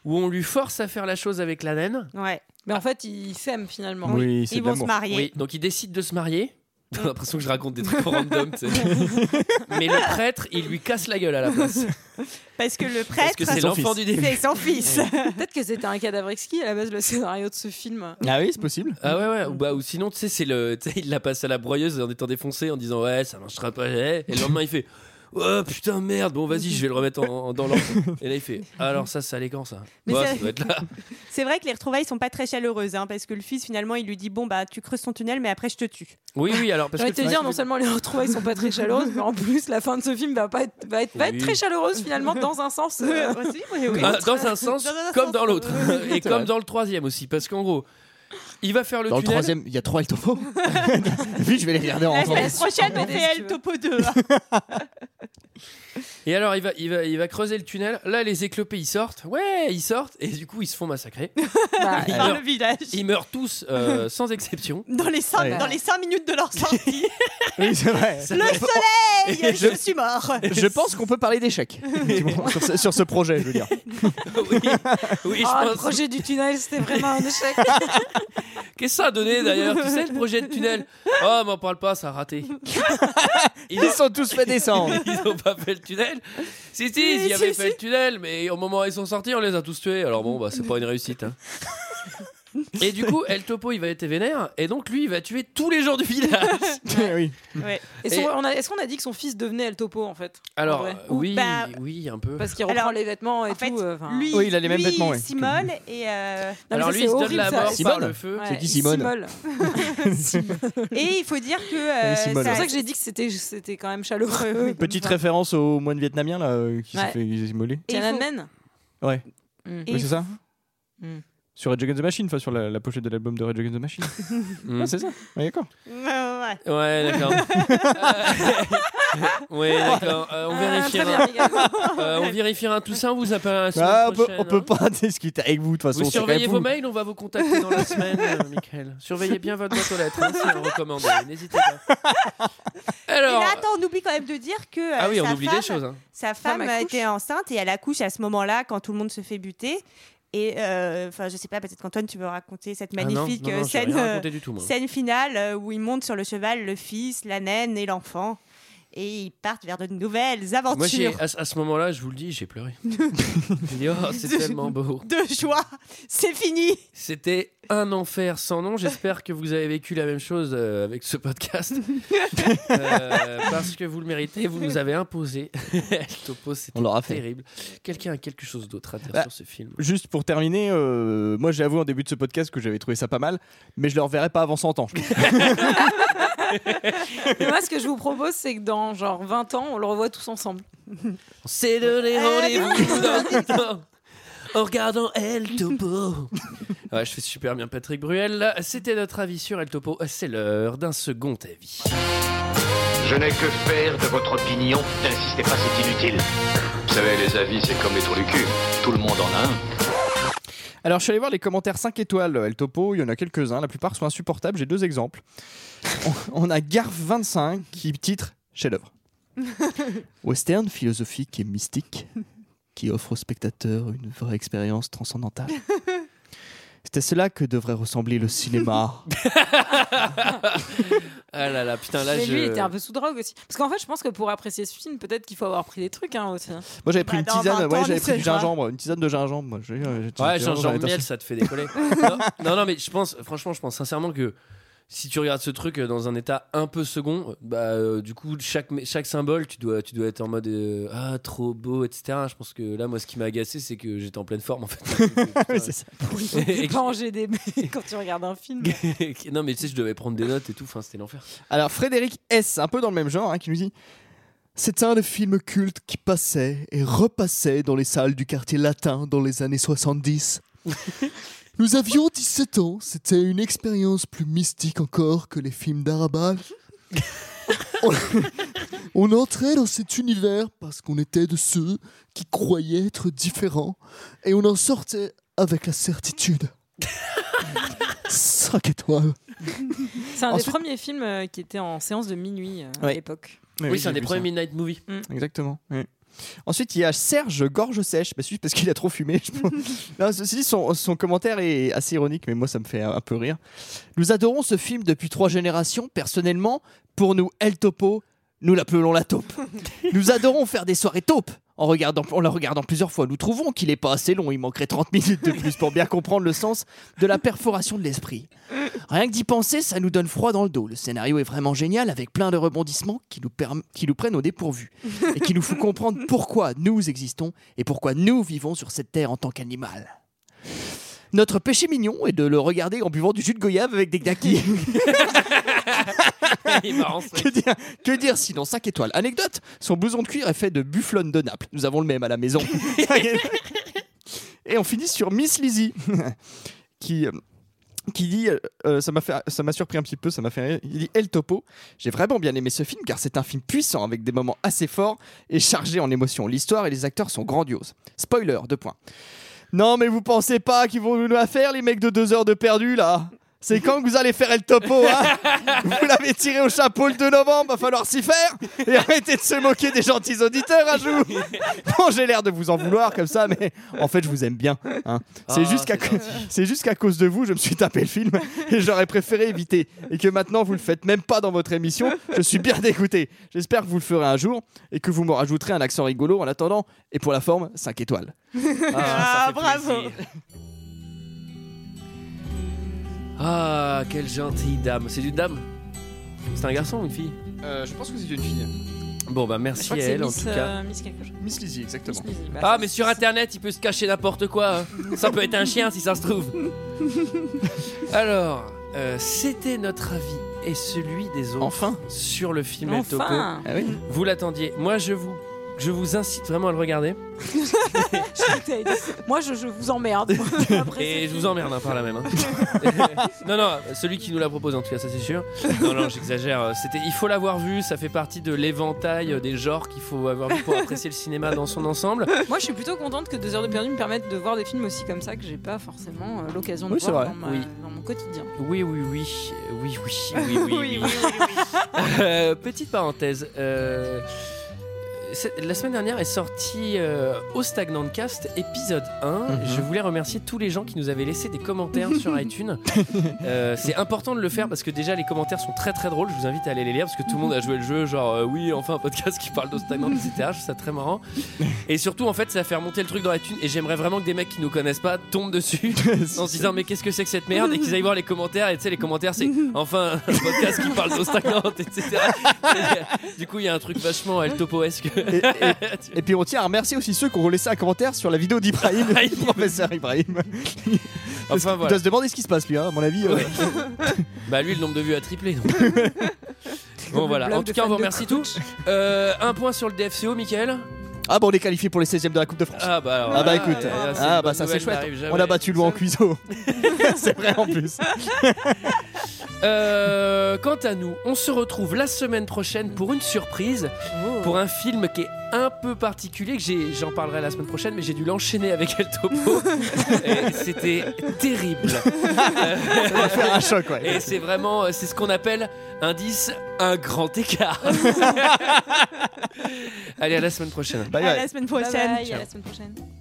[SPEAKER 1] où on lui force à faire la chose avec la naine.
[SPEAKER 7] Ouais.
[SPEAKER 9] Mais en fait, ils s'aiment finalement.
[SPEAKER 6] Oui,
[SPEAKER 7] Ils vont se marier.
[SPEAKER 1] Oui, donc il décide de se marier.
[SPEAKER 7] Mm.
[SPEAKER 1] J'ai l'impression que je raconte des trucs random, tu sais. Mais le prêtre, il lui casse la gueule à la place.
[SPEAKER 7] Parce que le
[SPEAKER 1] Parce
[SPEAKER 7] prêtre,
[SPEAKER 1] que c'est
[SPEAKER 6] son
[SPEAKER 1] l'enfant du début.
[SPEAKER 7] c'est son fils.
[SPEAKER 9] Peut-être que c'était un cadavre exquis à la base le scénario de ce film.
[SPEAKER 6] Ah oui, c'est possible.
[SPEAKER 1] Ah ouais,
[SPEAKER 7] Mm.
[SPEAKER 1] ouais. Ou, bah, ou sinon, tu sais, c'est le, tu sais, il la passe à la broyeuse en étant défoncé, en disant ouais, ça marchera pas. eh. Et le lendemain, il fait oh putain merde, bon vas-y, je vais le remettre en, en- dans l'ordre. Et là, il fait ah, alors ça, ça allait quand ça
[SPEAKER 7] Mais
[SPEAKER 1] Bah,
[SPEAKER 7] ça-
[SPEAKER 1] ça doit être là.
[SPEAKER 7] C'est vrai que les retrouvailles sont pas très chaleureuses, hein, parce que le fils finalement il lui dit bon bah tu creuses ton tunnel, mais après je te tue.
[SPEAKER 1] Oui, oui. Alors parce
[SPEAKER 9] J'ai
[SPEAKER 1] que
[SPEAKER 9] envie de te dire, non seulement les retrouvailles sont pas très chaleureuses, mais en plus la fin de ce film va pas être, va être, va être
[SPEAKER 1] Oui.
[SPEAKER 9] très chaleureuse finalement dans un sens. euh,
[SPEAKER 1] Ah, dans un sens
[SPEAKER 7] Dans un
[SPEAKER 1] comme
[SPEAKER 7] sens,
[SPEAKER 1] dans l'autre
[SPEAKER 7] oui.
[SPEAKER 1] et comme dans le troisième aussi, parce qu'en gros, il va faire le
[SPEAKER 6] Dans le
[SPEAKER 1] tunnel.
[SPEAKER 6] troisième, il y a trois El Topo. Puis je vais les regarder en
[SPEAKER 7] La
[SPEAKER 6] ensemble.
[SPEAKER 7] semaine prochaine on
[SPEAKER 9] BD,
[SPEAKER 7] fait
[SPEAKER 9] si tu
[SPEAKER 7] El
[SPEAKER 9] veux.
[SPEAKER 7] Topo 2. hein.
[SPEAKER 1] Et alors, il va, il, va, il va creuser le tunnel. Là, les éclopés, ils sortent. Ouais, ils sortent. Et du coup, ils se font massacrer.
[SPEAKER 9] bah,
[SPEAKER 1] Ils
[SPEAKER 7] dans le
[SPEAKER 1] meurent,
[SPEAKER 7] village.
[SPEAKER 1] ils meurent tous, euh, sans exception.
[SPEAKER 7] Dans les, cinq,
[SPEAKER 6] Ouais.
[SPEAKER 7] dans les cinq minutes de leur sortie,
[SPEAKER 6] Oui, c'est vrai.
[SPEAKER 7] le soleil,
[SPEAKER 6] Je-
[SPEAKER 7] je suis mort.
[SPEAKER 6] Je pense qu'on peut parler d'échecs effectivement, sur, ce, sur ce projet, je veux dire.
[SPEAKER 1] oui, oui, je
[SPEAKER 9] ah, le
[SPEAKER 1] pense.
[SPEAKER 9] projet du tunnel, c'était vraiment un échec.
[SPEAKER 1] Qu'est-ce que ça a donné d'ailleurs Tu sais, le projet de tunnel Oh, m'en parle pas, ça a raté. Ils
[SPEAKER 6] Ils
[SPEAKER 1] ont,
[SPEAKER 6] sont tous fait descendre.
[SPEAKER 1] ils ont pas fait le tunnel. Si, si, ils y
[SPEAKER 9] si,
[SPEAKER 1] avaient
[SPEAKER 9] si.
[SPEAKER 1] fait le tunnel, mais au moment où ils sont sortis, on les a tous tués. Alors bon, bah, c'est pas une réussite. hein. Et du coup, El Topo, il va être vénère. Et donc, lui, il va tuer tous les gens du village.
[SPEAKER 6] oui.
[SPEAKER 9] Et son-
[SPEAKER 1] Et-
[SPEAKER 9] on a- Est-ce qu'on a dit que son fils devenait El Topo en fait
[SPEAKER 1] Alors,
[SPEAKER 9] Ouais.
[SPEAKER 1] oui,
[SPEAKER 7] Bah,
[SPEAKER 1] oui, un peu.
[SPEAKER 9] Parce qu'il
[SPEAKER 7] Alors,
[SPEAKER 9] reprend les vêtements et
[SPEAKER 7] en fait,
[SPEAKER 9] tout. euh, enfin-
[SPEAKER 7] Lui,
[SPEAKER 6] Oui, il a les mêmes
[SPEAKER 7] lui,
[SPEAKER 6] vêtements, ouais.
[SPEAKER 7] S'imole et, euh,
[SPEAKER 9] Non, mais
[SPEAKER 1] Alors
[SPEAKER 9] ça,
[SPEAKER 1] lui,
[SPEAKER 9] c'est
[SPEAKER 1] il se donne
[SPEAKER 9] horrible,
[SPEAKER 1] la
[SPEAKER 9] ça.
[SPEAKER 1] mort
[SPEAKER 6] Simone.
[SPEAKER 1] par le feu.
[SPEAKER 9] Ouais,
[SPEAKER 6] C'est qui,
[SPEAKER 9] il
[SPEAKER 6] Simone
[SPEAKER 9] s'immole.
[SPEAKER 7] et il faut dire que
[SPEAKER 6] Oui,
[SPEAKER 7] euh,
[SPEAKER 6] s'imole,
[SPEAKER 7] ça-
[SPEAKER 9] C'est pour ça que j'ai dit que c'était c'était quand même chaleureux.
[SPEAKER 6] Petite référence au moine vietnamien là, euh, qui s'est
[SPEAKER 9] Ouais.
[SPEAKER 6] fait immoler.
[SPEAKER 7] Et il faut-
[SPEAKER 9] Tiananmen
[SPEAKER 6] Ouais.
[SPEAKER 9] Mm.
[SPEAKER 7] Et
[SPEAKER 6] Oui, c'est ça
[SPEAKER 9] Mm.
[SPEAKER 6] Sur Red Against the Machine, enfin sur la, la pochette de l'album de Red Against the Machine.
[SPEAKER 1] Mm.
[SPEAKER 6] Ouais, c'est ça. Ouais, d'accord.
[SPEAKER 7] Ouais, ouais.
[SPEAKER 1] Ouais, d'accord. oui, d'accord. Euh, on
[SPEAKER 9] Ah, très
[SPEAKER 1] vérifiera.
[SPEAKER 9] bien, les gars.
[SPEAKER 1] Euh, on vérifiera tout ça, on vous appelle la semaine
[SPEAKER 6] Ah, on, peut,
[SPEAKER 1] prochaine,
[SPEAKER 6] on peut
[SPEAKER 1] hein.
[SPEAKER 6] pas discuter avec vous de toute façon.
[SPEAKER 1] Vous
[SPEAKER 6] c'est quand
[SPEAKER 1] surveillez
[SPEAKER 6] même
[SPEAKER 1] vos
[SPEAKER 6] vous.
[SPEAKER 1] mails, on va vous contacter dans la semaine, euh, Michael. Surveillez bien votre boîte aux lettres, hein, c'est un recommandé, n'hésitez pas.
[SPEAKER 7] Et
[SPEAKER 1] Alors,
[SPEAKER 7] là, attends, on oublie quand même de dire que euh,
[SPEAKER 1] ah oui,
[SPEAKER 7] sa
[SPEAKER 1] on oublie
[SPEAKER 7] femme,
[SPEAKER 1] des choses. hein.
[SPEAKER 7] Sa
[SPEAKER 9] Femme
[SPEAKER 7] femme
[SPEAKER 9] accouche.
[SPEAKER 7] était enceinte et elle accouche à ce moment-là quand tout le monde se fait buter. Et euh, enfin, je sais pas, peut-être qu'Antoine, tu veux raconter cette
[SPEAKER 1] Ah non,
[SPEAKER 7] magnifique
[SPEAKER 1] non, non,
[SPEAKER 7] euh,
[SPEAKER 1] j'ai
[SPEAKER 7] scène,
[SPEAKER 1] rien
[SPEAKER 7] euh,
[SPEAKER 1] raconté du tout, moi.
[SPEAKER 7] scène finale euh, où ils montent sur le cheval le fils, la naine et l'enfant. Et ils partent vers de nouvelles
[SPEAKER 1] Moi, j'ai-
[SPEAKER 7] aventures
[SPEAKER 1] à, à ce moment-là, je vous le dis, j'ai pleuré. J'ai dit, oh, c'est tellement beau.
[SPEAKER 7] de joie. C'est fini.
[SPEAKER 1] C'était un enfer sans nom. J'espère que vous avez vécu la même chose euh, avec ce podcast. Euh, parce que vous le méritez, vous nous avez imposé. El Topo, c'était
[SPEAKER 6] On l'aura fait.
[SPEAKER 1] terrible. Quelqu'un a quelque chose d'autre à dire
[SPEAKER 6] Bah,
[SPEAKER 1] sur ce film
[SPEAKER 6] Juste pour terminer, euh, moi j'avoue en début de ce podcast que j'avais trouvé ça pas mal, mais je le reverrai pas avant 100 ans. je pense.
[SPEAKER 9] Mais moi, ce que je vous propose, c'est que dans genre 20 ans, on le revoit tous ensemble.
[SPEAKER 1] On s'est donné
[SPEAKER 9] Euh,
[SPEAKER 1] rendez-vous dans le temps, en regardant El Topo. Ouais, je fais super bien Patrick Bruel. là. C'était notre avis sur El Topo. C'est l'heure d'un second avis.
[SPEAKER 2] Je n'ai que faire de votre opinion. N'insistez pas, c'est inutile. Vous savez, les avis, c'est comme les trous du cul. Tout le monde en a un.
[SPEAKER 6] Alors je suis allé voir les commentaires 5 étoiles, euh, El Topo, il y en a quelques-uns, la plupart sont insupportables, j'ai deux exemples. On, on a Garf25 qui titre Chef-d'œuvre. Western philosophique et mystique qui offre au spectateur une vraie expérience transcendantale. C'était cela que devrait ressembler le cinéma.
[SPEAKER 1] Ah là là, putain, là
[SPEAKER 9] mais
[SPEAKER 1] je.
[SPEAKER 9] lui, il était un peu sous drogue aussi. Parce qu'en fait, je pense que pour apprécier ce film, peut-être qu'il faut avoir pris des trucs hein, aussi.
[SPEAKER 6] Moi j'avais pris
[SPEAKER 7] Bah, dans 20
[SPEAKER 6] une tisane,
[SPEAKER 7] ans,
[SPEAKER 6] ouais, j'avais
[SPEAKER 7] nous,
[SPEAKER 6] pris
[SPEAKER 7] c'est
[SPEAKER 6] du
[SPEAKER 7] genre-
[SPEAKER 6] gingembre, une tisane de gingembre. moi, j'ai- euh, j'ai-
[SPEAKER 1] Ouais,
[SPEAKER 6] j'ai-
[SPEAKER 1] gingembre
[SPEAKER 6] j'avais-
[SPEAKER 1] miel, ça te fait décoller. non, non, non, mais je pense, franchement, je pense sincèrement que si tu regardes ce truc euh, dans un état un peu second, euh, bah, euh, du coup, chaque, mé- chaque symbole, tu dois, tu dois être en mode euh, ah, trop beau, etc. Je pense que là, moi, ce qui m'a agacé, c'est que j'étais en pleine forme, en fait.
[SPEAKER 6] Oui, c'est ça.
[SPEAKER 9] T'es pas en GDB quand tu regardes un film.
[SPEAKER 1] non, mais tu sais, je devais prendre des notes et tout, enfin, c'était l'enfer.
[SPEAKER 6] Alors Frédéric S, un peu dans le même genre, hein, qui nous dit C'est un des films cultes qui passait et repassait dans les salles du quartier latin dans les années 70. Nous avions 17 ans, c'était une expérience plus mystique encore que les films d'Arabal. On-
[SPEAKER 11] On est entré dans cet univers parce qu'on était de ceux qui croyaient être différents et on en sortait avec la certitude. 5 étoiles.
[SPEAKER 9] C'est un des
[SPEAKER 11] Ensuite-
[SPEAKER 9] premiers films euh, qui était en séance de minuit euh, à
[SPEAKER 6] Ouais.
[SPEAKER 9] l'époque.
[SPEAKER 1] Oui, c'est un des premiers Midnight Movie.
[SPEAKER 6] Exactement. oui. Ensuite, il y a Serge Gorge Sèche, parce parce qu'il a trop fumé. je pense. non, ceci dit, son, son commentaire est assez ironique, mais moi, ça me fait un peu rire. Nous adorons ce film depuis trois générations. Personnellement, pour nous, El Topo, nous l'appelons la taupe. Nous adorons faire des soirées taupes. En, regardant, en la regardant plusieurs fois, nous trouvons qu'il n'est pas assez long. Il manquerait 30 minutes de plus pour bien comprendre le sens de la perforation de l'esprit. Rien que d'y penser, ça nous donne froid dans le dos. Le scénario est vraiment génial, avec plein de rebondissements qui nous, perm- qui nous prennent au dépourvu et qui nous font comprendre pourquoi nous existons et pourquoi nous vivons sur cette terre en tant qu'animal. Notre péché mignon est de le regarder en buvant du jus de goyave avec des gnacchis.
[SPEAKER 1] Il est marrant, ce mec.
[SPEAKER 6] que, dire, que dire sinon 5 étoiles. Anecdote, son blouson de cuir est fait de bufflone de Naples. Nous avons le même à la maison. Et on finit sur Miss Lizzie, qui, euh, qui dit, euh, euh, ça m'a fait- ça m'a surpris un petit peu, ça m'a fait rire. Il dit El Topo, j'ai vraiment bien aimé ce film car c'est un film puissant avec des moments assez forts et chargé en émotions. L'histoire et les acteurs sont grandioses. Spoiler, deux points. Non mais vous pensez pas qu'ils vont nous la faire les mecs de deux heures de perdu là c'est quand que vous allez faire El Topo hein Vous l'avez tiré au chapeau le 2 novembre, va falloir s'y faire Et arrêtez de se moquer des gentils auditeurs un jour Bon, j'ai l'air de vous en vouloir comme ça, mais en fait, je vous aime bien. hein. C'est
[SPEAKER 1] Ah,
[SPEAKER 6] juste qu'à
[SPEAKER 1] c'est
[SPEAKER 6] cause-
[SPEAKER 1] gentil.
[SPEAKER 6] c'est juste qu'à cause de vous, je me suis tapé le film et j'aurais préféré éviter. Et que maintenant, vous le faites même pas dans votre émission, je suis bien dégoûté. J'espère que vous le ferez un jour et que vous me rajouterez un accent rigolo en attendant. Et pour la forme, 5 étoiles.
[SPEAKER 1] Ah, ça fait
[SPEAKER 8] bravo.
[SPEAKER 1] plaisir. Ah, quelle gentille dame. C'est une dame C'est un garçon ou une fille
[SPEAKER 6] Euh, je pense que c'est une fille.
[SPEAKER 1] Bon, bah
[SPEAKER 9] Je
[SPEAKER 1] merci
[SPEAKER 9] crois
[SPEAKER 1] à
[SPEAKER 9] que c'est
[SPEAKER 1] elle en
[SPEAKER 9] Miss,
[SPEAKER 1] tout cas.
[SPEAKER 9] euh, Miss quelque chose.
[SPEAKER 6] Miss Lizzie, exactement.
[SPEAKER 9] Miss Lizzie, bah,
[SPEAKER 1] Ah,
[SPEAKER 9] ça,
[SPEAKER 1] mais sur internet, il peut se cacher n'importe quoi. hein. Ça peut être un chien si ça se trouve. Alors, euh, c'était notre avis et celui des autres
[SPEAKER 6] Enfin
[SPEAKER 1] sur le film El Topo.
[SPEAKER 9] Enfin
[SPEAKER 6] Ah oui
[SPEAKER 1] Vous l'attendiez. Moi, je vous, je vous incite vraiment à le regarder.
[SPEAKER 9] Moi, je, je vous emmerde. Après,
[SPEAKER 1] Et
[SPEAKER 9] c'est
[SPEAKER 1] je
[SPEAKER 9] fini.
[SPEAKER 1] vous emmerde hein, par là même. hein. non, non, celui qui nous l'a proposé en tout cas, ça c'est sûr. Non, non, j'exagère. euh, C'était, il faut l'avoir vu, ça fait partie de l'éventail des genres qu'il faut avoir vu pour apprécier le cinéma dans son ensemble.
[SPEAKER 9] Moi, je suis plutôt contente que deux heures de perdu me permettent de voir des films aussi comme ça que j'ai pas forcément euh, l'occasion de
[SPEAKER 6] Oui, c'est
[SPEAKER 9] voir
[SPEAKER 6] vrai,
[SPEAKER 9] dans, ma-
[SPEAKER 1] oui.
[SPEAKER 9] dans mon quotidien.
[SPEAKER 1] Oui, oui, oui, oui, oui, oui, oui. oui, Euh, petite parenthèse. euh, c'est- La semaine dernière est sorti euh, au Stagnant Cast épisode 1.
[SPEAKER 6] Mhm.
[SPEAKER 1] Je voulais remercier tous les gens qui nous avaient laissé des commentaires sur iTunes. Euh, c'est important de le faire parce que déjà les commentaires sont très très drôles. Je vous invite à aller les lire parce que tout le monde a joué le jeu. Genre, euh, oui, enfin un podcast qui parle de Stagnant, etc. Je trouve ça très marrant. Et surtout, en fait, ça fait remonter le truc dans iTunes. Et j'aimerais vraiment que des mecs qui nous connaissent pas tombent dessus
[SPEAKER 6] Mm.
[SPEAKER 1] en se disant mais qu'est-ce que c'est que cette merde et qu'ils aillent voir les commentaires et tu sais les commentaires c'est enfin un podcast qui parle d'eau stagnante etc Et, euh, du coup il y a un truc vachement El Topoesque
[SPEAKER 6] Et, et- et puis on tient à remercier aussi ceux qui ont laissé un commentaire sur la vidéo d'Ibrahim, du professeur Ibrahim. Parce
[SPEAKER 1] enfin
[SPEAKER 6] qu'il
[SPEAKER 1] voilà
[SPEAKER 6] doit se demander ce qui se passe lui, hein, à mon avis. euh,
[SPEAKER 1] Ouais. bah lui le nombre de vues a triplé donc. bon voilà en tout cas on vous remercie tous Euh, un point sur le DFCO Michael
[SPEAKER 6] Ah bah on est qualifié pour les 16 e de la Coupe de France.
[SPEAKER 1] ah bah alors
[SPEAKER 6] Ah
[SPEAKER 1] là,
[SPEAKER 6] bah écoute,
[SPEAKER 1] là, c'est une
[SPEAKER 6] ah
[SPEAKER 1] bonne
[SPEAKER 6] bah ça c'est
[SPEAKER 1] nouvelle,
[SPEAKER 6] chouette.
[SPEAKER 1] n'arrive jamais.
[SPEAKER 6] On a battu loin en cuiseau. c'est vrai en plus.
[SPEAKER 1] Euh, quant à nous, on se retrouve la semaine prochaine pour une surprise, pour un film qui est un peu particulier, que j'ai- j'en parlerai la semaine prochaine, mais j'ai dû l'enchaîner avec El Topo. Et C'était terrible.
[SPEAKER 6] Ça va faire un choc, ouais.
[SPEAKER 1] Et c'est vraiment, euh, c'est ce qu'on appelle, indice, un grand écart. Allez, à la semaine prochaine.
[SPEAKER 6] Bah,
[SPEAKER 8] À
[SPEAKER 6] ouais.
[SPEAKER 8] la semaine
[SPEAKER 9] Bye
[SPEAKER 6] Bah,
[SPEAKER 8] prochaine.
[SPEAKER 9] bye, à la semaine prochaine.